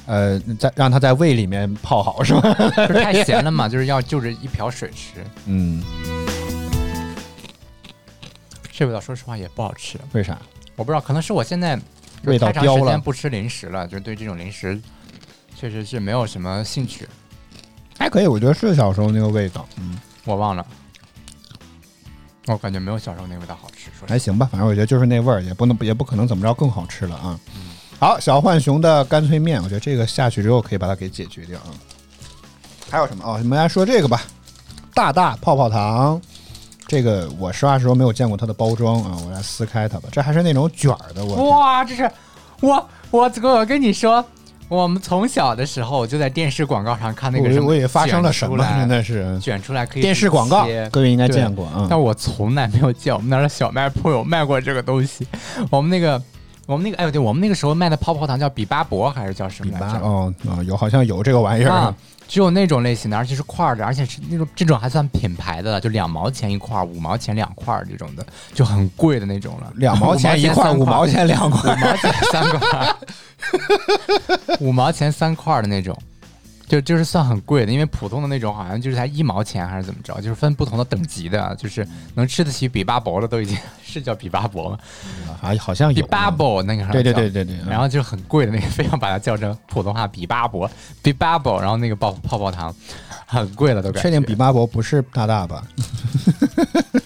[SPEAKER 2] 呃，在让它在胃里面泡好是吧？
[SPEAKER 3] 就是太咸了嘛，就是要就着一瓢水吃。
[SPEAKER 2] 嗯，
[SPEAKER 3] 这味道说实话也不好吃，
[SPEAKER 2] 为啥？
[SPEAKER 3] 我不知道，可能是我现在就是
[SPEAKER 2] 味道
[SPEAKER 3] 太长
[SPEAKER 2] 刁
[SPEAKER 3] 时间
[SPEAKER 2] 了。
[SPEAKER 3] 不吃零食了，就是对这种零食确实是没有什么兴趣。
[SPEAKER 2] 还可以，我觉得是小时候那个味道，嗯，
[SPEAKER 3] 我忘了，我感觉没有小时候那味道好吃。说实
[SPEAKER 2] 还
[SPEAKER 3] 话，
[SPEAKER 2] 行吧，反正我觉得就是那味儿，也不能也不可能怎么着更好吃了啊。好，小浣熊的干脆面，我觉得这个下去之后可以把它给解决掉啊。还有什么？哦，我们来说这个吧，大大泡泡糖。这个我实话实说没有见过它的包装啊，我来撕开它吧。这还是那种卷儿的，我
[SPEAKER 3] 哇，这是我我我跟你说。我们从小的时候就在电视广告上看那
[SPEAKER 2] 我
[SPEAKER 3] 个
[SPEAKER 2] 以
[SPEAKER 3] 什么，
[SPEAKER 2] 为发生了什么，真
[SPEAKER 3] 的
[SPEAKER 2] 的是
[SPEAKER 3] 卷出来可以
[SPEAKER 2] 电视广告
[SPEAKER 3] 自己切，
[SPEAKER 2] 各位应该
[SPEAKER 3] 对
[SPEAKER 2] 见过啊。
[SPEAKER 3] 但我从来没有见我们那儿的小卖铺有卖过这个东西。我们那个，我们那个，哎，对，我们那个时候卖的泡泡糖叫比巴博还是叫什
[SPEAKER 2] 比
[SPEAKER 3] 么来
[SPEAKER 2] 巴
[SPEAKER 3] 着？
[SPEAKER 2] 哦啊、有好像有这个玩意儿
[SPEAKER 3] 啊，只有那种类型的，而且是块儿的，而且是那种这种还算品牌的了，就两毛钱一块儿，五毛钱两块儿这种的，就很贵的那种了，
[SPEAKER 2] 两毛钱一块，
[SPEAKER 3] 三
[SPEAKER 2] 五毛，钱两块
[SPEAKER 3] 五。毛钱三块儿，五毛钱三块儿 的那种。就就是算很贵的，因为普通的那种好像就是才一毛钱还是怎么着，就是分不同的等级的，啊就是能吃得起比巴博的都已经是叫比巴博吗？
[SPEAKER 2] 啊，好像
[SPEAKER 3] 比
[SPEAKER 2] 有
[SPEAKER 3] 巴博那个好像
[SPEAKER 2] 对对
[SPEAKER 3] 叫
[SPEAKER 2] 对对对嗯
[SPEAKER 3] 然后就很贵的那个，非要把它叫成普通话比巴博比巴博，然后那个泡泡泡糖很贵了都感
[SPEAKER 2] 确
[SPEAKER 3] 觉。
[SPEAKER 2] 定比？巴博不是大大吧？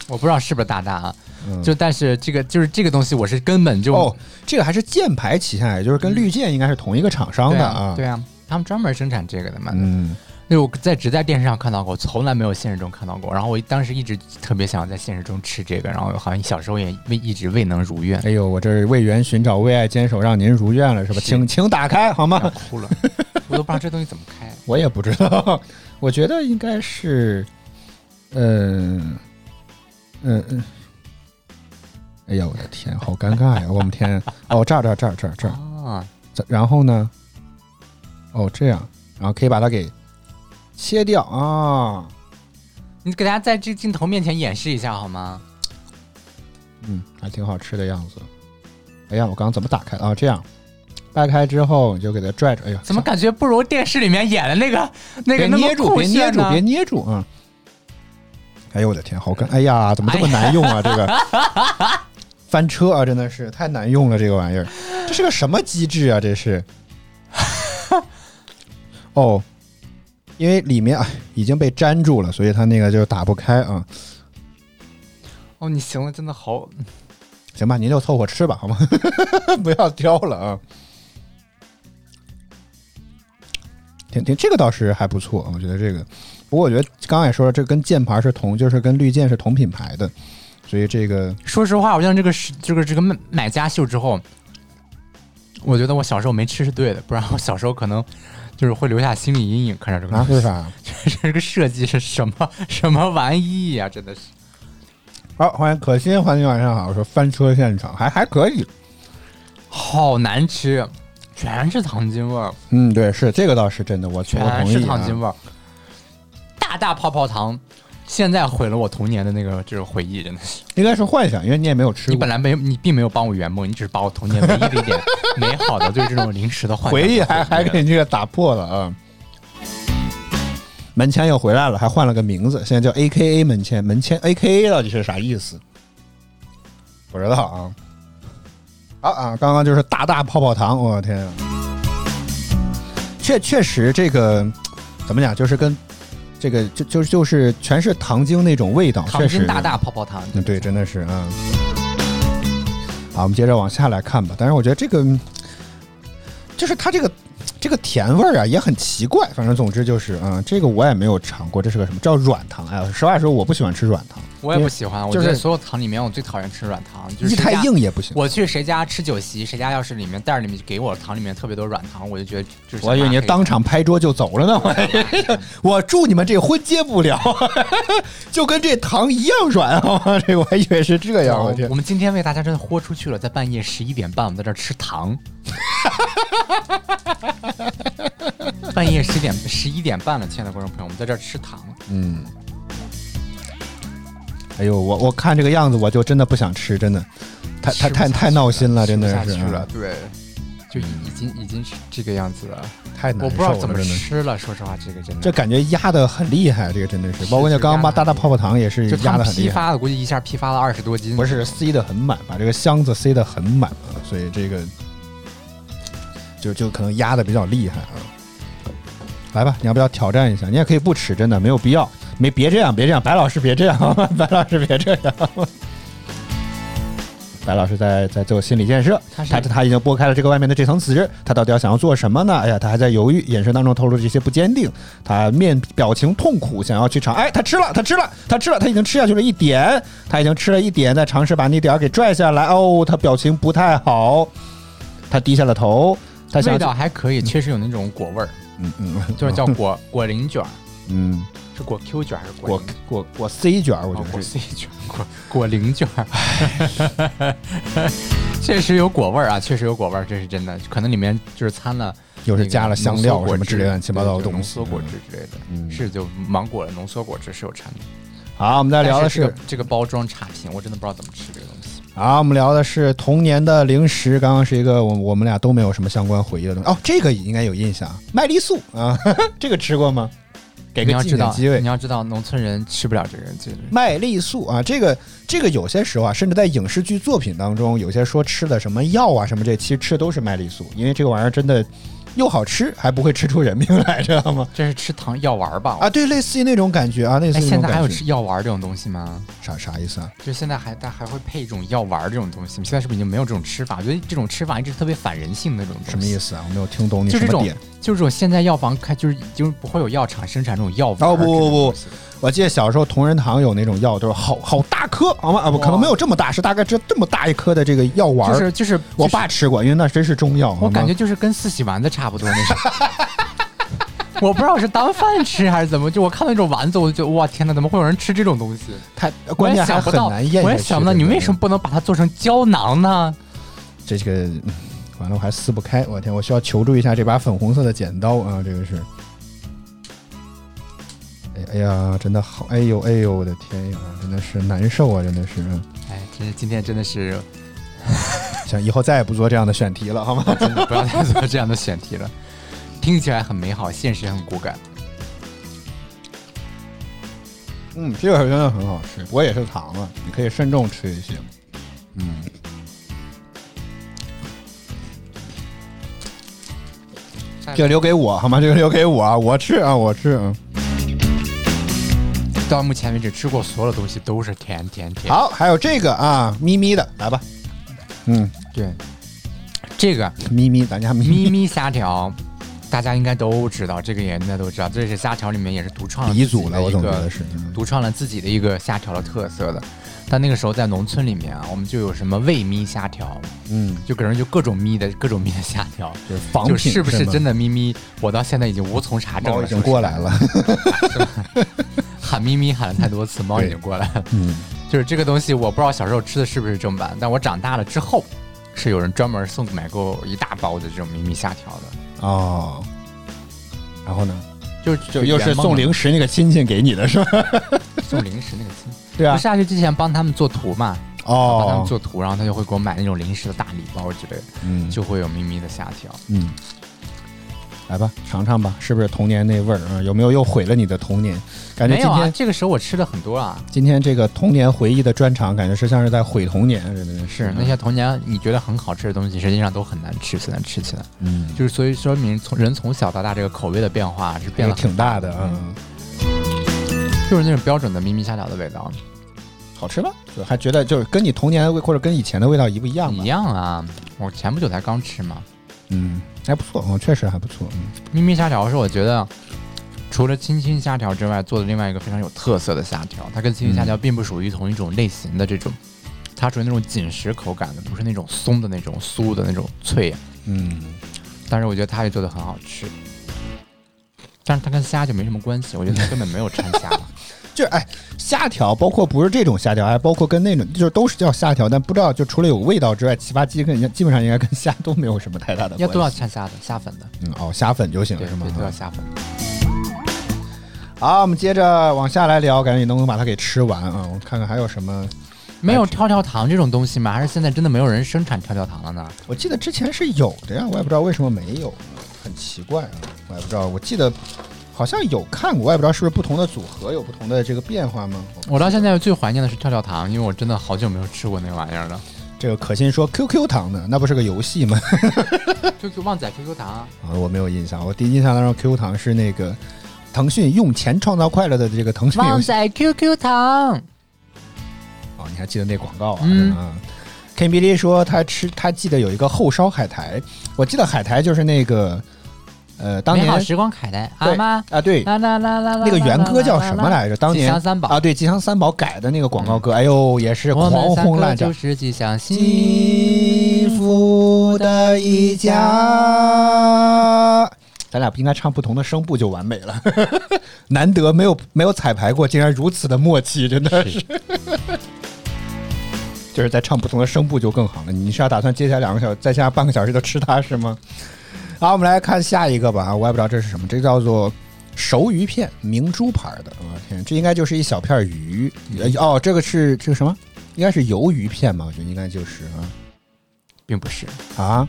[SPEAKER 3] 我不知道是不是大大啊？就但是这个就是这个东西，我是根本就
[SPEAKER 2] 嗯哦，这个还是箭牌旗下，也就是跟绿箭应该是同一个厂商
[SPEAKER 3] 对
[SPEAKER 2] 的
[SPEAKER 3] 啊对啊，他们专门生产这个的嘛。
[SPEAKER 2] 嗯，
[SPEAKER 3] 对，我在只在电视上看到过，从来没有现实中看到过。然后我当时一直特别想在现实中吃这个，然后好像小时候也未一直未能如愿，
[SPEAKER 2] 哎呦，我这是为缘寻找，为爱坚守，让您如愿了是吧？
[SPEAKER 3] 是
[SPEAKER 2] 请请打开好
[SPEAKER 3] 要
[SPEAKER 2] 吗？
[SPEAKER 3] 哭了，我都不知道这东西怎么开。
[SPEAKER 2] 我也不知道， 我觉得应该是，嗯、嗯嗯。哎呀，我的天，好尴尬呀！我们天，哦，这儿这儿这儿这儿这儿，
[SPEAKER 3] 啊，
[SPEAKER 2] 这然后呢，哦，这样，然后可以把它给切掉啊。
[SPEAKER 3] 你给大家在这镜头面前演示一下好吗？
[SPEAKER 2] 嗯，还挺好吃的样子。哎呀，我刚刚怎么打开的啊？这样，掰开之后你就给它拽出。哎呀，
[SPEAKER 3] 怎么感觉不如电视里面演的那个那
[SPEAKER 2] 别
[SPEAKER 3] 个那么
[SPEAKER 2] 捏住，
[SPEAKER 3] 酷
[SPEAKER 2] 别捏
[SPEAKER 3] 炫
[SPEAKER 2] 住，
[SPEAKER 3] 呢
[SPEAKER 2] 别捏住啊！哎呦我的天，好干！哎呀，怎么这么难用啊？这个翻车啊，真的是太难用了，这个玩意儿，这是个什么机制啊？这是？哦，因为里面、哎、已经被粘住了，所以它那个就打不开啊。
[SPEAKER 3] 哦，你行了，真的好，
[SPEAKER 2] 行吧，您就凑合吃吧，好吗？ 不要挑了啊。挺挺，这个倒是还不错，我觉得这个。不过我觉得刚刚也说了，这跟箭牌是同，就是跟绿箭是同品牌的，所以这个
[SPEAKER 3] 说实话，我让这个是这个这个买买家秀之后，我觉得我小时候没吃是对的，不然我小时候可能就是会留下心理阴影。看着这个
[SPEAKER 2] 啊
[SPEAKER 3] 东西，
[SPEAKER 2] 为啥？
[SPEAKER 3] 这个设计是什么什么玩意呀、真的是
[SPEAKER 2] 好，欢迎可心，欢迎晚上好。我说翻车现场还还可以，
[SPEAKER 3] 好难吃，全是糖精味儿，
[SPEAKER 2] 嗯，对，是这个倒是真的，我全
[SPEAKER 3] 全
[SPEAKER 2] 同
[SPEAKER 3] 是
[SPEAKER 2] 意、
[SPEAKER 3] 糖精
[SPEAKER 2] 啊。
[SPEAKER 3] 味儿，大大泡泡糖。现在毁了我童年的那个这个回忆，真的是。
[SPEAKER 2] 应该是幻想，因为你也没有吃
[SPEAKER 3] 你本
[SPEAKER 2] 过，
[SPEAKER 3] 来没，你并没有帮我圆梦，你只是把我童年唯一的 一点美好的对这种零食的幻想
[SPEAKER 2] 回忆
[SPEAKER 3] 给
[SPEAKER 2] 还还
[SPEAKER 3] 毁灭了
[SPEAKER 2] 给你这个打破了啊。门前又回来了，还换了个名字，现在叫 A K A 门前。门前 A K A 到底是啥意思？不知道啊。好啊，刚刚就是大大泡泡糖，我、天啊！确确实这个怎么讲，就是跟这个就就就是全是糖精那种味道，
[SPEAKER 3] 糖
[SPEAKER 2] 确实
[SPEAKER 3] 精大大泡泡糖。
[SPEAKER 2] 嗯，对，真的是啊。好，我们接着往下来看吧。但是我觉得这个，嗯就是它这个这个甜味儿啊也很奇怪，反正总之就是啊、这个我也没有尝过，这是个什么叫软糖？哎呀，实话说我不喜欢吃软糖，
[SPEAKER 3] 我也不喜欢，我
[SPEAKER 2] 就
[SPEAKER 3] 觉
[SPEAKER 2] 是
[SPEAKER 3] 得所有糖里面我最讨厌吃软糖，就是
[SPEAKER 2] 一太
[SPEAKER 3] 谁家
[SPEAKER 2] 硬。也不行。
[SPEAKER 3] 我去谁家吃酒席，谁家要是里面袋儿里面给我糖里面特别多软糖，我就觉得就是
[SPEAKER 2] 我以为你当场拍桌就走了呢，我我祝你们这婚结不了， 就跟这糖一样软好吗？这个我还以为是这样，啊我
[SPEAKER 3] 我
[SPEAKER 2] 去
[SPEAKER 3] 我。们今天为大家真的豁出去了，在半夜十一点半，我们在这儿吃糖。 半夜十点十一点半了，亲爱的观众朋友，我们在这儿吃糖。
[SPEAKER 2] 嗯，哎呦，我我看这个样子，我就真的不想吃，真的，太太
[SPEAKER 3] 吃不下
[SPEAKER 2] 太
[SPEAKER 3] 去
[SPEAKER 2] 太闹心了，
[SPEAKER 3] 吃
[SPEAKER 2] 真
[SPEAKER 3] 不
[SPEAKER 2] 的
[SPEAKER 3] 下
[SPEAKER 2] 是
[SPEAKER 3] 去了，
[SPEAKER 2] 啊
[SPEAKER 3] 对，就已已经已经是这个样子了，
[SPEAKER 2] 太
[SPEAKER 3] 我
[SPEAKER 2] 难受
[SPEAKER 3] 不知道
[SPEAKER 2] 了，
[SPEAKER 3] 怎
[SPEAKER 2] 真
[SPEAKER 3] 么
[SPEAKER 2] 的。
[SPEAKER 3] 吃了，说实话，这个真的
[SPEAKER 2] 这感觉压的很厉害，这个真的是，包括像刚刚把大大泡泡糖也是
[SPEAKER 3] 就他
[SPEAKER 2] 压的
[SPEAKER 3] 们
[SPEAKER 2] 很
[SPEAKER 3] 批
[SPEAKER 2] 厉害，
[SPEAKER 3] 发的，估计一下批发了二十多斤。
[SPEAKER 2] 不是塞的很满，把这个箱子塞的很满啊，所以这个就就可能压的比较厉害啊。来吧，你要不要挑战一下？你也可以不吃，真的没有必要，没别这样，别这样，白老师别这样， 白老师别这样。 白老师在在做心理建设，
[SPEAKER 3] 他是
[SPEAKER 2] 他他已经拨开了这个外面的这层纸，他到底要想要做什么呢？哎呀，他还在犹豫，眼神当中透露着一些不坚定，他面表情痛苦，想要去尝。哎，他吃了，他吃了，他吃了，他已经吃下去了一点，他已经吃了一点，在尝试把那点儿给拽下来。哦，他表情不太好，他低下了头，他想
[SPEAKER 3] 味道还可以，确实有那种果味儿，
[SPEAKER 2] 嗯嗯，
[SPEAKER 3] 就是叫果果仁卷儿，
[SPEAKER 2] 嗯
[SPEAKER 3] 是果 Q 卷儿还是
[SPEAKER 2] 果
[SPEAKER 3] 果仁
[SPEAKER 2] 果果 C 卷儿，我
[SPEAKER 3] 哦
[SPEAKER 2] 觉得
[SPEAKER 3] 果
[SPEAKER 2] 是
[SPEAKER 3] C 卷儿果果零卷儿， 确实有果味儿啊，确实有果味儿，这是真的，可能里面就是掺了
[SPEAKER 2] 又是
[SPEAKER 3] 那个
[SPEAKER 2] 加了香料什么之类
[SPEAKER 3] 浓
[SPEAKER 2] 乱
[SPEAKER 3] 缩果汁
[SPEAKER 2] 七八糟的
[SPEAKER 3] 对就
[SPEAKER 2] 东
[SPEAKER 3] 浓
[SPEAKER 2] 西。
[SPEAKER 3] 缩果
[SPEAKER 2] 嗯
[SPEAKER 3] 汁之类的，
[SPEAKER 2] 嗯
[SPEAKER 3] 是就芒果的浓缩果汁是有掺的。
[SPEAKER 2] 好，我们再聊的
[SPEAKER 3] 但
[SPEAKER 2] 是
[SPEAKER 3] 这个这个包装差评，我真的不知道怎么吃这个东西。
[SPEAKER 2] 啊，我们聊的是童年的零食。刚刚是一个我我们俩都没有什么相关回忆的东西。哦，这个应该有印象，麦丽素啊， 这个吃过吗？给
[SPEAKER 3] 你
[SPEAKER 2] 个
[SPEAKER 3] 要
[SPEAKER 2] 纪
[SPEAKER 3] 知
[SPEAKER 2] 念
[SPEAKER 3] 道，
[SPEAKER 2] 机会
[SPEAKER 3] 你。要知道，农村人吃不了这个，这个
[SPEAKER 2] 麦丽素啊，这个这个有些时候啊，甚至在影视剧作品当中，有些说吃的什么药啊什么这，其实吃的都是麦丽素，因为这个玩意儿真的又好吃，还不会吃出人命来，知道吗？
[SPEAKER 3] 这是吃糖药丸儿吧？
[SPEAKER 2] 啊，对，类似于那种感觉啊，类似
[SPEAKER 3] 哎，
[SPEAKER 2] 于那
[SPEAKER 3] 现
[SPEAKER 2] 种
[SPEAKER 3] 在还有
[SPEAKER 2] 感
[SPEAKER 3] 吃
[SPEAKER 2] 觉。
[SPEAKER 3] 药丸儿这种东西吗？
[SPEAKER 2] 啥啥意思啊？
[SPEAKER 3] 就现在还但还会配一种药丸儿这种东西吗，现在是不是已经没有这种吃法？我觉得这种吃法一直特别反人性的那种
[SPEAKER 2] 什么意
[SPEAKER 3] 思？
[SPEAKER 2] 思啊？我没有听懂你
[SPEAKER 3] 就
[SPEAKER 2] 什
[SPEAKER 3] 这
[SPEAKER 2] 么
[SPEAKER 3] 种
[SPEAKER 2] 点。，
[SPEAKER 3] 就是这种现在药房开，就是已经不会有药厂生产这种药丸儿
[SPEAKER 2] 哦不
[SPEAKER 3] 这种
[SPEAKER 2] 不不
[SPEAKER 3] 东西了。
[SPEAKER 2] 我记得小时候同仁堂有那种药，就是好好大颗，好吗？啊，不可能没有这么大，是大概这这么大一颗的这个药丸儿。
[SPEAKER 3] 就是就是
[SPEAKER 2] 我爸吃过，因为那真是中药。好吗
[SPEAKER 3] 我感觉就是跟四喜丸子差不多那是。 我不知道是当饭吃还是怎么，就我看到那种丸子，我就觉得哇天哪，怎么会有人吃这种东西？
[SPEAKER 2] 它关键
[SPEAKER 3] 我也
[SPEAKER 2] 还
[SPEAKER 3] 想不
[SPEAKER 2] 很
[SPEAKER 3] 到，
[SPEAKER 2] 难咽下去。
[SPEAKER 3] 我也想不到，你为什么不能把它做成胶囊呢？
[SPEAKER 2] 这个嗯完了？我还撕不开，我天！我需要求助一下这把粉红色的剪刀啊！这个是，哎哎呀，真的好！哎呦哎呦，我的天呀，真的是难受啊！真的是，嗯
[SPEAKER 3] 哎，真是今天真的是
[SPEAKER 2] 想以后再也不做这样的选题了，好吗？
[SPEAKER 3] 真的不要再做这样的选题了。听起来很美好，现实很骨感。
[SPEAKER 2] 嗯，这个真的很好吃，不过也是糖啊，你可以慎重吃一些。嗯，这个留给我好吗？这个留给我啊，我吃啊，我吃。嗯，
[SPEAKER 3] 到目前为止吃过所有的东西都是甜甜甜。，
[SPEAKER 2] 好，还有这个啊，咪咪的，来吧。嗯，
[SPEAKER 3] 对，这个
[SPEAKER 2] 咪咪，咱家咪
[SPEAKER 3] 咪咪虾条，大家应该都知道，这个也应该都知道，这是虾条里面也是独创了
[SPEAKER 2] 鼻
[SPEAKER 3] 自己
[SPEAKER 2] 祖了，
[SPEAKER 3] 的
[SPEAKER 2] 我
[SPEAKER 3] 一
[SPEAKER 2] 总觉
[SPEAKER 3] 个
[SPEAKER 2] 得是。嗯
[SPEAKER 3] 独创了自己的一个虾条的特色的。但那个时候在农村里面啊，我们就有什么味咪虾条，
[SPEAKER 2] 嗯，
[SPEAKER 3] 就给人就各种咪的各种咪的虾条，
[SPEAKER 2] 就是仿
[SPEAKER 3] 就
[SPEAKER 2] 品，
[SPEAKER 3] 是不是真
[SPEAKER 2] 的？
[SPEAKER 3] 的咪咪？我到现在已经无从查证
[SPEAKER 2] 猫
[SPEAKER 3] 了，
[SPEAKER 2] 已经过来了。
[SPEAKER 3] 喊咪咪喊了太 多次，猫已经过来 了。
[SPEAKER 2] 嗯，
[SPEAKER 3] 就是这个东西，我不知道小时候吃的是不是正版，但我长大了之后，是有人专门送买过一大包的这种咪咪虾条的，
[SPEAKER 2] 哦，然后呢？
[SPEAKER 3] 就是
[SPEAKER 2] 就又是送零食那个亲戚给你的是吧？
[SPEAKER 3] 送零食那个亲。
[SPEAKER 2] 对
[SPEAKER 3] 不
[SPEAKER 2] 啊。
[SPEAKER 3] 是啊，就之前帮他们做图嘛，帮他们
[SPEAKER 2] 哦，
[SPEAKER 3] 做图，然后他就会给我买那种零食的大礼包之类的，
[SPEAKER 2] 嗯
[SPEAKER 3] 就会有咪咪的虾条。
[SPEAKER 2] 嗯，来吧，尝尝吧，是不是童年那味儿啊？有没有又毁了你的童年？感觉
[SPEAKER 3] 没
[SPEAKER 2] 今
[SPEAKER 3] 有
[SPEAKER 2] 天、
[SPEAKER 3] 啊，这个时候我吃的很多啊，
[SPEAKER 2] 今天这个童年回忆的专场，感觉是像是在毁童年，真的嗯
[SPEAKER 3] 是那些童年你觉得很好吃的东西，实际上都很难吃，现在吃起来，
[SPEAKER 2] 嗯，
[SPEAKER 3] 就是所以说明从人从小到大这个口味的变化是
[SPEAKER 2] 变
[SPEAKER 3] 变了嗯
[SPEAKER 2] 得
[SPEAKER 3] 很，
[SPEAKER 2] 挺大的啊，
[SPEAKER 3] 就是那种标准的咪咪虾条的味道，
[SPEAKER 2] 好吃吗？就还觉得就是跟
[SPEAKER 3] 嗯
[SPEAKER 2] 你童年的味或者跟以前的味道一不一样
[SPEAKER 3] 一
[SPEAKER 2] 吗？
[SPEAKER 3] 样啊。我前不久才刚吃嘛，
[SPEAKER 2] 嗯，还不错，嗯，确实还不错，嗯，
[SPEAKER 3] 咪咪虾条是我觉得除了亲亲虾条之外做的另外一个非常有特色的虾条，它跟亲亲虾条并不属于同一种类型的这种，它属于那种紧实口感的，不是那种松的那种酥的那种脆。
[SPEAKER 2] 嗯，
[SPEAKER 3] 但是我觉得它也做的很好吃，但是它跟虾就没什么关系，我觉得它根本没有掺虾嘛。
[SPEAKER 2] 就是哎，虾条包括不是这种虾条，还哎包括跟那种就是都是叫虾条，但不知道就除了有味道之外，糍粑鸡跟人家基本上应该跟虾 都没有什么太大的
[SPEAKER 3] 要
[SPEAKER 2] 关
[SPEAKER 3] 都要
[SPEAKER 2] 系。
[SPEAKER 3] 掺虾的，虾粉的，
[SPEAKER 2] 嗯，哦，虾粉就行
[SPEAKER 3] 对
[SPEAKER 2] 了是
[SPEAKER 3] 对，都要
[SPEAKER 2] 吗？
[SPEAKER 3] 虾粉的。
[SPEAKER 2] 好，我们接着往下来聊，感觉你能不能把它给吃完啊？我看看还有什么。
[SPEAKER 3] 没有跳跳糖这种东西吗？还是现在真的没有人生产跳跳糖了呢？
[SPEAKER 2] 我记得之前是有的呀，我也不知道为什么没有，很奇怪啊，我也不知道。我记得好像有看过，我也不知道是不是不同的组合有不同的这个变化吗？
[SPEAKER 3] 我到现在最怀念的是跳跳糖，因为我真的好久没有吃过那玩意儿了。
[SPEAKER 2] 这个可心说 QQ 糖呢，那不是个游戏吗？
[SPEAKER 3] QQ 旺仔 QQ 糖啊，
[SPEAKER 2] 啊，我没有印象，我第一印象当中 QQ 糖是那个腾讯用钱创造快乐的这个腾讯游
[SPEAKER 3] 旺
[SPEAKER 2] 戏
[SPEAKER 3] 仔 QQ 糖，
[SPEAKER 2] 哦，你还记得那广告啊？
[SPEAKER 3] 嗯
[SPEAKER 2] 啊 k b l 说他吃，他记得有一个后烧海苔，我记得海苔就是那个，呃，当
[SPEAKER 3] 美
[SPEAKER 2] 年
[SPEAKER 3] 好时光海苔，阿
[SPEAKER 2] 对
[SPEAKER 3] 妈，
[SPEAKER 2] 啊，对，
[SPEAKER 3] 啦啦啦啦啦，
[SPEAKER 2] 那个原歌叫什么来着？当
[SPEAKER 3] 吉
[SPEAKER 2] 年
[SPEAKER 3] 祥三宝嗯
[SPEAKER 2] 啊，对，吉祥三宝改的那个广告歌，哎呦，也是
[SPEAKER 3] 我
[SPEAKER 2] 狂
[SPEAKER 3] 们三
[SPEAKER 2] 轰
[SPEAKER 3] 个
[SPEAKER 2] 滥
[SPEAKER 3] 就
[SPEAKER 2] 炸。
[SPEAKER 3] 是吉祥
[SPEAKER 2] 幸
[SPEAKER 3] 心。
[SPEAKER 2] 福的一家，咱俩不应该唱不同的声部就完美了。 难得没有没有彩排过，竟然如此的默契，真的是。 就是在唱不同的声部就更好了。你是要打算接下来两个小时，再下半个小时都吃它是吗？好，我们来看下一个吧。我也不知道这是什么，这叫做熟鱼片，明珠牌的。我、天，这应该就是一小片鱼。呃哦，这个是这个什么？应该是鱿鱼片吧？我觉得应该就是
[SPEAKER 3] 并不是
[SPEAKER 2] 啊啊，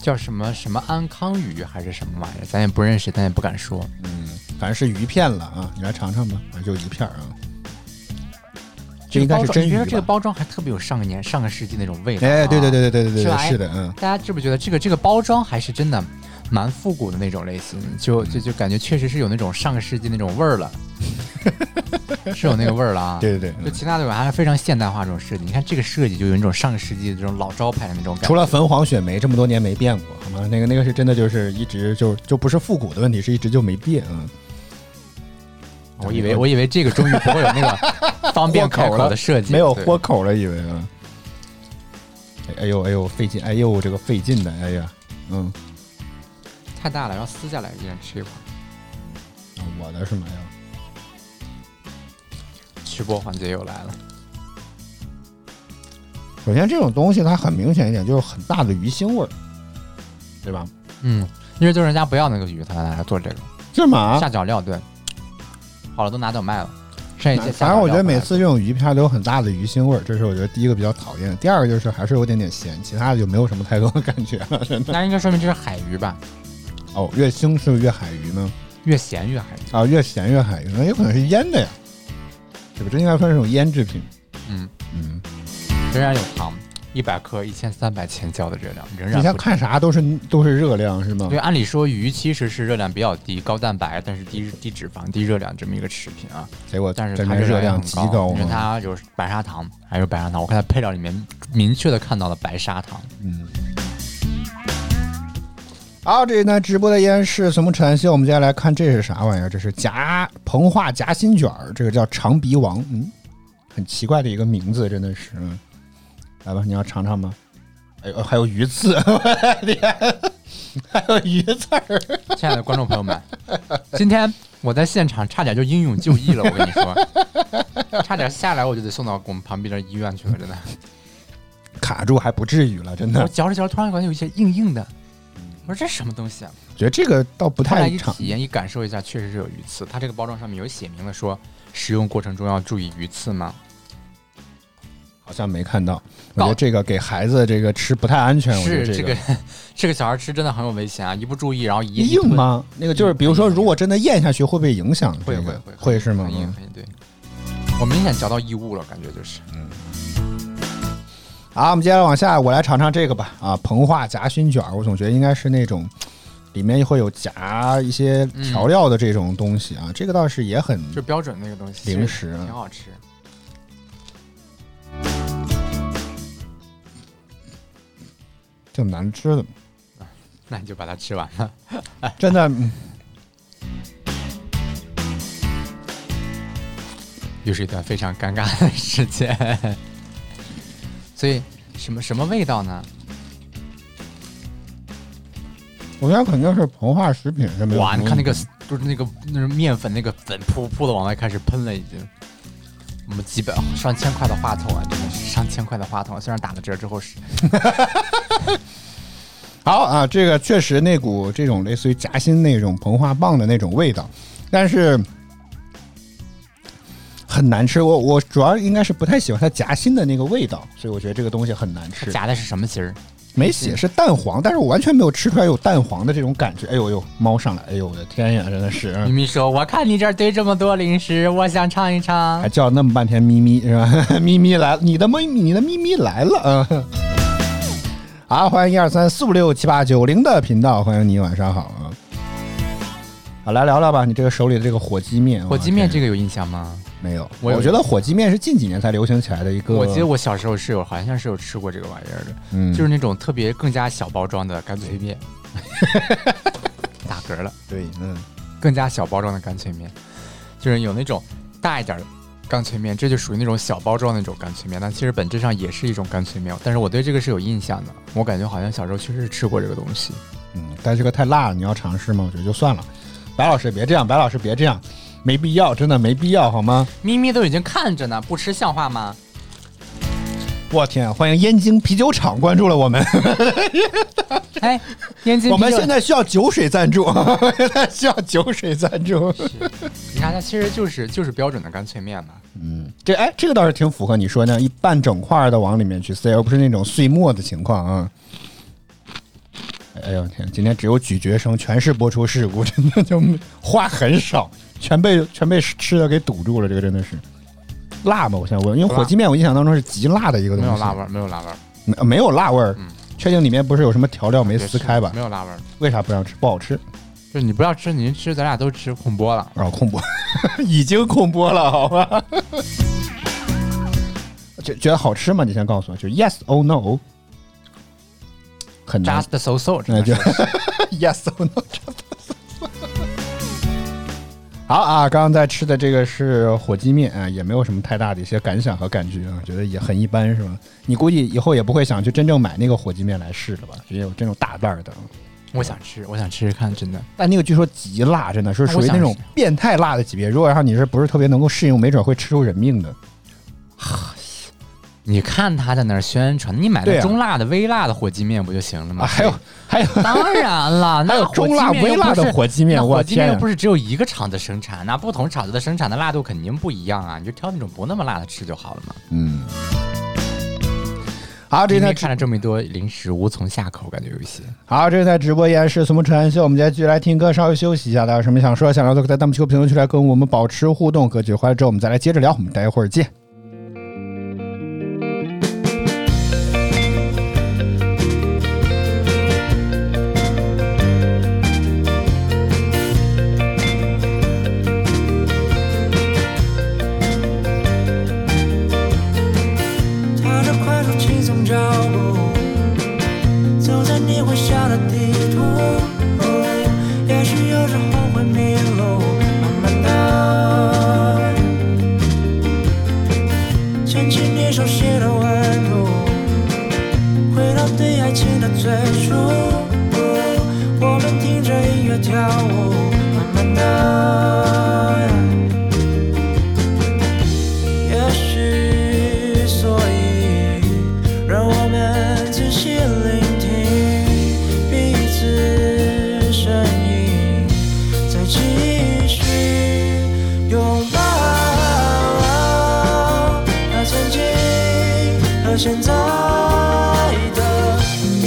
[SPEAKER 3] 叫什么什么安康鱼还是什么玩意儿，咱也不认识，咱也不敢说。
[SPEAKER 2] 反正是鱼片了啊。你来尝尝吧，反正就一片儿啊。这
[SPEAKER 3] 这
[SPEAKER 2] 应
[SPEAKER 3] 个
[SPEAKER 2] 该
[SPEAKER 3] 包
[SPEAKER 2] 是
[SPEAKER 3] 装，
[SPEAKER 2] 真
[SPEAKER 3] 你
[SPEAKER 2] 鱼
[SPEAKER 3] 觉得这个
[SPEAKER 2] 吧？
[SPEAKER 3] 包装还特别有上个年、上个世纪那种味道、啊。
[SPEAKER 2] 哎，对对对对对对
[SPEAKER 3] 是
[SPEAKER 2] 对，
[SPEAKER 3] 吧哎
[SPEAKER 2] 是的，嗯。
[SPEAKER 3] 大家知不觉得这个这个包装还是真的蛮复古的那种类型？就
[SPEAKER 2] 嗯
[SPEAKER 3] 就就感觉确实是有那种上个世纪那种味儿了，是有那个味儿了啊。
[SPEAKER 2] 对对对
[SPEAKER 3] 就
[SPEAKER 2] 嗯
[SPEAKER 3] 其他的还是非常现代化这种设计。你看这个设计就有一种上个世纪的这种老招牌的那种感觉。
[SPEAKER 2] 除了粉黄雪梅这么多年没变过，好吗？那个那个是真的，就是一直就就不是复古的问题，是一直就没变啊。
[SPEAKER 3] 我以为我以为这个终于不会有 那个方便开口的设计，
[SPEAKER 2] 没有
[SPEAKER 3] 对
[SPEAKER 2] 豁口了，以为啊。哎哎呦哎呦费劲，哎呦这个费劲的，哎呀，嗯，
[SPEAKER 3] 太大了，然后撕下来一人吃一块，
[SPEAKER 2] 啊我的是没有，
[SPEAKER 3] 吃播环节又来了。
[SPEAKER 2] 首先这种东西它很明显一点就是很大的鱼腥味儿，对吧？
[SPEAKER 3] 嗯，因为就是人家不要那个鱼，他拿来做这个
[SPEAKER 2] 是吗？
[SPEAKER 3] 下脚料，对。好了，都拿走卖了，剩下一些哎下
[SPEAKER 2] 反
[SPEAKER 3] 脚料
[SPEAKER 2] 正我觉得每
[SPEAKER 3] 回来
[SPEAKER 2] 次这种鱼片都有很大的鱼腥味儿，这是我觉得第一个比较讨厌的。第二个就是还是有点点咸，其他的就没有什么太多的感觉了。 真的
[SPEAKER 3] 那应该说明这是海鱼吧？
[SPEAKER 2] 哦，越腥是不是越海鱼呢？
[SPEAKER 3] 越咸越海鱼。
[SPEAKER 2] 啊，越咸越海鱼，那有可能是腌的呀，对吧？这应该算是种腌制品。
[SPEAKER 3] 嗯，
[SPEAKER 2] 嗯，
[SPEAKER 3] 仍然有糖，一百克一千三百千焦的热量，仍
[SPEAKER 2] 你
[SPEAKER 3] 然
[SPEAKER 2] 像
[SPEAKER 3] 不低
[SPEAKER 2] 看啥都是都是热量是吗？
[SPEAKER 3] 对，啊按理说鱼其实是热量比较低、高蛋白，但是低低脂肪、低热量这么一个食品啊。
[SPEAKER 2] 结果
[SPEAKER 3] 但是
[SPEAKER 2] 真
[SPEAKER 3] 它
[SPEAKER 2] 的呃热量极
[SPEAKER 3] 很
[SPEAKER 2] 高
[SPEAKER 3] 因为
[SPEAKER 2] 啊。
[SPEAKER 3] 它有白砂糖，还有白砂糖。我看它配料里面明确的看到了白砂糖。
[SPEAKER 2] 嗯。好，这一段直播的依然是什么传秀？我们接下来看这是啥玩意儿？这是夹膨化夹心卷儿，这个叫长鼻王，嗯，很奇怪的一个名字，真的是。嗯来吧，你要尝尝吗？哎呦，还有鱼刺， 我的天，还有鱼刺儿。
[SPEAKER 3] 亲爱的观众朋友们，今天我在现场差点就英勇就义了，我跟你说， 差点下来我就得送到我们旁边的医院去了，真的。
[SPEAKER 2] 卡住还不至于了，真的
[SPEAKER 3] 我。嚼着嚼着，突然感觉有一些硬硬的，我说这什么东西啊？
[SPEAKER 2] 觉得这个倒不
[SPEAKER 3] 后来
[SPEAKER 2] 太
[SPEAKER 3] 一
[SPEAKER 2] 常
[SPEAKER 3] 体验一感受一下，确实是有鱼刺。它这个包装上面有写明了说，使用过程中要注意鱼刺吗？
[SPEAKER 2] 好像没看到。我
[SPEAKER 3] 搞
[SPEAKER 2] 觉得这个给孩子这个吃不太安全。哎我觉得
[SPEAKER 3] 是这
[SPEAKER 2] 个
[SPEAKER 3] 个 这个小孩吃真的很有危险啊！一不注意，然后一
[SPEAKER 2] 硬？吗？那个就是，比如说，如果真的咽下去，会不会影响这
[SPEAKER 3] 会
[SPEAKER 2] 个？
[SPEAKER 3] 会会
[SPEAKER 2] 会是吗嗯
[SPEAKER 3] 很？硬很硬，对。我明显嚼到异物了，感觉就是。
[SPEAKER 2] 嗯好，我们接下来往下，我来尝尝这个吧。啊，膨化夹心卷儿，我总觉得应该是那种里面会有夹一些调料的这种东西啊。这个倒是也很
[SPEAKER 3] 就标准那个东西，
[SPEAKER 2] 零食啊
[SPEAKER 3] 挺好吃。
[SPEAKER 2] 挺难吃的。
[SPEAKER 3] 那你就把它吃完了。
[SPEAKER 2] 真的，嗯
[SPEAKER 3] 又是一段非常尴尬的时间。所以什么什么味道呢？
[SPEAKER 2] 我觉得肯定是膨化食品是没有。
[SPEAKER 3] 哇，你看那个，就是那个那是面粉那个粉噗噗的往外开始喷了，已经。我们几百上千块的话筒啊，真的是上千块的话筒，虽然打了折之后是
[SPEAKER 2] 好啊，这个确实那股这种类似于夹心那种膨化棒的那种味道，但是很难吃。我我主要应该是不太喜欢它夹心的那个味道，所以我觉得这个东西很难吃。
[SPEAKER 3] 夹的是什么芯儿？
[SPEAKER 2] 没
[SPEAKER 3] 嗯
[SPEAKER 2] 写是蛋黄，但是我完全没有吃出来有蛋黄的这种感觉。哎呦呦，猫上来，哎呦我的天呀，真的是。
[SPEAKER 3] 咪咪说：“我看你这儿堆这么多零食，我想尝一尝
[SPEAKER 2] 还。叫那么半天咪咪是吧？ 咪咪来，你的咪，你的咪咪来了啊！好，欢迎一二三四五六七八九零的频道，欢迎你，晚上好啊！好，来聊聊吧，你这个手里的这个火鸡面，”
[SPEAKER 3] 火鸡面这
[SPEAKER 2] 个
[SPEAKER 3] 个有印象吗？
[SPEAKER 2] 没有，
[SPEAKER 3] 我
[SPEAKER 2] 我
[SPEAKER 3] 有
[SPEAKER 2] 觉得火鸡面是近几年才流行起来的一个，
[SPEAKER 3] 我记得我小时候是有，好像是有吃过这个玩意儿的，
[SPEAKER 2] 嗯
[SPEAKER 3] 就是那种特别更加小包装的干脆面， 打嗝了，
[SPEAKER 2] 对，嗯，
[SPEAKER 3] 更加小包装的干脆面，就是有那种大一点的干脆面，这就属于那种小包装的那种干脆面，但其实本质上也是一种干脆面，但是我对这个是有印象的，我感觉好像小时候确实是吃过这个东西。
[SPEAKER 2] 嗯，但是这个太辣了，你要尝试吗？我觉得就算了。白老师别这样，白老师别这样，没必要，真的没必要，好吗？
[SPEAKER 3] 咪咪都已经看着呢，不吃像话 吗？
[SPEAKER 2] 我天，欢迎燕京啤酒厂关注了我们，
[SPEAKER 3] 哎，燕京啤酒，
[SPEAKER 2] 我们现在需要酒水赞助， 我们现在需要酒水赞助。
[SPEAKER 3] 你看它其实就是就是标准的干脆面嘛。
[SPEAKER 2] 这哎，这个倒是挺符合你说那样一半整块的往里面去塞，而不是那种碎末的情况啊。哎呦天，今天只有咀嚼声，全是播出事故，真的就没话很少，全被全被吃的给堵住了，这个真的是。辣吗？我现在问，因为火鸡面我印象当中是极辣的一个东
[SPEAKER 3] 没
[SPEAKER 2] 西，
[SPEAKER 3] 有辣味儿，没有辣味儿，
[SPEAKER 2] 没，没有辣味儿。确定里面不是有什么调料没
[SPEAKER 3] 别
[SPEAKER 2] 撕
[SPEAKER 3] 吃
[SPEAKER 2] 开吧
[SPEAKER 3] 没？有辣味儿，
[SPEAKER 2] 为啥不让吃？不好吃
[SPEAKER 3] 就是你不要吃，你吃咱俩都吃红波了。
[SPEAKER 2] 啊！控播 已经控播了，好吧？觉觉得好吃吗？你先告诉我，就 yes or no，很难
[SPEAKER 3] Just so so，
[SPEAKER 2] 那就 yes or no。好啊，刚刚在吃的这个是火鸡面啊，也没有什么太大的一些感想和感觉啊，觉得也很一般，是吧？你估计以后也不会想去真正买那个火鸡面来试了吧？也有这种大袋儿的，
[SPEAKER 3] 我想吃，我想吃吃看，真的。
[SPEAKER 2] 但那个据说极辣，真的是
[SPEAKER 3] 我
[SPEAKER 2] 属于
[SPEAKER 3] 想
[SPEAKER 2] 那种
[SPEAKER 3] 试
[SPEAKER 2] 变态辣的级别。如果让你是不是特别能够适应，没准会吃出人命的。
[SPEAKER 3] 你看他在那儿宣传，你买
[SPEAKER 2] 对
[SPEAKER 3] 那
[SPEAKER 2] 啊
[SPEAKER 3] 中辣的、微辣的火鸡面不就行了吗？
[SPEAKER 2] 啊，还有 还有，
[SPEAKER 3] 当然 了，
[SPEAKER 2] 还有
[SPEAKER 3] 那火鸡
[SPEAKER 2] 中辣
[SPEAKER 3] 面又
[SPEAKER 2] 微辣
[SPEAKER 3] 不是
[SPEAKER 2] 的火鸡面
[SPEAKER 3] 那
[SPEAKER 2] 我
[SPEAKER 3] 火鸡
[SPEAKER 2] 天
[SPEAKER 3] 面又
[SPEAKER 2] 呀
[SPEAKER 3] 不是只有一个厂子生产，那不同厂子的生产的辣度肯定不一样啊，你就挑那种不那么辣的吃就好了嘛。
[SPEAKER 2] 嗯，好，这
[SPEAKER 3] 今
[SPEAKER 2] 天
[SPEAKER 3] 天看了这么多零食，无从下口，感觉有一些。
[SPEAKER 2] 好，这是在直播间是什么陈安秀，我们今天继续来听歌，稍微休息一下。大家有什么想说、想聊的，可以在弹幕区、和评论区来跟我们保持互动。歌曲回来之后，我们再来接着聊，我们待会儿见。
[SPEAKER 8] 踏着快速轻松脚步，走在你会笑的地图。也许有时候会迷路，慢慢的，想起你熟悉的温度，回到对爱情的最初。我们听着音乐跳舞，慢慢的。也许，所以让我们仔细聆听彼此声音，再继续拥抱那曾经和现在的你。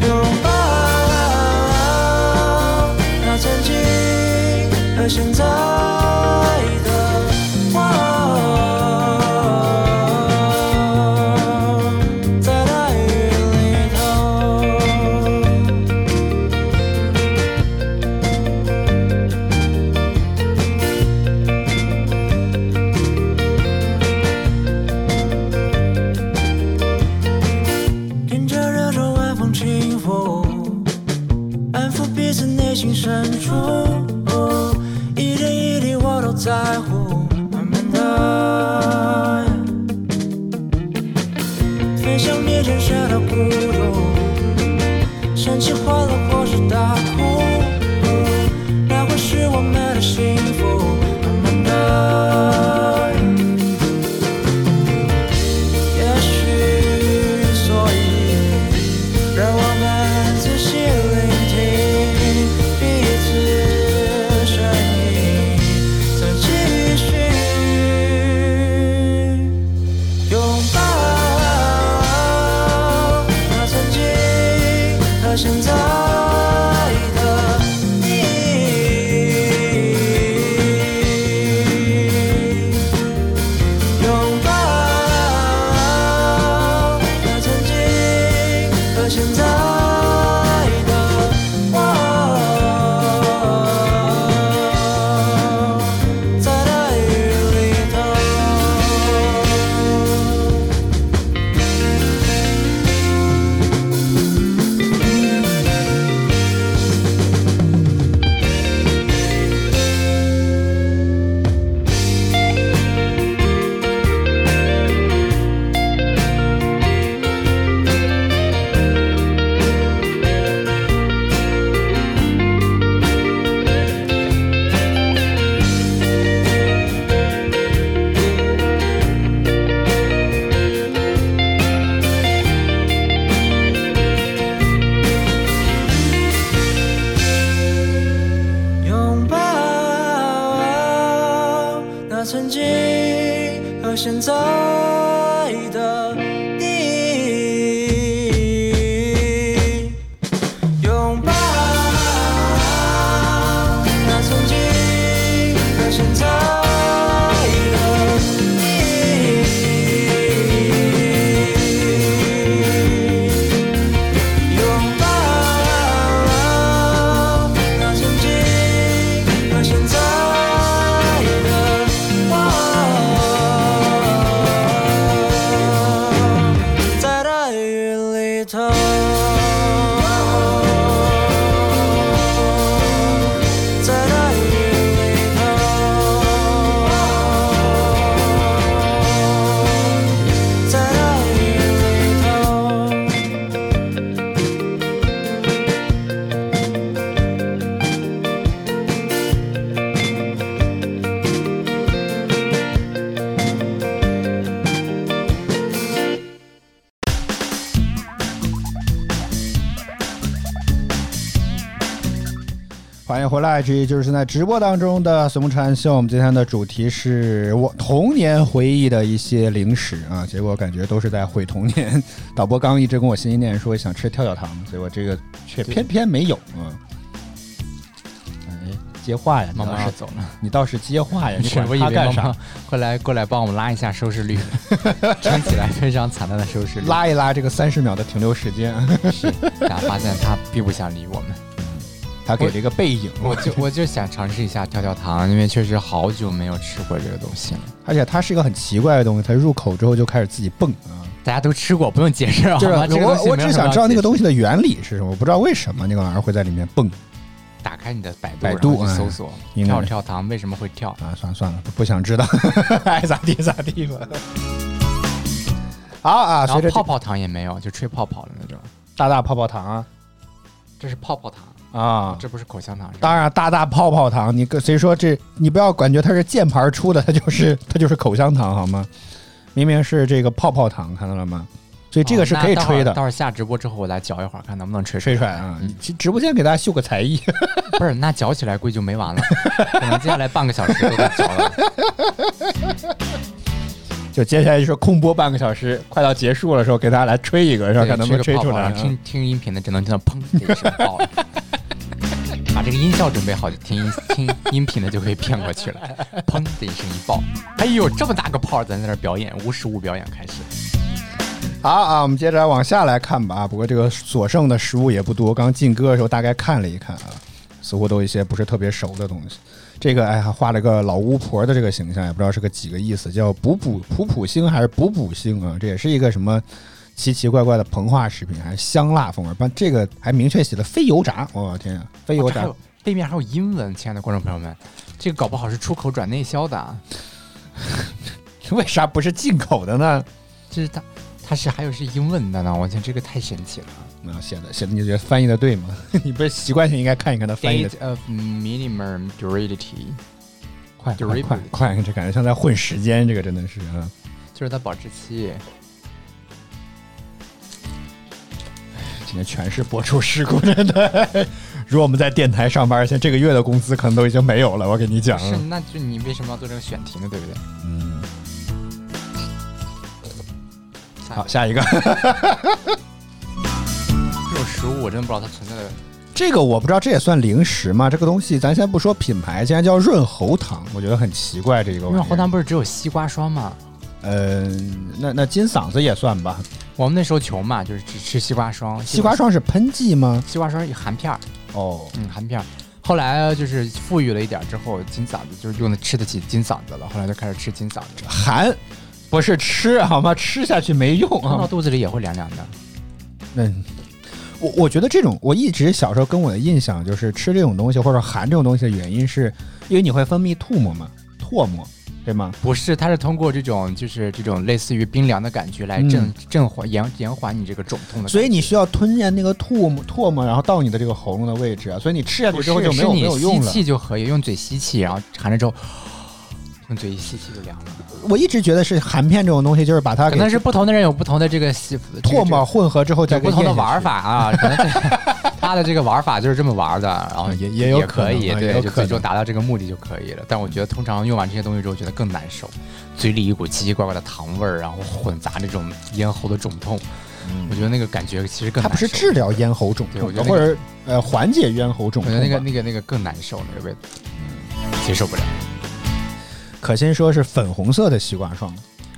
[SPEAKER 8] 拥抱那曾经和现在的我，在大雨里头。幸福，安抚彼此内心深处，一点一滴我都在乎，慢慢的分享你人生的孤独，生气欢乐或是大哭，那会是我们的幸福，慢慢的。也许，所以让我们仔细聆听彼此声音，再继续拥抱那曾经和现在的你。拥抱那曾经和现在的我，在爱里头。拥抱那曾经和现在的你，拥抱那曾经和现在的你。拥抱那曾经和现在的我，在大雨里头。在大雨里头，在大雨里头。
[SPEAKER 2] 欢迎回来，这就是在直播当中的随梦禅秀。我们今天的主题是我童年回忆的一些零食啊，结果感觉都是在毁童年。导播刚一直跟我心心念念说想吃跳跳糖，结果这个却偏偏没有啊。哎，接话呀，你
[SPEAKER 3] 妈
[SPEAKER 2] 倒
[SPEAKER 3] 妈
[SPEAKER 2] 是
[SPEAKER 3] 要走了，
[SPEAKER 2] 你倒是接话呀，你
[SPEAKER 3] 是
[SPEAKER 2] 管
[SPEAKER 3] 我以
[SPEAKER 2] 他
[SPEAKER 3] 为妈
[SPEAKER 2] 干啥
[SPEAKER 3] 妈？快来过来帮我们拉一下收视率， 撑起来非常惨淡的收视率。
[SPEAKER 2] 拉一拉这个三十秒的停留时间，
[SPEAKER 3] 是，但发现他并不想理我们。
[SPEAKER 2] 他给了一个背影，
[SPEAKER 3] 我就我就想尝试一下跳跳糖，因为确实好久没有吃过这个东西了。
[SPEAKER 2] 而且它是一个很奇怪的东西，它入口之后就开始自己蹦啊。
[SPEAKER 3] 大家都吃过，不用解释啊。
[SPEAKER 2] 就是
[SPEAKER 3] 好吗这个
[SPEAKER 2] 我
[SPEAKER 3] 东西
[SPEAKER 2] 我
[SPEAKER 3] 没有
[SPEAKER 2] 只
[SPEAKER 3] 什么
[SPEAKER 2] 想
[SPEAKER 3] 要
[SPEAKER 2] 知道那个
[SPEAKER 3] 解释
[SPEAKER 2] 东西的原理是什么，我不知道为什么那个玩意儿会在里面蹦
[SPEAKER 3] 打开你的百度，
[SPEAKER 2] 百度
[SPEAKER 3] 然后去
[SPEAKER 2] 哎
[SPEAKER 3] 搜索
[SPEAKER 2] 应该
[SPEAKER 3] 跳跳糖为什么会跳。
[SPEAKER 2] 啊！算了算了，不不想知道，爱咋地咋地吧。好啊，
[SPEAKER 3] 然后
[SPEAKER 2] 随着
[SPEAKER 3] 泡泡糖也没有，就吹泡泡的那种。
[SPEAKER 2] 大大泡泡糖
[SPEAKER 3] 这是泡泡糖，
[SPEAKER 2] 啊，
[SPEAKER 3] 这不是口香糖。是吧
[SPEAKER 2] 当然大大泡泡糖，你跟谁说这？你不要感觉它是键盘出的，它就是它就是口香糖好吗？明明是这个泡泡糖，看到了吗？所以这个是
[SPEAKER 3] 哦
[SPEAKER 2] 可以
[SPEAKER 3] 那待会儿
[SPEAKER 2] 吹的
[SPEAKER 3] 待，会儿嗯下直播之后，我来嚼一会儿，看能不能吹
[SPEAKER 2] 吹出来啊！你直直播间给大家秀个才艺，
[SPEAKER 3] 不是，那嚼起来估计就没完了， 可能接下来半个小时都在嚼了。
[SPEAKER 2] 就接下来就是空播半个小时，快到结束的时候给大家来吹一个，然后看能不能吹出来啊。
[SPEAKER 3] 听听音频的只能听到砰的一声爆了。把这个音效准备好，听听音频的就可以骗过去了。砰的一声一爆，哎呦，这么大个炮儿咱在那儿表演，无实物表演开始。
[SPEAKER 2] 好啊，我们接着往下来看吧。啊，不过这个所剩的食物也不多，刚进歌的时候大概看了一看啊，似乎都一些不是特别熟的东西。这个哎，还画了个老巫婆的这个形象，也不知道是个几个意思，叫补补普普星还是补补星啊？这也是一个什么奇奇怪怪的膨化食品，还是香辣风味儿。但这个还明确写了非油炸，我、天啊，非油
[SPEAKER 3] 哦我这还
[SPEAKER 2] 炸
[SPEAKER 3] 有背面还有英文，亲爱的观众朋友们，这个搞不好是出口转内销的啊。
[SPEAKER 2] 为啥不是进口的呢？
[SPEAKER 3] 这是它，它是还有是英文的呢，我天，这个太神奇了。
[SPEAKER 2] 啊，写的写的，你觉得翻译的对吗？ 你不是习惯性应该看一看它翻译的
[SPEAKER 3] Date of minimum durability，
[SPEAKER 2] 快快
[SPEAKER 3] Durable
[SPEAKER 2] 快快，这感觉像在混时间，这个真的是啊。
[SPEAKER 3] 就是它保质期。
[SPEAKER 2] 今天全是播出事故，真的。 如果我们在电台上班，现在这个月的工资可能都已经没有了。我跟你讲，啊
[SPEAKER 3] 是，那就你为什么要做这个选题呢？对不对？
[SPEAKER 2] 好，下一个，
[SPEAKER 3] 这种食物我真不知道它存在的。
[SPEAKER 2] 这个我不知道，这也算零食吗？这个东西咱先不说品牌，竟然叫润喉糖，我觉得很奇怪。这个
[SPEAKER 3] 因为红糖
[SPEAKER 2] 不，
[SPEAKER 3] 不是只有西瓜霜吗？
[SPEAKER 2] 呃，那那金嗓子也算吧？
[SPEAKER 3] 我们那时候穷嘛，就是只吃西瓜霜。
[SPEAKER 2] 西瓜，霜是喷剂吗？
[SPEAKER 3] 西瓜霜有含片儿，
[SPEAKER 2] 哦，
[SPEAKER 3] 嗯，含片儿。后来就是富裕了一点之后，金嗓子就是用的吃得起金嗓子了，后来就开始吃金嗓子了，
[SPEAKER 2] 含，不是吃啊好吗？吃下去没用
[SPEAKER 3] 放到
[SPEAKER 2] 啊。
[SPEAKER 3] 肚子里也会凉凉的。
[SPEAKER 2] 嗯，我我觉得这种，我一直小时候跟我的印象就是吃这种东西或者含这种东西的原因是，因为你会分泌吐沫嘛，唾沫，对吗？
[SPEAKER 3] 不是，它是通过这种就是这种类似于冰凉的感觉来镇、镇缓延延缓你这个肿痛的感
[SPEAKER 2] 嗯
[SPEAKER 3] 觉。
[SPEAKER 2] 所以你需要吞咽那个吐沫唾沫，然后到你的这个喉咙的位置啊。所以你吃下去
[SPEAKER 3] 不
[SPEAKER 2] 之后
[SPEAKER 3] 是
[SPEAKER 2] 就没
[SPEAKER 3] 是
[SPEAKER 2] 有没
[SPEAKER 3] 你
[SPEAKER 2] 有
[SPEAKER 3] 吸
[SPEAKER 2] 用了。
[SPEAKER 3] 气就可以，用嘴吸气，然后含着之后，用嘴一吸气就凉了。
[SPEAKER 2] 我一直觉得是含片这种东西，就是把它
[SPEAKER 3] 可
[SPEAKER 2] 给
[SPEAKER 3] 能是不同的人有不同的这个吸
[SPEAKER 2] 唾沫混合之后
[SPEAKER 3] 有
[SPEAKER 2] 再给
[SPEAKER 3] 不同的
[SPEAKER 2] 咽下去
[SPEAKER 3] 玩。法啊，可 能这他的这个玩法就是这么玩的，然后
[SPEAKER 2] 也嗯也
[SPEAKER 3] 也
[SPEAKER 2] 有可
[SPEAKER 3] 可以，
[SPEAKER 2] 能啊也有可
[SPEAKER 3] 对，就
[SPEAKER 2] 能
[SPEAKER 3] 最终达到这个目的就可以了。但我觉得通常用完这些东西之后，觉得更难受，嘴里一股奇奇怪怪的糖味儿，然后混杂这种咽喉的肿痛，我觉得那个感觉其实更
[SPEAKER 2] 嗯它
[SPEAKER 3] 难
[SPEAKER 2] 不是
[SPEAKER 3] 受。
[SPEAKER 2] 治疗咽喉肿
[SPEAKER 3] 对
[SPEAKER 2] 痛
[SPEAKER 3] 我
[SPEAKER 2] 的，
[SPEAKER 3] 觉得
[SPEAKER 2] 或
[SPEAKER 3] 那个
[SPEAKER 2] 者呃缓解咽喉肿
[SPEAKER 3] 我
[SPEAKER 2] 痛吧。
[SPEAKER 3] 觉得那个那个那个更难受，那个味道，
[SPEAKER 2] 嗯
[SPEAKER 3] 接受不了
[SPEAKER 2] 可心说是粉红色的西瓜霜，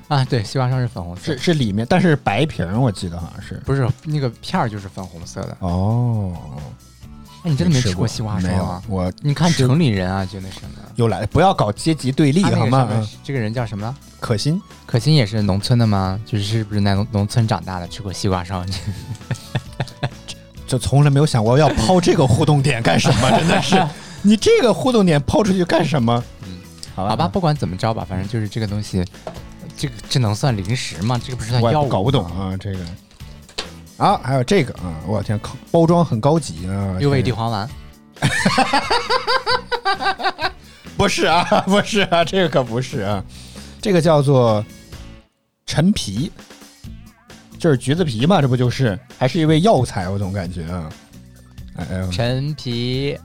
[SPEAKER 3] 啊！对，西瓜霜是粉红色
[SPEAKER 2] 是，是里面，但是白瓶我记得好像是。
[SPEAKER 3] 不是那个片儿就是粉红色的。
[SPEAKER 2] 哦，
[SPEAKER 3] 哎，你真的没吃过西瓜霜
[SPEAKER 2] 没
[SPEAKER 3] 啊
[SPEAKER 2] 有？，我
[SPEAKER 3] 你看
[SPEAKER 2] 吃
[SPEAKER 3] 城里人啊，就那什么，
[SPEAKER 2] 又来，不要搞阶级对立
[SPEAKER 3] 他那
[SPEAKER 2] 好
[SPEAKER 3] 个
[SPEAKER 2] 吗
[SPEAKER 3] 上？面
[SPEAKER 2] 嗯
[SPEAKER 3] 是这个人叫什么？
[SPEAKER 2] 可 心，
[SPEAKER 3] 可心也是农村的吗？就是是不是在农农村长大的，吃过西瓜霜？
[SPEAKER 2] 就从来没有想过要抛这个互动点干什么，真的是，你这个互动点抛出去干什么？嗯，好
[SPEAKER 3] 好吧，，不管怎么着吧，反正就是这个东西，这个这能算零食吗？这个不是算
[SPEAKER 2] 我
[SPEAKER 3] 药
[SPEAKER 2] 也
[SPEAKER 3] 物？
[SPEAKER 2] 搞不懂。啊，这个。啊，还有这个啊，我天，靠包装很高级啊！
[SPEAKER 3] 六味地
[SPEAKER 2] 黄
[SPEAKER 3] 黄丸，
[SPEAKER 2] 不是啊， 不是啊，这个可不是啊，这个叫做陈皮，就是橘子皮嘛，这不就是？还是一味药材，我总感觉啊。哎哎呦，
[SPEAKER 3] 陈皮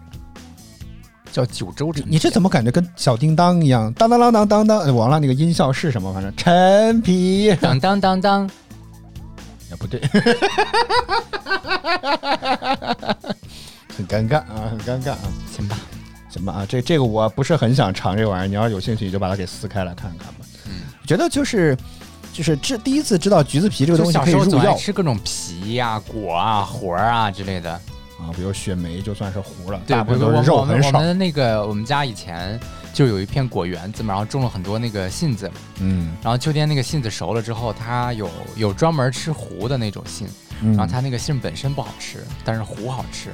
[SPEAKER 3] 叫九州陈皮。
[SPEAKER 2] 嗯你这怎么感觉跟小叮当一样？当当当当当当，呃我忘了那个音效是什么，反正陈皮
[SPEAKER 3] 当当当当，
[SPEAKER 2] 也不对，很尴尬啊，很尴尬啊。
[SPEAKER 3] 行吧，
[SPEAKER 2] 行吧啊，这这个我不是很想尝这玩意儿，你要是有兴趣，你就把它给撕开来看看吧。嗯，觉得就是就是这第一次知道橘子皮这个东
[SPEAKER 3] 就
[SPEAKER 2] 西
[SPEAKER 3] 小
[SPEAKER 2] 可以
[SPEAKER 3] 时候
[SPEAKER 2] 入
[SPEAKER 3] 总爱
[SPEAKER 2] 药
[SPEAKER 3] 吃各种皮呀、果啊、核儿啊之类的。
[SPEAKER 2] 啊，比如雪梅就算是糊了，
[SPEAKER 3] 对，
[SPEAKER 2] 大部分
[SPEAKER 3] 我
[SPEAKER 2] 都
[SPEAKER 3] 们
[SPEAKER 2] 是肉
[SPEAKER 3] 我们
[SPEAKER 2] 很
[SPEAKER 3] 我
[SPEAKER 2] 少。
[SPEAKER 3] 们那个我们家以前就有一片果园子嘛，然后种了很多那个杏子，
[SPEAKER 2] 嗯，
[SPEAKER 3] 然后秋天那个杏子熟了之后，它有有专门吃核的那种杏，
[SPEAKER 2] 嗯
[SPEAKER 3] 然后它那个杏本身不好吃，但是核好吃，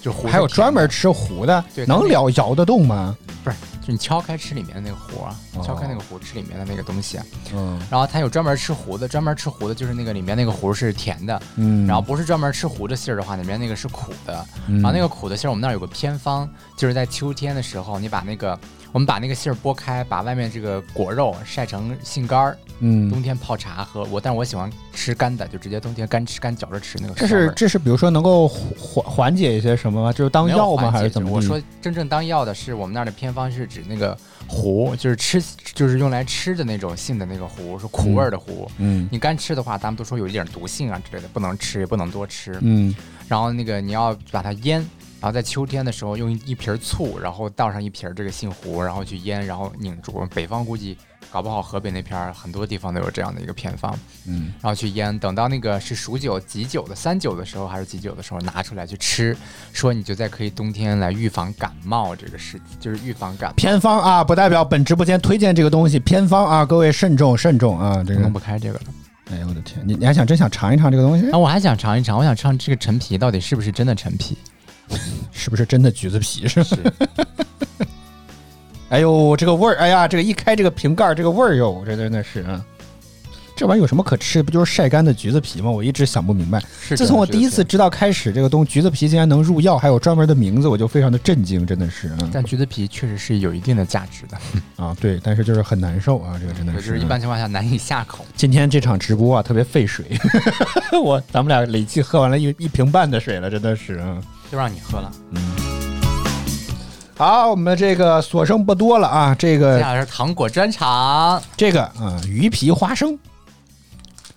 [SPEAKER 3] 就核
[SPEAKER 2] 还有
[SPEAKER 3] 是甜
[SPEAKER 2] 专
[SPEAKER 3] 的
[SPEAKER 2] 门吃糊的
[SPEAKER 3] 对，它
[SPEAKER 2] 能
[SPEAKER 3] 那
[SPEAKER 2] 了摇得动吗？
[SPEAKER 3] 不是，就你敲开吃里面的那个核啊
[SPEAKER 2] 哦，
[SPEAKER 3] 敲开那个核吃里面的那个东西啊，
[SPEAKER 2] 嗯
[SPEAKER 3] 然后它有专门吃核的，专门吃核的就是那个里面那个核是甜的，
[SPEAKER 2] 嗯，
[SPEAKER 3] 然后不是专门吃糊的杏儿的话，里面那个是苦的。
[SPEAKER 2] 嗯
[SPEAKER 3] 然后那个苦的杏儿，我们那儿有个偏方，就是在秋天的时候，你把那个我们把那个杏儿剥开，把外面这个果肉晒成杏干儿，
[SPEAKER 2] 嗯，
[SPEAKER 3] 冬天泡茶喝。我，但是我喜欢吃干的，就直接冬天干吃干嚼着吃那个
[SPEAKER 2] 这
[SPEAKER 3] 香味
[SPEAKER 2] 是
[SPEAKER 3] 儿。
[SPEAKER 2] 这是比如说能够缓缓解一些什么吗？就是当
[SPEAKER 3] 没有
[SPEAKER 2] 药吗？
[SPEAKER 3] 缓
[SPEAKER 2] 还
[SPEAKER 3] 解
[SPEAKER 2] 是怎么
[SPEAKER 3] 着
[SPEAKER 2] 地？
[SPEAKER 3] 我说真正当药的是我们那儿的偏方是指那个糊，就是吃就是用来吃的那种杏的那个糊，是苦味儿的糊。
[SPEAKER 2] 嗯
[SPEAKER 3] 你干吃的话，他们都说有一点毒性啊之类的，不能吃，也不能多吃。
[SPEAKER 2] 嗯
[SPEAKER 3] 然后那个你要把它腌，然后在秋天的时候用一瓶醋，然后倒上一瓶这个杏核，然后去腌，然后拧住。北方估计搞不好河北那片儿很多地方都有这样的一个偏方，
[SPEAKER 2] 嗯，
[SPEAKER 3] 然后去腌，等到那个是数酒、几酒的三酒的时候还是几酒的时候拿出来去吃，说你就在可以冬天来预防感冒这个事，就是预防感冒。
[SPEAKER 2] 偏方啊，不代表本直播间推荐这个东西。偏方啊，各位慎重慎重啊，这个
[SPEAKER 3] 嗯弄不开这个了，
[SPEAKER 2] 哎呦我的天，你你还想真想尝一尝这个东西
[SPEAKER 3] 啊，？我还想尝一尝，我想尝这个陈皮到底是不是真的陈皮？
[SPEAKER 2] 是不是真的橘子皮？是吧？
[SPEAKER 3] 是，
[SPEAKER 2] 哎呦，这个味儿，哎呀，这个一开这个瓶盖儿，这个味儿哟，这真的是啊。这玩意儿有什么可吃？不就是晒干的橘子皮吗？我一直想不明白。
[SPEAKER 3] 是
[SPEAKER 2] 自从我
[SPEAKER 3] 这样
[SPEAKER 2] 第一次，
[SPEAKER 3] 是
[SPEAKER 2] 知道开始这个东橘子皮竟然能入药，还有专门的名字，我就非常的震惊，真的是啊
[SPEAKER 3] 这样但橘子皮确实是有一定的价值的，
[SPEAKER 2] 啊，对，但是就是很难受啊，这个真的
[SPEAKER 3] 就是嗯是一般情况下难以下口。
[SPEAKER 2] 今天这场直播啊，特别费水， 我咱们俩累计喝完了一一瓶半的水了，真的是啊。
[SPEAKER 3] 就让你喝了，
[SPEAKER 2] 好，我们这个所剩不多了啊，这
[SPEAKER 3] 接
[SPEAKER 2] 个
[SPEAKER 3] 下来是糖果专场，
[SPEAKER 2] 这个啊，鱼皮花生，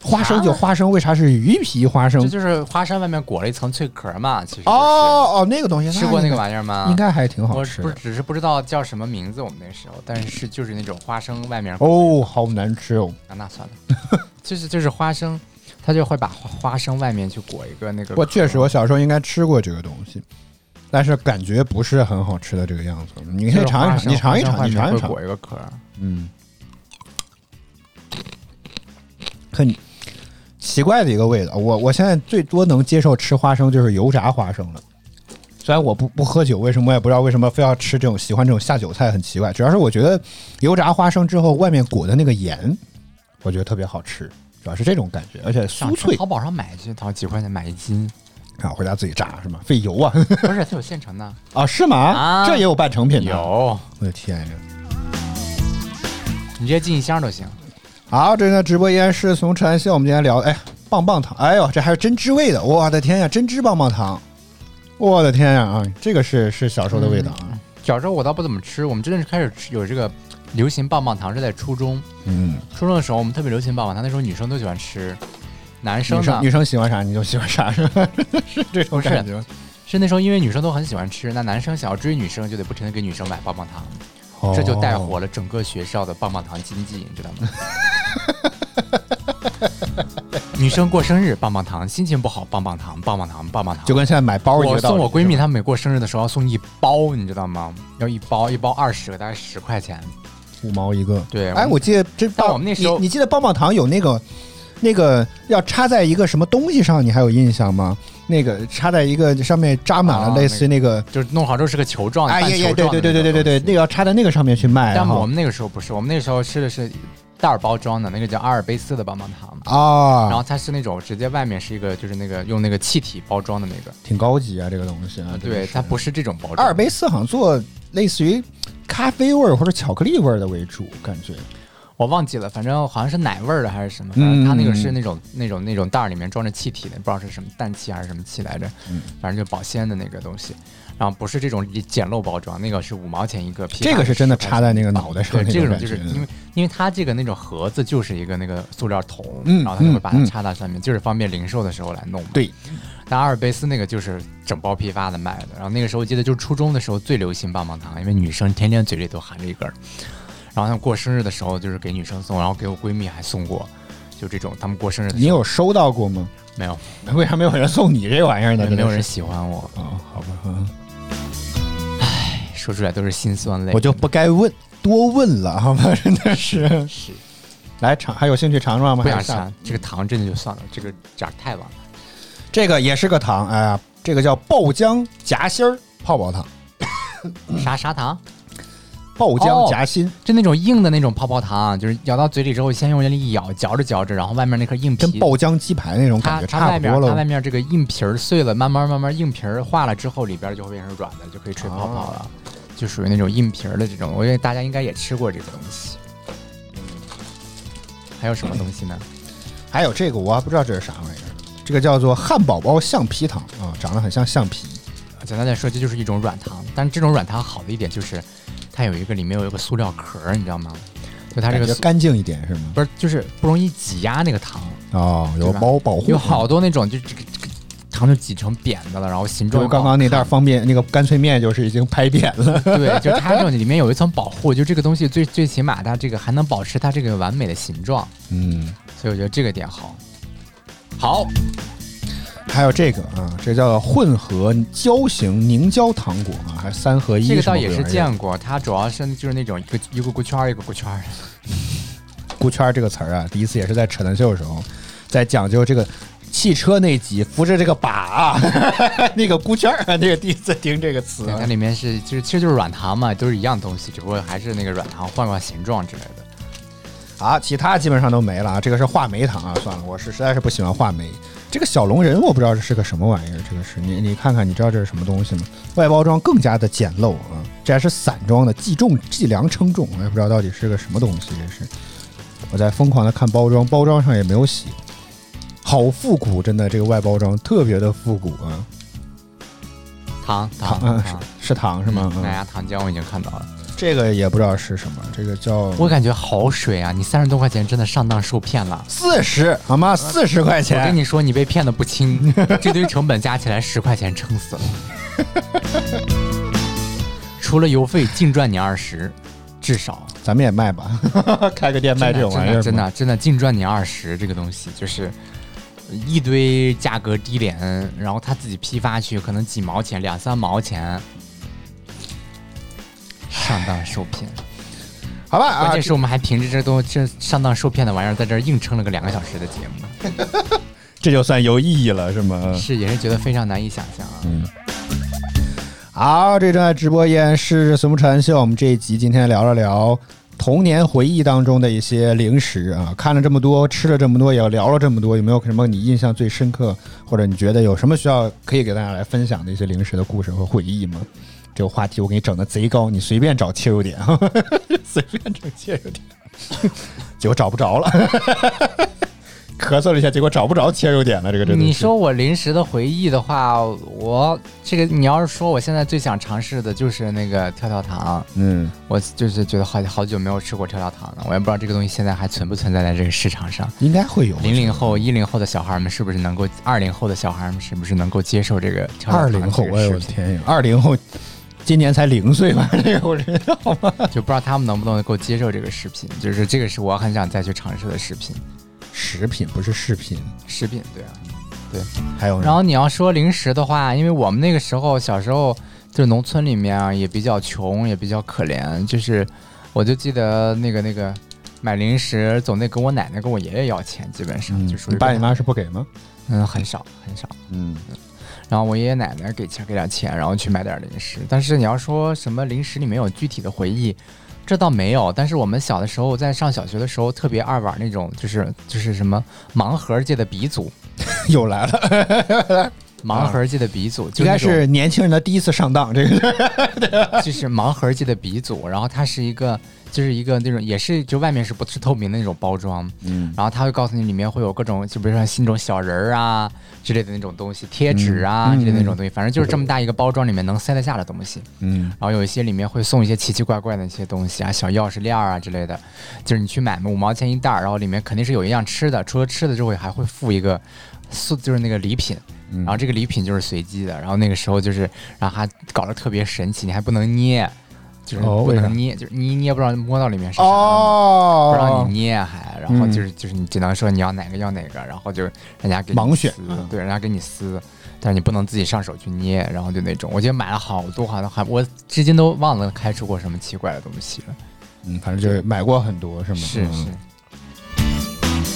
[SPEAKER 2] 花生就花生，为啥是鱼皮花生
[SPEAKER 3] 这？就是花生外面裹了一层脆壳嘛，其实就是
[SPEAKER 2] 哦哦，那个东西
[SPEAKER 3] 吃过那个
[SPEAKER 2] 意
[SPEAKER 3] 玩意儿吗？
[SPEAKER 2] 应该还挺好
[SPEAKER 3] 我
[SPEAKER 2] 吃
[SPEAKER 3] 不是
[SPEAKER 2] 的。
[SPEAKER 3] 只是不知道叫什么名字，我们那时候，但是就是那种花生外面
[SPEAKER 2] 哦，好难吃哦！
[SPEAKER 3] 啊，那算了， 就是就是花生，它就会把花花生外面去裹一个那个。
[SPEAKER 2] 我确实，我小时候应该吃过这个东西，但是感觉不是很好吃的这个样子。你可以尝一尝，你尝一尝，你尝一尝。
[SPEAKER 3] 裹一个壳儿。
[SPEAKER 2] 嗯，很奇怪的一个味道。我我现在最多能接受吃花生就是油炸花生了。虽然我不不喝酒，为什么我也不知道为什么非要吃这种喜欢这种下酒菜，很奇怪。主要是我觉得油炸花生之后外面裹的那个盐，我觉得特别好吃，主要是这种感觉，而且酥
[SPEAKER 3] 上
[SPEAKER 2] 脆
[SPEAKER 3] 淘宝上买去，淘几块钱买一斤，
[SPEAKER 2] 啊，回家自己炸是吗？费油啊
[SPEAKER 3] 不是它有现成的，
[SPEAKER 2] 啊是吗？
[SPEAKER 3] 啊
[SPEAKER 2] 这也有半成品的，
[SPEAKER 3] 有，
[SPEAKER 2] 我的天呀！
[SPEAKER 3] 你直接进一箱都行。
[SPEAKER 2] 好，这呢直播依然是从陈安希，我们今天聊，哎，棒棒糖，哎呦，这还是真知味的，我的天呀，真知棒棒糖，我的天呀啊，这个是是小时候的味道啊，
[SPEAKER 3] 小时候我倒不怎么吃，我们真的是开始吃有这个流行棒棒糖是在初中，
[SPEAKER 2] 嗯，
[SPEAKER 3] 初中的时候我们特别流行棒棒糖，那时候女生都喜欢吃，男生
[SPEAKER 2] 女
[SPEAKER 3] 呢
[SPEAKER 2] 生嗯女生喜欢啥你就喜欢啥， 是吧？是这种
[SPEAKER 3] 是
[SPEAKER 2] 感觉。
[SPEAKER 3] 是那时候因为女生都很喜欢吃，那男生想要追女生就得不停的给女生买棒棒糖，
[SPEAKER 2] 哦
[SPEAKER 3] 这就带火了整个学校的棒棒糖经济，你知道吗？ 女生过生日棒棒糖，心情不好棒棒糖，棒棒糖，棒棒糖。
[SPEAKER 2] 就跟现在买包一
[SPEAKER 3] 我
[SPEAKER 2] 个道
[SPEAKER 3] 送
[SPEAKER 2] 理。
[SPEAKER 3] 我闺蜜，
[SPEAKER 2] 是吧
[SPEAKER 3] 她们每过生日的时候要送一包，你知道吗？要一包，一包二十个，大概十块钱。
[SPEAKER 2] 五毛一个，
[SPEAKER 3] 对
[SPEAKER 2] 哎，
[SPEAKER 3] 我们
[SPEAKER 2] 我记得这
[SPEAKER 3] 但
[SPEAKER 2] 棒
[SPEAKER 3] 我们那时候
[SPEAKER 2] 你你记得棒棒糖有那个那个要插在一个什么东西上，你还有印象吗？那个插在一个上面扎满
[SPEAKER 3] 啊
[SPEAKER 2] 了类似于那个。
[SPEAKER 3] 就是弄好之后是个球状，
[SPEAKER 2] 哎
[SPEAKER 3] 半
[SPEAKER 2] 呀
[SPEAKER 3] 球
[SPEAKER 2] 呀，对
[SPEAKER 3] 状的
[SPEAKER 2] 对对对
[SPEAKER 3] 那
[SPEAKER 2] 对对
[SPEAKER 3] 种
[SPEAKER 2] 对，
[SPEAKER 3] 东西
[SPEAKER 2] 那个要插在那个上面去卖。
[SPEAKER 3] 但
[SPEAKER 2] 哈
[SPEAKER 3] 我们那个时候不是，我们那个时候吃的是袋儿包装的那个叫阿尔卑斯的棒棒糖，
[SPEAKER 2] 啊，
[SPEAKER 3] 然后它是那种直接外面是一个就是那个用那个气体包装的那个，
[SPEAKER 2] 挺高级啊，这个东西啊，真
[SPEAKER 3] 对，
[SPEAKER 2] 是
[SPEAKER 3] 它不是这种包装。
[SPEAKER 2] 阿尔卑斯好像做类似于咖啡味儿或者巧克力味儿的为主，感觉
[SPEAKER 3] 我忘记了，反正好像是奶味儿的还是什么，
[SPEAKER 2] 嗯
[SPEAKER 3] 反正它那个是那种那种那种袋儿里面装着气体的，不知道是什么氮气还是什么气来着，
[SPEAKER 2] 嗯
[SPEAKER 3] 反正就保鲜的那个东西。然后不是这种简陋包装，那个是五毛钱一个，批发
[SPEAKER 2] 这个是真的插在那个
[SPEAKER 3] 10块钱
[SPEAKER 2] 脑袋上
[SPEAKER 3] 对，
[SPEAKER 2] 那
[SPEAKER 3] 这
[SPEAKER 2] 种
[SPEAKER 3] 种
[SPEAKER 2] 感
[SPEAKER 3] 就是
[SPEAKER 2] 觉
[SPEAKER 3] 因为因为它这个那种盒子就是一个那个塑料桶，
[SPEAKER 2] 嗯
[SPEAKER 3] 然后它就会把它
[SPEAKER 2] 嗯
[SPEAKER 3] 插到上面，就是方便零售的时候来弄嘛。
[SPEAKER 2] 对，
[SPEAKER 3] 但阿尔卑斯那个就是整包批发的卖的。然后那个时候我记得就是初中的时候最流行棒棒糖，因为女生天天嘴里都含着一根儿。然后像过生日的时候就是给女生送，然后给我闺蜜还送过，就这种她们过生日的
[SPEAKER 2] 你
[SPEAKER 3] 时候
[SPEAKER 2] 有收到过吗？
[SPEAKER 3] 没有
[SPEAKER 2] 为啥没有人送你这玩意儿呢？
[SPEAKER 3] 没有人
[SPEAKER 2] 啊
[SPEAKER 3] 喜欢我，，
[SPEAKER 2] 哦好吧，嗯
[SPEAKER 3] 说出来都是心酸泪。
[SPEAKER 2] 我就不该问，多问了，好吧， 真的是。
[SPEAKER 3] 是
[SPEAKER 2] 来尝，还有兴趣尝尝吗？
[SPEAKER 3] 不想
[SPEAKER 2] 还是下
[SPEAKER 3] 吃这个糖，真的就算了，这个渣太晚了。
[SPEAKER 2] 这个也是个糖，哎呀，这个叫爆浆夹心儿泡泡糖，
[SPEAKER 3] 啥啥糖？
[SPEAKER 2] 爆浆
[SPEAKER 3] 哦
[SPEAKER 2] 夹心，
[SPEAKER 3] 就那种硬的那种泡泡糖，就是咬到嘴里之后，先用力一咬，嚼着嚼着，然后外面那颗硬皮
[SPEAKER 2] 跟爆浆鸡排那种感
[SPEAKER 3] 它
[SPEAKER 2] 觉
[SPEAKER 3] 它
[SPEAKER 2] 差
[SPEAKER 3] 外
[SPEAKER 2] 不
[SPEAKER 3] 面
[SPEAKER 2] 多了
[SPEAKER 3] 它外。面这个硬皮儿碎了，慢慢慢慢硬皮儿化了之后，里边儿就会变成软的，就可以吹泡泡了，
[SPEAKER 2] 哦
[SPEAKER 3] 就属于那种硬皮儿的这种。我觉得大家应该也吃过这个东西。还有什么东西呢？
[SPEAKER 2] 还有这个我还不知道这是啥玩意儿，这个叫做汉堡包橡皮糖啊、长得很像橡皮。
[SPEAKER 3] 简单来说，这就是一种软糖，但是这种软糖好的一点就是，它有一个里面有一个塑料壳儿，你知道吗？就它这
[SPEAKER 2] 感
[SPEAKER 3] 个
[SPEAKER 2] 觉
[SPEAKER 3] 塑
[SPEAKER 2] 干净一点是吗？
[SPEAKER 3] 不是就是不容易挤压那个糖，
[SPEAKER 2] 哦，有
[SPEAKER 3] 对吧
[SPEAKER 2] 包保护，
[SPEAKER 3] 有好多那种就这个这个糖就挤成扁的了，然后形
[SPEAKER 2] 比
[SPEAKER 3] 状
[SPEAKER 2] 如
[SPEAKER 3] 又不好
[SPEAKER 2] 刚刚那袋
[SPEAKER 3] 看
[SPEAKER 2] 方便那个干脆面就是已经拍扁了。
[SPEAKER 3] 对，就是它这种里面有一层保护，就这个东西最最起码它这个还能保持它这个完美的形状，
[SPEAKER 2] 嗯，
[SPEAKER 3] 所以我觉得这个点好。好，
[SPEAKER 2] 还有这个啊，这叫做混合胶型凝胶糖果啊，还是三合一
[SPEAKER 3] 这
[SPEAKER 2] 什么鬼玩
[SPEAKER 3] 个倒
[SPEAKER 2] 意儿？
[SPEAKER 3] 也是见过，它主要是就是那种一个 一个鼓圈儿一个鼓圈儿，
[SPEAKER 2] “咕圈”这个词儿啊，第一次也是在扯淡秀的时候，在讲究这个汽车那集，扶着这个把啊， 那个箍圈儿啊，这个第一次听这个词
[SPEAKER 3] 对，
[SPEAKER 2] 啊
[SPEAKER 3] 它，里面是就是其实就是软糖嘛，都是一样东西，只不过还是那个软糖换换形状之类的。
[SPEAKER 2] 啊，其他基本上都没了啊。这个是话梅糖啊，算了，我是实在是不喜欢话梅。这个小龙人我不知道这是个什么玩意儿，这个是你你看看，你知道这是什么东西吗？外包装更加的简陋啊，这还是散装的，计重计量称重，我也不知道到底是个什么东西。这是我在疯狂的看包装，包装上也没有写，好复古，真的这个外包装特别的复古啊，
[SPEAKER 3] 糖糖
[SPEAKER 2] 啊
[SPEAKER 3] 糖
[SPEAKER 2] 是是糖是吗？
[SPEAKER 3] 嗯
[SPEAKER 2] 嗯
[SPEAKER 3] 麦芽糖浆我已经看到了，
[SPEAKER 2] 这个也不知道是什么，这个叫
[SPEAKER 3] 我感觉好水啊！你三十多块钱真的上当受骗了。
[SPEAKER 2] 四十好吗？四十块
[SPEAKER 3] 我
[SPEAKER 2] 钱
[SPEAKER 3] 跟，你说，你被骗的不 轻，这堆成本加起来十块钱撑死了。除了邮费，净赚你二十，至少
[SPEAKER 2] 咱们也卖吧， 开个店卖这种玩意儿，
[SPEAKER 3] 真的真的真的净赚你二十这个东西，就是一堆价格低廉，然后他自己批发去，可能几毛钱、两三毛钱，上当受骗。
[SPEAKER 2] 好吧
[SPEAKER 3] 关
[SPEAKER 2] 啊
[SPEAKER 3] 键，是我们还凭着这东这上当受骗的玩意儿，在这儿硬撑了个两个小时的节目，
[SPEAKER 2] 这就算有意义了，是吗？
[SPEAKER 3] 是也是觉得非常难以想象啊。
[SPEAKER 2] 好，这正在直播间是随木禅秀，我们这一集今天聊了聊童年回忆当中的一些零食啊，看了这么多，吃了这么多，也聊了这么多，有没有什么你印象最深刻，或者你觉得有什么需要可以给大家来分享的一些零食的故事和回忆吗？这个话题我给你整的贼高，你随便找切入点， 随便整切入点，结果找不着了， 咳嗽了一下，结果找不着切入点了，这个真的是
[SPEAKER 3] 你说我临时的回忆的话，我这个你要是说我现在最想尝试的就是那个跳跳糖，
[SPEAKER 2] 嗯。
[SPEAKER 3] 我就是觉得好好久没有吃过跳跳糖了，我也不知道这个东西现在还存不存在在这个市场上。
[SPEAKER 2] 应该会有
[SPEAKER 3] 零零后、一零后的小孩们是不是能够？二零后的小孩们是不是能够接受这个跳跳
[SPEAKER 2] 二
[SPEAKER 3] 糖这
[SPEAKER 2] 零
[SPEAKER 3] 个
[SPEAKER 2] 后，哎呦我
[SPEAKER 3] 事
[SPEAKER 2] 的
[SPEAKER 3] 情？
[SPEAKER 2] 天呀！二零后今年才零岁吧？ 这个我觉得
[SPEAKER 3] 就不知道他们能不能够接受这个食品，就是这个是我很想再去尝试的食品。
[SPEAKER 2] 食品不是视频，
[SPEAKER 3] 食品对啊，
[SPEAKER 2] 还有呢
[SPEAKER 3] 然后你要说零食的话，因为我们那个时候小时候就是农村里面啊，也比较穷，也比较可怜，就是我就记得那个那个买零食总得跟我奶奶跟我爷爷要钱，基本上
[SPEAKER 2] 嗯
[SPEAKER 3] 就属于
[SPEAKER 2] 你爸你
[SPEAKER 3] 跟他
[SPEAKER 2] 妈是不给吗？
[SPEAKER 3] 嗯很少很少。
[SPEAKER 2] 嗯，
[SPEAKER 3] 然后我爷爷奶奶给钱给点钱，然后去买点零食。但是你要说什么零食里面有具体的回忆，这倒没有。但是我们小的时候，在上小学的时候，特别爱玩那种，就是就是什么盲盒界的鼻祖，
[SPEAKER 2] 又来了，
[SPEAKER 3] 盲盒界的鼻祖，就
[SPEAKER 2] 应该
[SPEAKER 3] 那种
[SPEAKER 2] 是年轻人的第一次上当，这个是
[SPEAKER 3] 就是盲盒界的鼻祖，然后它是一个，就是一个那种也是就外面是不是透明的那种包装，嗯，然后它会告诉你里面会有各种，就比如说那种小人儿啊之类的那种东西，贴纸啊、
[SPEAKER 2] 嗯
[SPEAKER 3] 之类的那种东西，反正就是这么大一个包装里面能塞得下的东西，
[SPEAKER 2] 嗯，
[SPEAKER 3] 然后有一些里面会送一些奇奇怪怪的一些东西啊，小钥匙链儿啊之类的，就是你去买嘛，五毛钱一袋儿，然后里面肯定是有一样吃的，除了吃的之后还会附一个塑，就是那个礼品。
[SPEAKER 2] 嗯
[SPEAKER 3] 然后这个礼品就是随机的，然后那个时候就是，然后还搞得特别神奇，你还不能捏，就是
[SPEAKER 2] 哦
[SPEAKER 3] 不
[SPEAKER 2] 为啥
[SPEAKER 3] 能捏，就是你一捏不知道摸到里面是啥，
[SPEAKER 2] 哦，
[SPEAKER 3] 不让你捏还，然后
[SPEAKER 2] 嗯
[SPEAKER 3] 就是、就是你只能说你要哪个要哪个，然后就人家给你
[SPEAKER 2] 盲选
[SPEAKER 3] 撕
[SPEAKER 2] 嗯
[SPEAKER 3] 对，人家给你撕，但是你不能自己上手去捏，然后就那种，我记得买了好多好多，还我至今都忘了开出过什么奇怪的东西了，
[SPEAKER 2] 嗯，反正就是买过很多，是吗？
[SPEAKER 3] 是是
[SPEAKER 2] 嗯。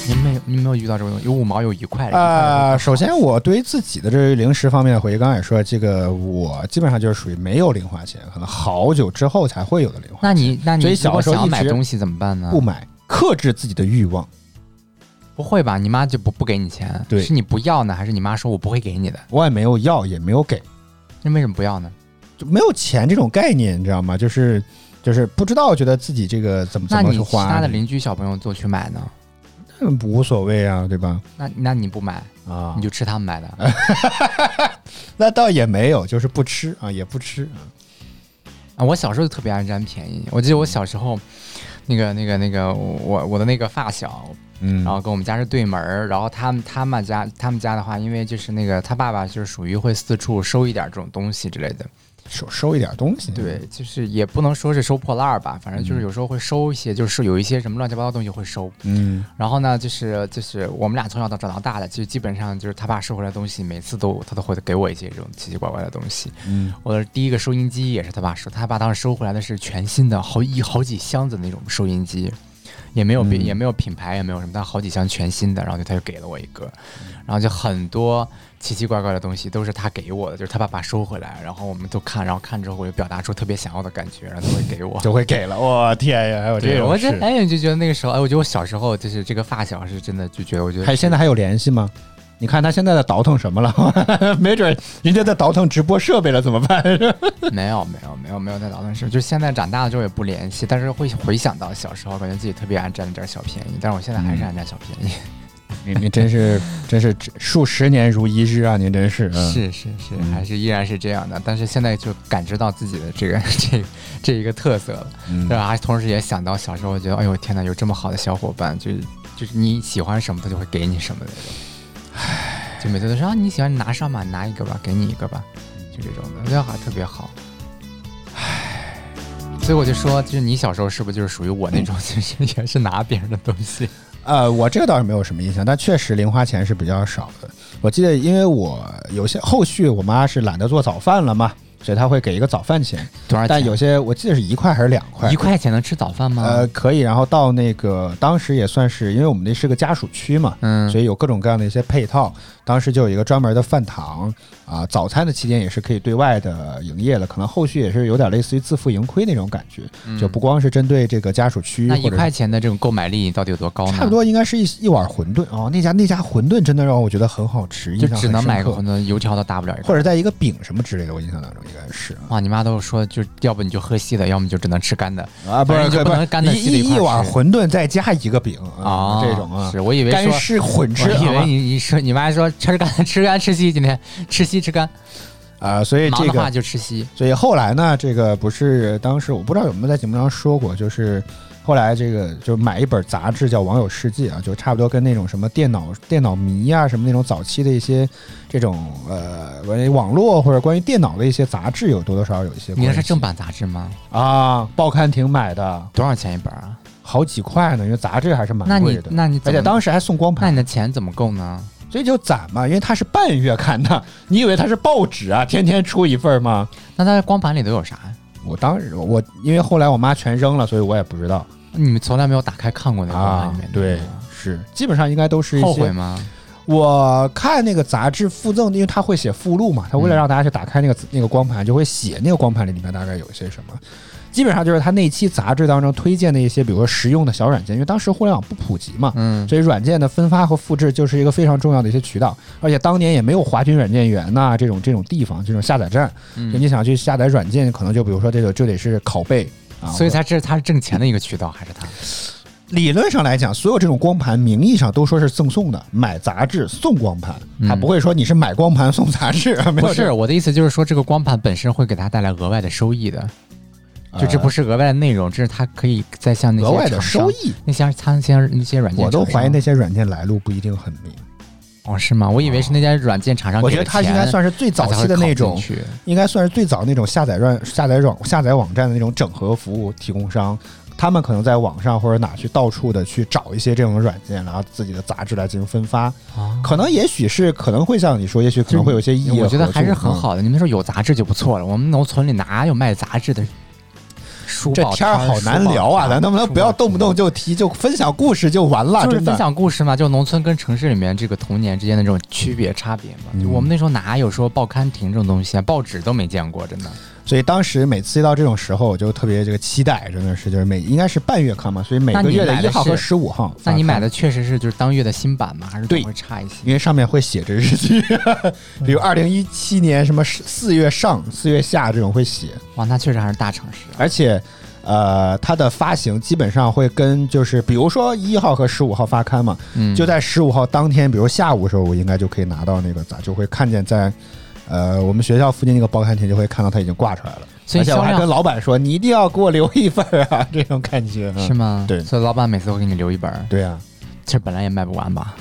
[SPEAKER 3] 你没有你没有遇到这种东西，有五毛有一块
[SPEAKER 2] 呃，
[SPEAKER 3] 的。一块的
[SPEAKER 2] 首先我对于自己的这零食方面的回忆，刚刚也说，这个我基本上就是属于没有零花钱，可能好久之后才会有的零花钱。
[SPEAKER 3] 那你那你
[SPEAKER 2] 所以
[SPEAKER 3] 如
[SPEAKER 2] 小
[SPEAKER 3] 果
[SPEAKER 2] 时候
[SPEAKER 3] 想要
[SPEAKER 2] 一
[SPEAKER 3] 买
[SPEAKER 2] 直
[SPEAKER 3] 东西怎么办呢？
[SPEAKER 2] 不买，克制自己的欲望。
[SPEAKER 3] 不会吧？你妈就不不给你钱？
[SPEAKER 2] 对
[SPEAKER 3] 是你不要呢，还是你妈说我不会给你的？
[SPEAKER 2] 我也没有要，也没有给，
[SPEAKER 3] 那为什么不要呢？
[SPEAKER 2] 就没有钱这种概念，你知道吗？就是就是不知道，觉得自己这个怎么
[SPEAKER 3] 那
[SPEAKER 2] 怎么
[SPEAKER 3] 你
[SPEAKER 2] 去
[SPEAKER 3] 其他
[SPEAKER 2] 花
[SPEAKER 3] 的，邻居小朋友都去买呢？
[SPEAKER 2] 嗯无所谓啊，对吧？
[SPEAKER 3] 那那你不买，
[SPEAKER 2] 啊
[SPEAKER 3] 你，就吃他们买的。
[SPEAKER 2] 那倒也没有，就是不吃啊，也不吃啊。
[SPEAKER 3] 啊，我小时候就特别爱占便宜。我记得我小时候，那个那个那个，我我的那个发小，
[SPEAKER 2] 嗯
[SPEAKER 3] 然后跟我们家是对门儿，然后他们他们家他们家的话，因为就是那个他爸爸就是属于会四处收一点这种东西之类的，
[SPEAKER 2] 收收一点东西，
[SPEAKER 3] 对，就是也不能说是收破烂儿吧，反正就是有时候会收一些，就是有一些什么乱七八糟东西会收。
[SPEAKER 2] 嗯，
[SPEAKER 3] 然后呢，就是就是我们俩从小到长到大的，就基本上就是他爸收回来的东西，每次都他都会给我一些这种奇奇怪怪的东西。
[SPEAKER 2] 嗯，
[SPEAKER 3] 我的第一个收音机也是他爸收，他爸当时收回来的是全新的，好一好几箱子那种收音机，也没有别、
[SPEAKER 2] 嗯
[SPEAKER 3] 也没有品牌，也没有什么，但好几箱全新的，然后他就给了我一个，
[SPEAKER 2] 嗯
[SPEAKER 3] 然后就很多奇奇怪怪的东西都是他给我的，就是他爸爸收回来，然后我们都看，然后看之后我就表达出特别想要的感觉，然后他会给我。
[SPEAKER 2] 就会给了。我天呀，还有这
[SPEAKER 3] 对，
[SPEAKER 2] 种
[SPEAKER 3] 我这
[SPEAKER 2] 事。
[SPEAKER 3] 哎，就觉得那个时候，哎，我觉得我小时候就是这个发小是真的，就觉得我觉得
[SPEAKER 2] 还现在还有联系吗？你看他现在在倒腾什么了？ 没准人家在倒腾直播设备了，怎么办？
[SPEAKER 3] 没有没有没有没有在劳动市，就现在长大了之后也不联系，但是会回想到小时候，感觉自己特别爱占点小便宜，但是我现在还
[SPEAKER 2] 嗯
[SPEAKER 3] 是爱占小便宜。
[SPEAKER 2] 你你真是真是数十年如一日啊！您真是，嗯、
[SPEAKER 3] 是是是，还是依然是这样的，但是现在就感知到自己的这个 这这一个特色了，
[SPEAKER 2] 嗯
[SPEAKER 3] 对吧？还同时也想到小时候，觉得哎呦天哪，有这么好的小伙伴，就是就是你喜欢什么，他就会给你什么的那种。就每次都说啊，你喜欢你拿上吧，拿一个吧，给你一个吧，就这种的，我觉得还特别好。唉，所以我就说，就是你小时候是不是就是属于我那种，就是也是拿别人的东西？
[SPEAKER 2] 呃，我这个倒是没有什么印象，但确实零花钱是比较少的。我记得，因为我有些后续我妈是懒得做早饭了嘛，所以她会给一个早饭钱，
[SPEAKER 3] 多少钱？
[SPEAKER 2] 但有些我记得是一块还是两块
[SPEAKER 3] 一，块钱能吃早饭吗？
[SPEAKER 2] 哎呃，可以。然后到那个当时也算是，因为我们那是个家属区嘛，
[SPEAKER 3] 嗯
[SPEAKER 2] 所以有各种各样的一些配套。当时就有一个专门的饭堂啊，早餐的期间也是可以对外的营业的，可能后续也是有点类似于自负盈亏那种感觉，就不光是针对这个家属区
[SPEAKER 3] 嗯那
[SPEAKER 2] 或
[SPEAKER 3] 一
[SPEAKER 2] 者
[SPEAKER 3] 块钱的这种购买力到底有多高呢？
[SPEAKER 2] 差不多应该是一一碗馄饨哦，那家那家馄饨真的让我觉得很好吃，
[SPEAKER 3] 就
[SPEAKER 2] 印象
[SPEAKER 3] 只
[SPEAKER 2] 很
[SPEAKER 3] 能
[SPEAKER 2] 深
[SPEAKER 3] 买个
[SPEAKER 2] 刻
[SPEAKER 3] 馄饨，油条都搭不了一块。
[SPEAKER 2] 或者在一个饼什么之类的，我印象当中应该是啊
[SPEAKER 3] 哇，你妈都说，就要不你就喝稀的，要么就只能吃干的
[SPEAKER 2] 啊，不
[SPEAKER 3] 反
[SPEAKER 2] 是
[SPEAKER 3] 正就不能干的
[SPEAKER 2] 一
[SPEAKER 3] 稀的
[SPEAKER 2] 一
[SPEAKER 3] 块
[SPEAKER 2] 一碗
[SPEAKER 3] 吃
[SPEAKER 2] 馄饨再加一个饼
[SPEAKER 3] 啊，
[SPEAKER 2] 这种啊，
[SPEAKER 3] 是我以为
[SPEAKER 2] 干
[SPEAKER 3] 说，
[SPEAKER 2] 湿混吃啊
[SPEAKER 3] 我以
[SPEAKER 2] 好吧
[SPEAKER 3] 为你你说你妈说吃干吃干吃稀，今天吃稀吃干，
[SPEAKER 2] 啊，所以
[SPEAKER 3] 忙
[SPEAKER 2] 这
[SPEAKER 3] 的话
[SPEAKER 2] 个，
[SPEAKER 3] 就吃稀。
[SPEAKER 2] 所以后来呢，这个不是当时我不知道有没有在节目上说过，就是后来这个就买一本杂志叫《网友世界》啊，就差不多跟那种什么电脑电脑迷啊什么那种早期的一些这种呃关于网络或者关于电脑的一些杂志有多多少少有一些关系。
[SPEAKER 3] 你那是正版杂志吗？
[SPEAKER 2] 啊？报刊亭买的
[SPEAKER 3] 多少钱一本啊？
[SPEAKER 2] 好几块呢，因为杂志还是蛮
[SPEAKER 3] 那
[SPEAKER 2] 贵
[SPEAKER 3] 你
[SPEAKER 2] 的。
[SPEAKER 3] 那你
[SPEAKER 2] 而
[SPEAKER 3] 怎
[SPEAKER 2] 且
[SPEAKER 3] 么
[SPEAKER 2] 当时还送光
[SPEAKER 3] 那
[SPEAKER 2] 盘
[SPEAKER 3] 你，的钱怎么够呢？
[SPEAKER 2] 所以就攒嘛，因为它是半月刊的，你以为它是报纸啊，天天出一份儿吗？
[SPEAKER 3] 那它光盘里都有啥呀？
[SPEAKER 2] 我当时我因为后来我妈全扔了，所以我也不知道啊
[SPEAKER 3] 你们从来没有打开看哦过那个光盘里面的
[SPEAKER 2] 对，是基本上应该都是一些
[SPEAKER 3] 后悔？吗？
[SPEAKER 2] 我看那个杂志附赠的，因为他会写附录嘛，他为了让大家去打开那个、那个光盘，就会写那个光盘里里面大概有一些什么。基本上就是他那期杂志当中推荐的一些，比如说实用的小软件，因为当时互联网不普及嘛，
[SPEAKER 3] 嗯，
[SPEAKER 2] 所以软件的分发和复制就是一个非常重要的一些渠道，而且当年也没有华军软件园呐、这种这种地方，这种下载站，
[SPEAKER 3] 嗯
[SPEAKER 2] 就你想去下载软件，可能就比如说这个就得是拷贝啊，
[SPEAKER 3] 所以
[SPEAKER 2] 或者
[SPEAKER 3] 它这它是挣钱的一个渠道，还是它？
[SPEAKER 2] 理论上来讲，所有这种光盘名义上都说是赠送的，买杂志送光盘，他不会说你是买光盘送杂 志，没有
[SPEAKER 3] 不
[SPEAKER 2] 这
[SPEAKER 3] 是我的意思，就是说这个光盘本身会给他带来额外的收益的，就这不是额外的内容，这是他可以再向那些
[SPEAKER 2] 额外的
[SPEAKER 3] 厂商
[SPEAKER 2] 收益。
[SPEAKER 3] 那些参些那些软件
[SPEAKER 2] 我
[SPEAKER 3] 厂商，
[SPEAKER 2] 都怀疑那些软件来路不一定很明。
[SPEAKER 3] 哦是吗？我以为是那家软件厂商给
[SPEAKER 2] 我
[SPEAKER 3] 了
[SPEAKER 2] 觉
[SPEAKER 3] 钱，
[SPEAKER 2] 得他应该算是最早
[SPEAKER 3] 他才
[SPEAKER 2] 期
[SPEAKER 3] 会
[SPEAKER 2] 的那
[SPEAKER 3] 拷
[SPEAKER 2] 种
[SPEAKER 3] 进，去
[SPEAKER 2] 应该算是最早那种下载软下载软下载网站的那种整合服务提供商。他们可能在网上或者哪去到处的去找一些这种软件，然后自己的杂志来进行分发。
[SPEAKER 3] 啊。
[SPEAKER 2] 可能也许是可能会像你说，也许可能会有一些异业合作。
[SPEAKER 3] 我觉得还是很
[SPEAKER 2] 嗯
[SPEAKER 3] 好的。你们说有杂志就不错了，我们农村里哪有卖杂志的？书
[SPEAKER 2] 这
[SPEAKER 3] 报
[SPEAKER 2] 天儿
[SPEAKER 3] 摊
[SPEAKER 2] 好难聊啊！
[SPEAKER 3] 书报
[SPEAKER 2] 咱能不能
[SPEAKER 3] 书
[SPEAKER 2] 不要
[SPEAKER 3] 报
[SPEAKER 2] 动不动就提就分享故事就完了？
[SPEAKER 3] 就是
[SPEAKER 2] 真
[SPEAKER 3] 分
[SPEAKER 2] 的，
[SPEAKER 3] 享故事嘛，就农村跟城市里面这个童年之间的这种
[SPEAKER 2] 嗯
[SPEAKER 3] 区别差别嘛。就我们那时候哪有说报刊亭这种东西啊，报纸都没见过，真的。
[SPEAKER 2] 所以当时每次一到这种时候，我就特别这个期待，真的是就是每应该是半月刊嘛，所以每
[SPEAKER 3] 那
[SPEAKER 2] 个
[SPEAKER 3] 你
[SPEAKER 2] 月
[SPEAKER 3] 买
[SPEAKER 2] 一
[SPEAKER 3] 的
[SPEAKER 2] 号和
[SPEAKER 3] 是
[SPEAKER 2] 十五号发刊。
[SPEAKER 3] 那你买的确实是就是当月的新版吗？还是
[SPEAKER 2] 对
[SPEAKER 3] 总会差一些？
[SPEAKER 2] 因为上面会写着日期， 比如二零一七年什么四月上、四月下这种会写，
[SPEAKER 3] 哇，那确实还是大城市啊。
[SPEAKER 2] 而且，呃，它的发行基本上会跟就是比如说一号和十五号发刊嘛，
[SPEAKER 3] 嗯
[SPEAKER 2] 就在十五号当天，比如下午的时候，我应该就可以拿到那个杂，就会看见在。呃，我们学校附近那个报刊亭就会看到它已经挂出来了，
[SPEAKER 3] 所以
[SPEAKER 2] 而且我
[SPEAKER 3] 销
[SPEAKER 2] 还
[SPEAKER 3] 量
[SPEAKER 2] 跟老板说，你一定要给我留一份儿啊， 这种感觉、嗯
[SPEAKER 3] 是？吗？
[SPEAKER 2] 对
[SPEAKER 3] 所以老板每次都会给你留一本儿，
[SPEAKER 2] 对啊，
[SPEAKER 3] 其实本来也卖不完吧。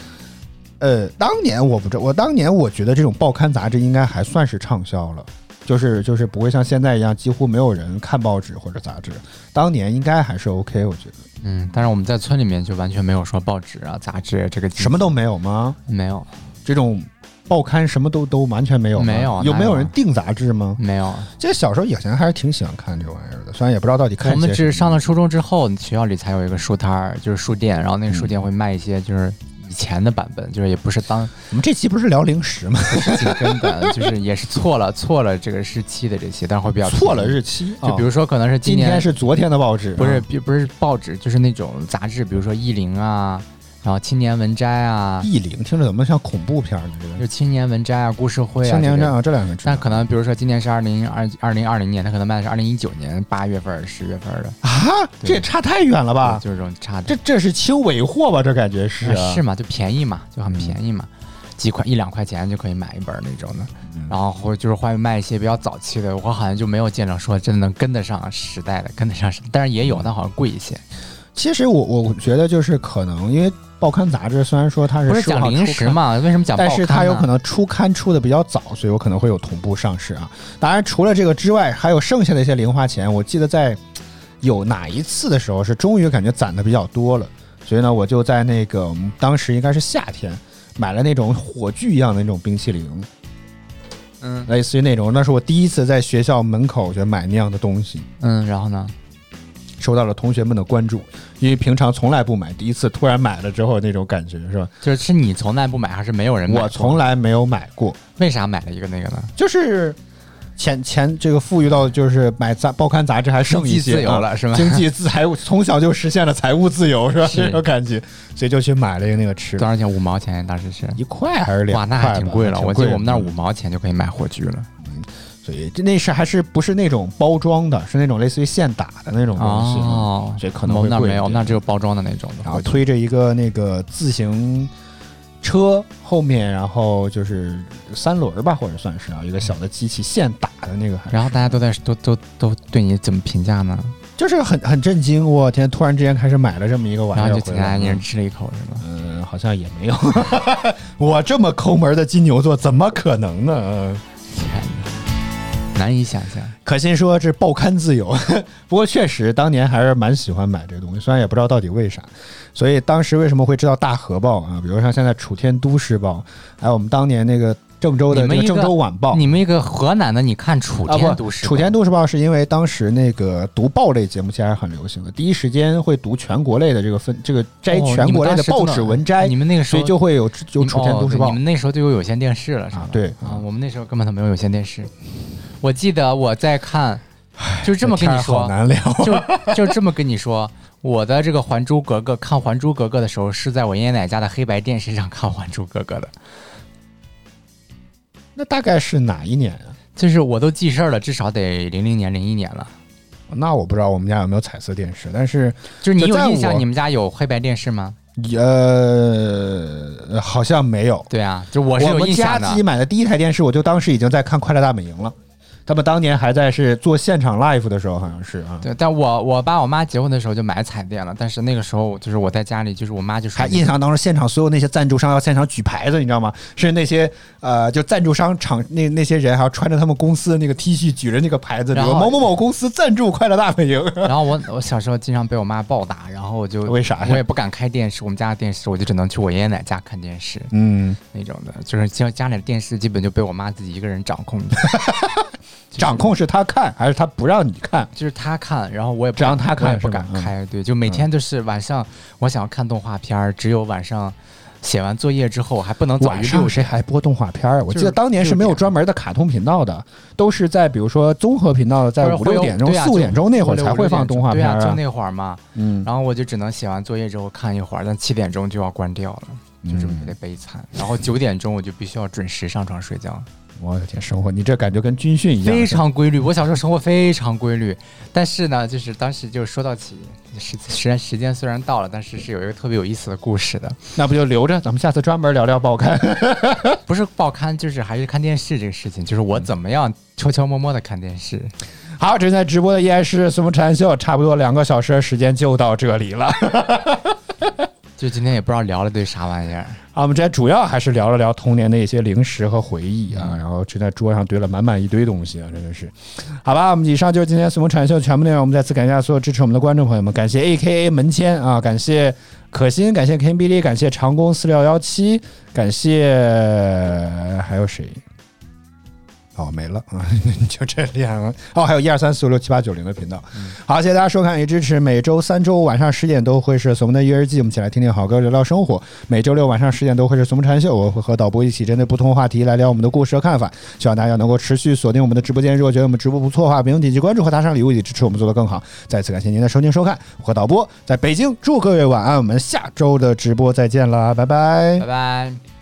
[SPEAKER 2] 呃，当年我不知道，我当年我觉得这种报刊杂志应该还算是畅销了，就是就是不会像现在一样几乎没有人看报纸或者杂志，当年应该还是 OK，我觉得
[SPEAKER 3] 嗯，但是我们在村里面就完全没有说报纸啊、杂志这个
[SPEAKER 2] 什么都没有吗？
[SPEAKER 3] 没有。
[SPEAKER 2] 这种报刊什么都都完全没有吗，
[SPEAKER 3] 没有
[SPEAKER 2] 有没有
[SPEAKER 3] 哪有
[SPEAKER 2] 人
[SPEAKER 3] 啊
[SPEAKER 2] 订杂志吗？
[SPEAKER 3] 没有，
[SPEAKER 2] 这小时候以前还是挺喜欢看这玩意儿的，虽然也不知道到底看
[SPEAKER 3] 我
[SPEAKER 2] 些什么。
[SPEAKER 3] 们只嗯上了初中之后，学校里才有一个书摊儿，就是书店，然后那个书
[SPEAKER 2] 嗯
[SPEAKER 3] 店会卖一些就是以前的版本，就是也不是当
[SPEAKER 2] 我们这期不是聊零食 吗？
[SPEAKER 3] 不是紧跟的，就是也是错了错了这个日期的这些，但是会比较
[SPEAKER 2] 错了
[SPEAKER 3] 便宜
[SPEAKER 2] 日期，
[SPEAKER 3] 就比如
[SPEAKER 2] 啊
[SPEAKER 3] 说可能是
[SPEAKER 2] 今
[SPEAKER 3] 年
[SPEAKER 2] 天是昨天的报纸，
[SPEAKER 3] 不是
[SPEAKER 2] 啊
[SPEAKER 3] 不是报纸，就是那种杂志，比如说《意林》啊，然后《青年文摘》啊，
[SPEAKER 2] 意林，听着怎么像恐怖片呢？这
[SPEAKER 3] 就
[SPEAKER 2] 个
[SPEAKER 3] 《青年文摘》啊，《故事会》啊，
[SPEAKER 2] 青年
[SPEAKER 3] 这
[SPEAKER 2] 战
[SPEAKER 3] 个
[SPEAKER 2] 啊，这两个知道
[SPEAKER 3] 但可能比如说今年是二零二二零二零年，他可能卖的是二零一九年八月份、十月份的
[SPEAKER 2] 啊，这也差太远了吧？
[SPEAKER 3] 就是这种差的
[SPEAKER 2] 这这是轻尾货吧？这感觉是啊嗯
[SPEAKER 3] 是嘛，就便宜嘛，就很便宜嘛，几块一两块钱就可以买一本那种的。
[SPEAKER 2] 嗯
[SPEAKER 3] 然后或就是会卖一些比较早期的，我好像就没有见着说真的能跟得上时代的，跟得上时，但是也
[SPEAKER 2] 嗯
[SPEAKER 3] 有，但好像贵一些。
[SPEAKER 2] 其实我我觉得就是可能因为报刊杂志虽然说它是
[SPEAKER 3] 不是
[SPEAKER 2] 15
[SPEAKER 3] 讲
[SPEAKER 2] 号
[SPEAKER 3] 零
[SPEAKER 2] 出
[SPEAKER 3] 食
[SPEAKER 2] 刊
[SPEAKER 3] 嘛？为什么讲报
[SPEAKER 2] 但
[SPEAKER 3] 刊呢？啊
[SPEAKER 2] 是它有可能出刊出的比较早，所以我可能会有同步上市啊。当然，除了这个之外，还有剩下的一些零花钱。我记得在有哪一次的时候，是终于感觉攒的比较多了，所以呢，我就在那个嗯当时应该是夏天，买了那种火炬一样的那种冰淇淋，
[SPEAKER 3] 嗯
[SPEAKER 2] 类似于那种。那是我第一次在学校门口就买那样的东西，
[SPEAKER 3] 嗯，然后呢？
[SPEAKER 2] 受到了同学们的关注，因为平常从来不买，第一次突然买了之后那种感觉是吧？
[SPEAKER 3] 就是是你从来不买，还是没有人买？
[SPEAKER 2] 我从来没有买过。
[SPEAKER 3] 为啥买了一个那个呢？
[SPEAKER 2] 就是钱钱这个富裕到就是买杂报刊杂志还剩一
[SPEAKER 3] 经济
[SPEAKER 2] 些，
[SPEAKER 3] 自由了
[SPEAKER 2] 啊
[SPEAKER 3] 是吗
[SPEAKER 2] 经济自财务从小就实现了财务自由是吧？
[SPEAKER 3] 是
[SPEAKER 2] 这种感觉，所以就去买了一个那个吃
[SPEAKER 3] 多，少钱？五毛钱，当时是。
[SPEAKER 2] 一块还是两
[SPEAKER 3] 哇，
[SPEAKER 2] 块
[SPEAKER 3] 那
[SPEAKER 2] 吧？
[SPEAKER 3] 还挺贵了。我记得我们那儿
[SPEAKER 2] 儿
[SPEAKER 3] 五，毛钱就可以买火炬了。
[SPEAKER 2] 嗯所以这那是还是不是那种包装的，是那种类似于现打的那种东西，嗯
[SPEAKER 3] 哦，
[SPEAKER 2] 所以可能
[SPEAKER 3] 我
[SPEAKER 2] 会
[SPEAKER 3] 们那儿
[SPEAKER 2] 贵一
[SPEAKER 3] 没有，
[SPEAKER 2] 点
[SPEAKER 3] 那儿只有包装的那种的
[SPEAKER 2] 然后
[SPEAKER 3] 火炬。
[SPEAKER 2] 推着一个那个自行。车后面，然后就是三轮儿吧，或者算是啊，一个小的机器现打的那个还是，
[SPEAKER 3] 然后大家都在都都都对你怎么评价呢？
[SPEAKER 2] 就是很很震惊，我天！突然之间开始买了这么一个玩意
[SPEAKER 3] 然
[SPEAKER 2] 儿
[SPEAKER 3] 后就
[SPEAKER 2] 回
[SPEAKER 3] 请
[SPEAKER 2] 来
[SPEAKER 3] 大家一人
[SPEAKER 2] 嗯，
[SPEAKER 3] 吃了一口是吗？
[SPEAKER 2] 嗯，好像也没有。 我这么抠门的金牛座，怎么可能呢？嗯
[SPEAKER 3] 天哪，难以想象。
[SPEAKER 2] 可心说这报刊自由， 不过确实当年还是蛮喜欢买这个东西，虽然也不知道到底为啥。所以当时为什么会知道大河报啊？比如像现在楚天都市报，还有我们当年那个郑州的
[SPEAKER 3] 你
[SPEAKER 2] 那
[SPEAKER 3] 们
[SPEAKER 2] 个
[SPEAKER 3] 一
[SPEAKER 2] 郑
[SPEAKER 3] 个
[SPEAKER 2] 州晚报。
[SPEAKER 3] 你们一个河南的，你看楚
[SPEAKER 2] 啊
[SPEAKER 3] 天
[SPEAKER 2] 不，
[SPEAKER 3] 都市，
[SPEAKER 2] 楚天都市报是因为当时那个读报类节目其实还是很流行的，第一时间会读全国类的这个分这个摘
[SPEAKER 3] 哦
[SPEAKER 2] 全
[SPEAKER 3] 你们
[SPEAKER 2] 国类
[SPEAKER 3] 当
[SPEAKER 2] 的
[SPEAKER 3] 时
[SPEAKER 2] 报
[SPEAKER 3] 真哎
[SPEAKER 2] 纸文摘，
[SPEAKER 3] 你们那个时
[SPEAKER 2] 所
[SPEAKER 3] 候
[SPEAKER 2] 以就会有有楚天都市
[SPEAKER 3] 哦对
[SPEAKER 2] 报
[SPEAKER 3] 你们那时候就有有线电视了，是吗？
[SPEAKER 2] 啊对
[SPEAKER 3] 啊，我们那时候根本都没有有线电视。我记得我在看，就这么跟
[SPEAKER 2] 天
[SPEAKER 3] 你
[SPEAKER 2] 儿
[SPEAKER 3] 说
[SPEAKER 2] 好，难聊。
[SPEAKER 3] 就就这么跟你说，我的这个《还珠格格》看《还珠格格》的时候，是在我爷爷奶奶家的黑白电视上看《还珠格格》的，
[SPEAKER 2] 那大概是哪一年啊？
[SPEAKER 3] 就是我都记事儿了，至少得零零年、零一年了。
[SPEAKER 2] 那我不知道我们家有没有彩色电视，但是
[SPEAKER 3] 就是你
[SPEAKER 2] 就
[SPEAKER 3] 有
[SPEAKER 2] 在
[SPEAKER 3] 印
[SPEAKER 2] 我
[SPEAKER 3] 象，你们家有黑白电视吗？
[SPEAKER 2] 呃好像没有。
[SPEAKER 3] 对啊，就我
[SPEAKER 2] 我
[SPEAKER 3] 是有
[SPEAKER 2] 们
[SPEAKER 3] 印
[SPEAKER 2] 家
[SPEAKER 3] 象
[SPEAKER 2] 自己
[SPEAKER 3] 的。
[SPEAKER 2] 买的第一台电视，我就当时已经在看《快乐大本营》了。他们当年还在是做现场 live 的时候，好像是啊，
[SPEAKER 3] 对，但我我爸我妈结婚的时候就买彩电了，但是那个时候就是我在家里，就是我妈就说
[SPEAKER 2] 还
[SPEAKER 3] 你
[SPEAKER 2] 印象当中现场所有那些赞助商要现场举牌子，你知道吗？是那些呃，就赞助商场那那些人还要穿着他们公司的那个 T 恤，举着那个牌子，比
[SPEAKER 3] 然
[SPEAKER 2] 如
[SPEAKER 3] 后
[SPEAKER 2] 某某某公司赞助《快乐大本营》。
[SPEAKER 3] 然后我我小时候经常被我妈暴打，然后我就
[SPEAKER 2] 为啥呀
[SPEAKER 3] 我也不敢开电视，我们家的电视我就只能去我爷爷奶奶家看电视
[SPEAKER 2] 嗯，
[SPEAKER 3] 那种的，就是家家里的电视基本就被我妈自己一个人掌控，
[SPEAKER 2] 掌控是他看还是他不让你看？
[SPEAKER 3] 就是她看，然后我也不
[SPEAKER 2] 只让她看
[SPEAKER 3] 我也不
[SPEAKER 2] 是吧嗯
[SPEAKER 3] 敢开，对，就每天都是晚上我想要看动画片儿，只有晚上写完作业之后还不能早于
[SPEAKER 2] 晚
[SPEAKER 3] 六
[SPEAKER 2] 上谁
[SPEAKER 3] 点，
[SPEAKER 2] 还播动画片儿？我
[SPEAKER 3] 就是
[SPEAKER 2] 记得当年是没有
[SPEAKER 3] 6点
[SPEAKER 2] 专门的卡通频道的，都是在比如说综合频道，在
[SPEAKER 3] 或者
[SPEAKER 2] 五
[SPEAKER 3] 会
[SPEAKER 2] 六
[SPEAKER 3] 有
[SPEAKER 2] 点钟、
[SPEAKER 3] 对啊
[SPEAKER 2] 四五
[SPEAKER 3] 就
[SPEAKER 2] 点钟那会儿
[SPEAKER 3] 五六
[SPEAKER 2] 才会放动画片
[SPEAKER 3] 对
[SPEAKER 2] 儿
[SPEAKER 3] 啊，就
[SPEAKER 2] 啊。
[SPEAKER 3] 那会儿嘛，
[SPEAKER 2] 嗯，
[SPEAKER 3] 然后我就只能写完作业之后看一会儿，但七点钟就要关掉了。就这
[SPEAKER 2] 嗯
[SPEAKER 3] 么的悲惨，然后九点钟我就必须要准时上床睡觉，
[SPEAKER 2] 我的天，生活你这感觉跟军训一样。
[SPEAKER 3] 非常规律。我小时候生活非常规律，但是呢，就是当时就说到起时时间时间虽然到了，但是是有一个特别有意思的故事的，
[SPEAKER 2] 那不就留着，咱们下次专门聊聊报刊。
[SPEAKER 3] 不是报刊，就是还是看电视这个事情，就是
[SPEAKER 2] 嗯
[SPEAKER 3] 我怎么样悄悄摸摸的看电视。
[SPEAKER 2] 好，正在直播 的依然是孙梦禅秀，差不多两个小时的时间就到这里了。
[SPEAKER 3] 就今天也不知道聊了堆啥玩意儿。
[SPEAKER 2] 啊，我们今天主要还是聊了聊童年的一些零食和回忆啊，然后就在桌上堆了满满一堆东西啊，真的是。好吧，我们以上就是今天随风产秀全部内容。我们再次感谢所有支持我们的观众朋友们，感谢 A K A 门签啊，感谢可心，感谢 K B D，感谢长工四六幺七，感谢还有谁？哦，没了 啊，就这两个。哦，还有一二三四五六七八九零的频道。好，谢谢大家收看与支持。每周三、周五晚上十点都会是《怂的育儿记》，我们一起来听听好歌，聊聊生活。每周六晚上十点都会是《怂禅秀》，我会和导播一起针对不同话题来聊我们的故事和看法。希望大家能够持续锁定我们的直播间。如果觉得我们直播不错的话，别忘点击关注和打赏礼物，以及支持我们做得更好。再次感谢您的收听收看，我和导播在北京，祝各位晚安。我们下周的直播再见啦，拜拜
[SPEAKER 3] 拜拜。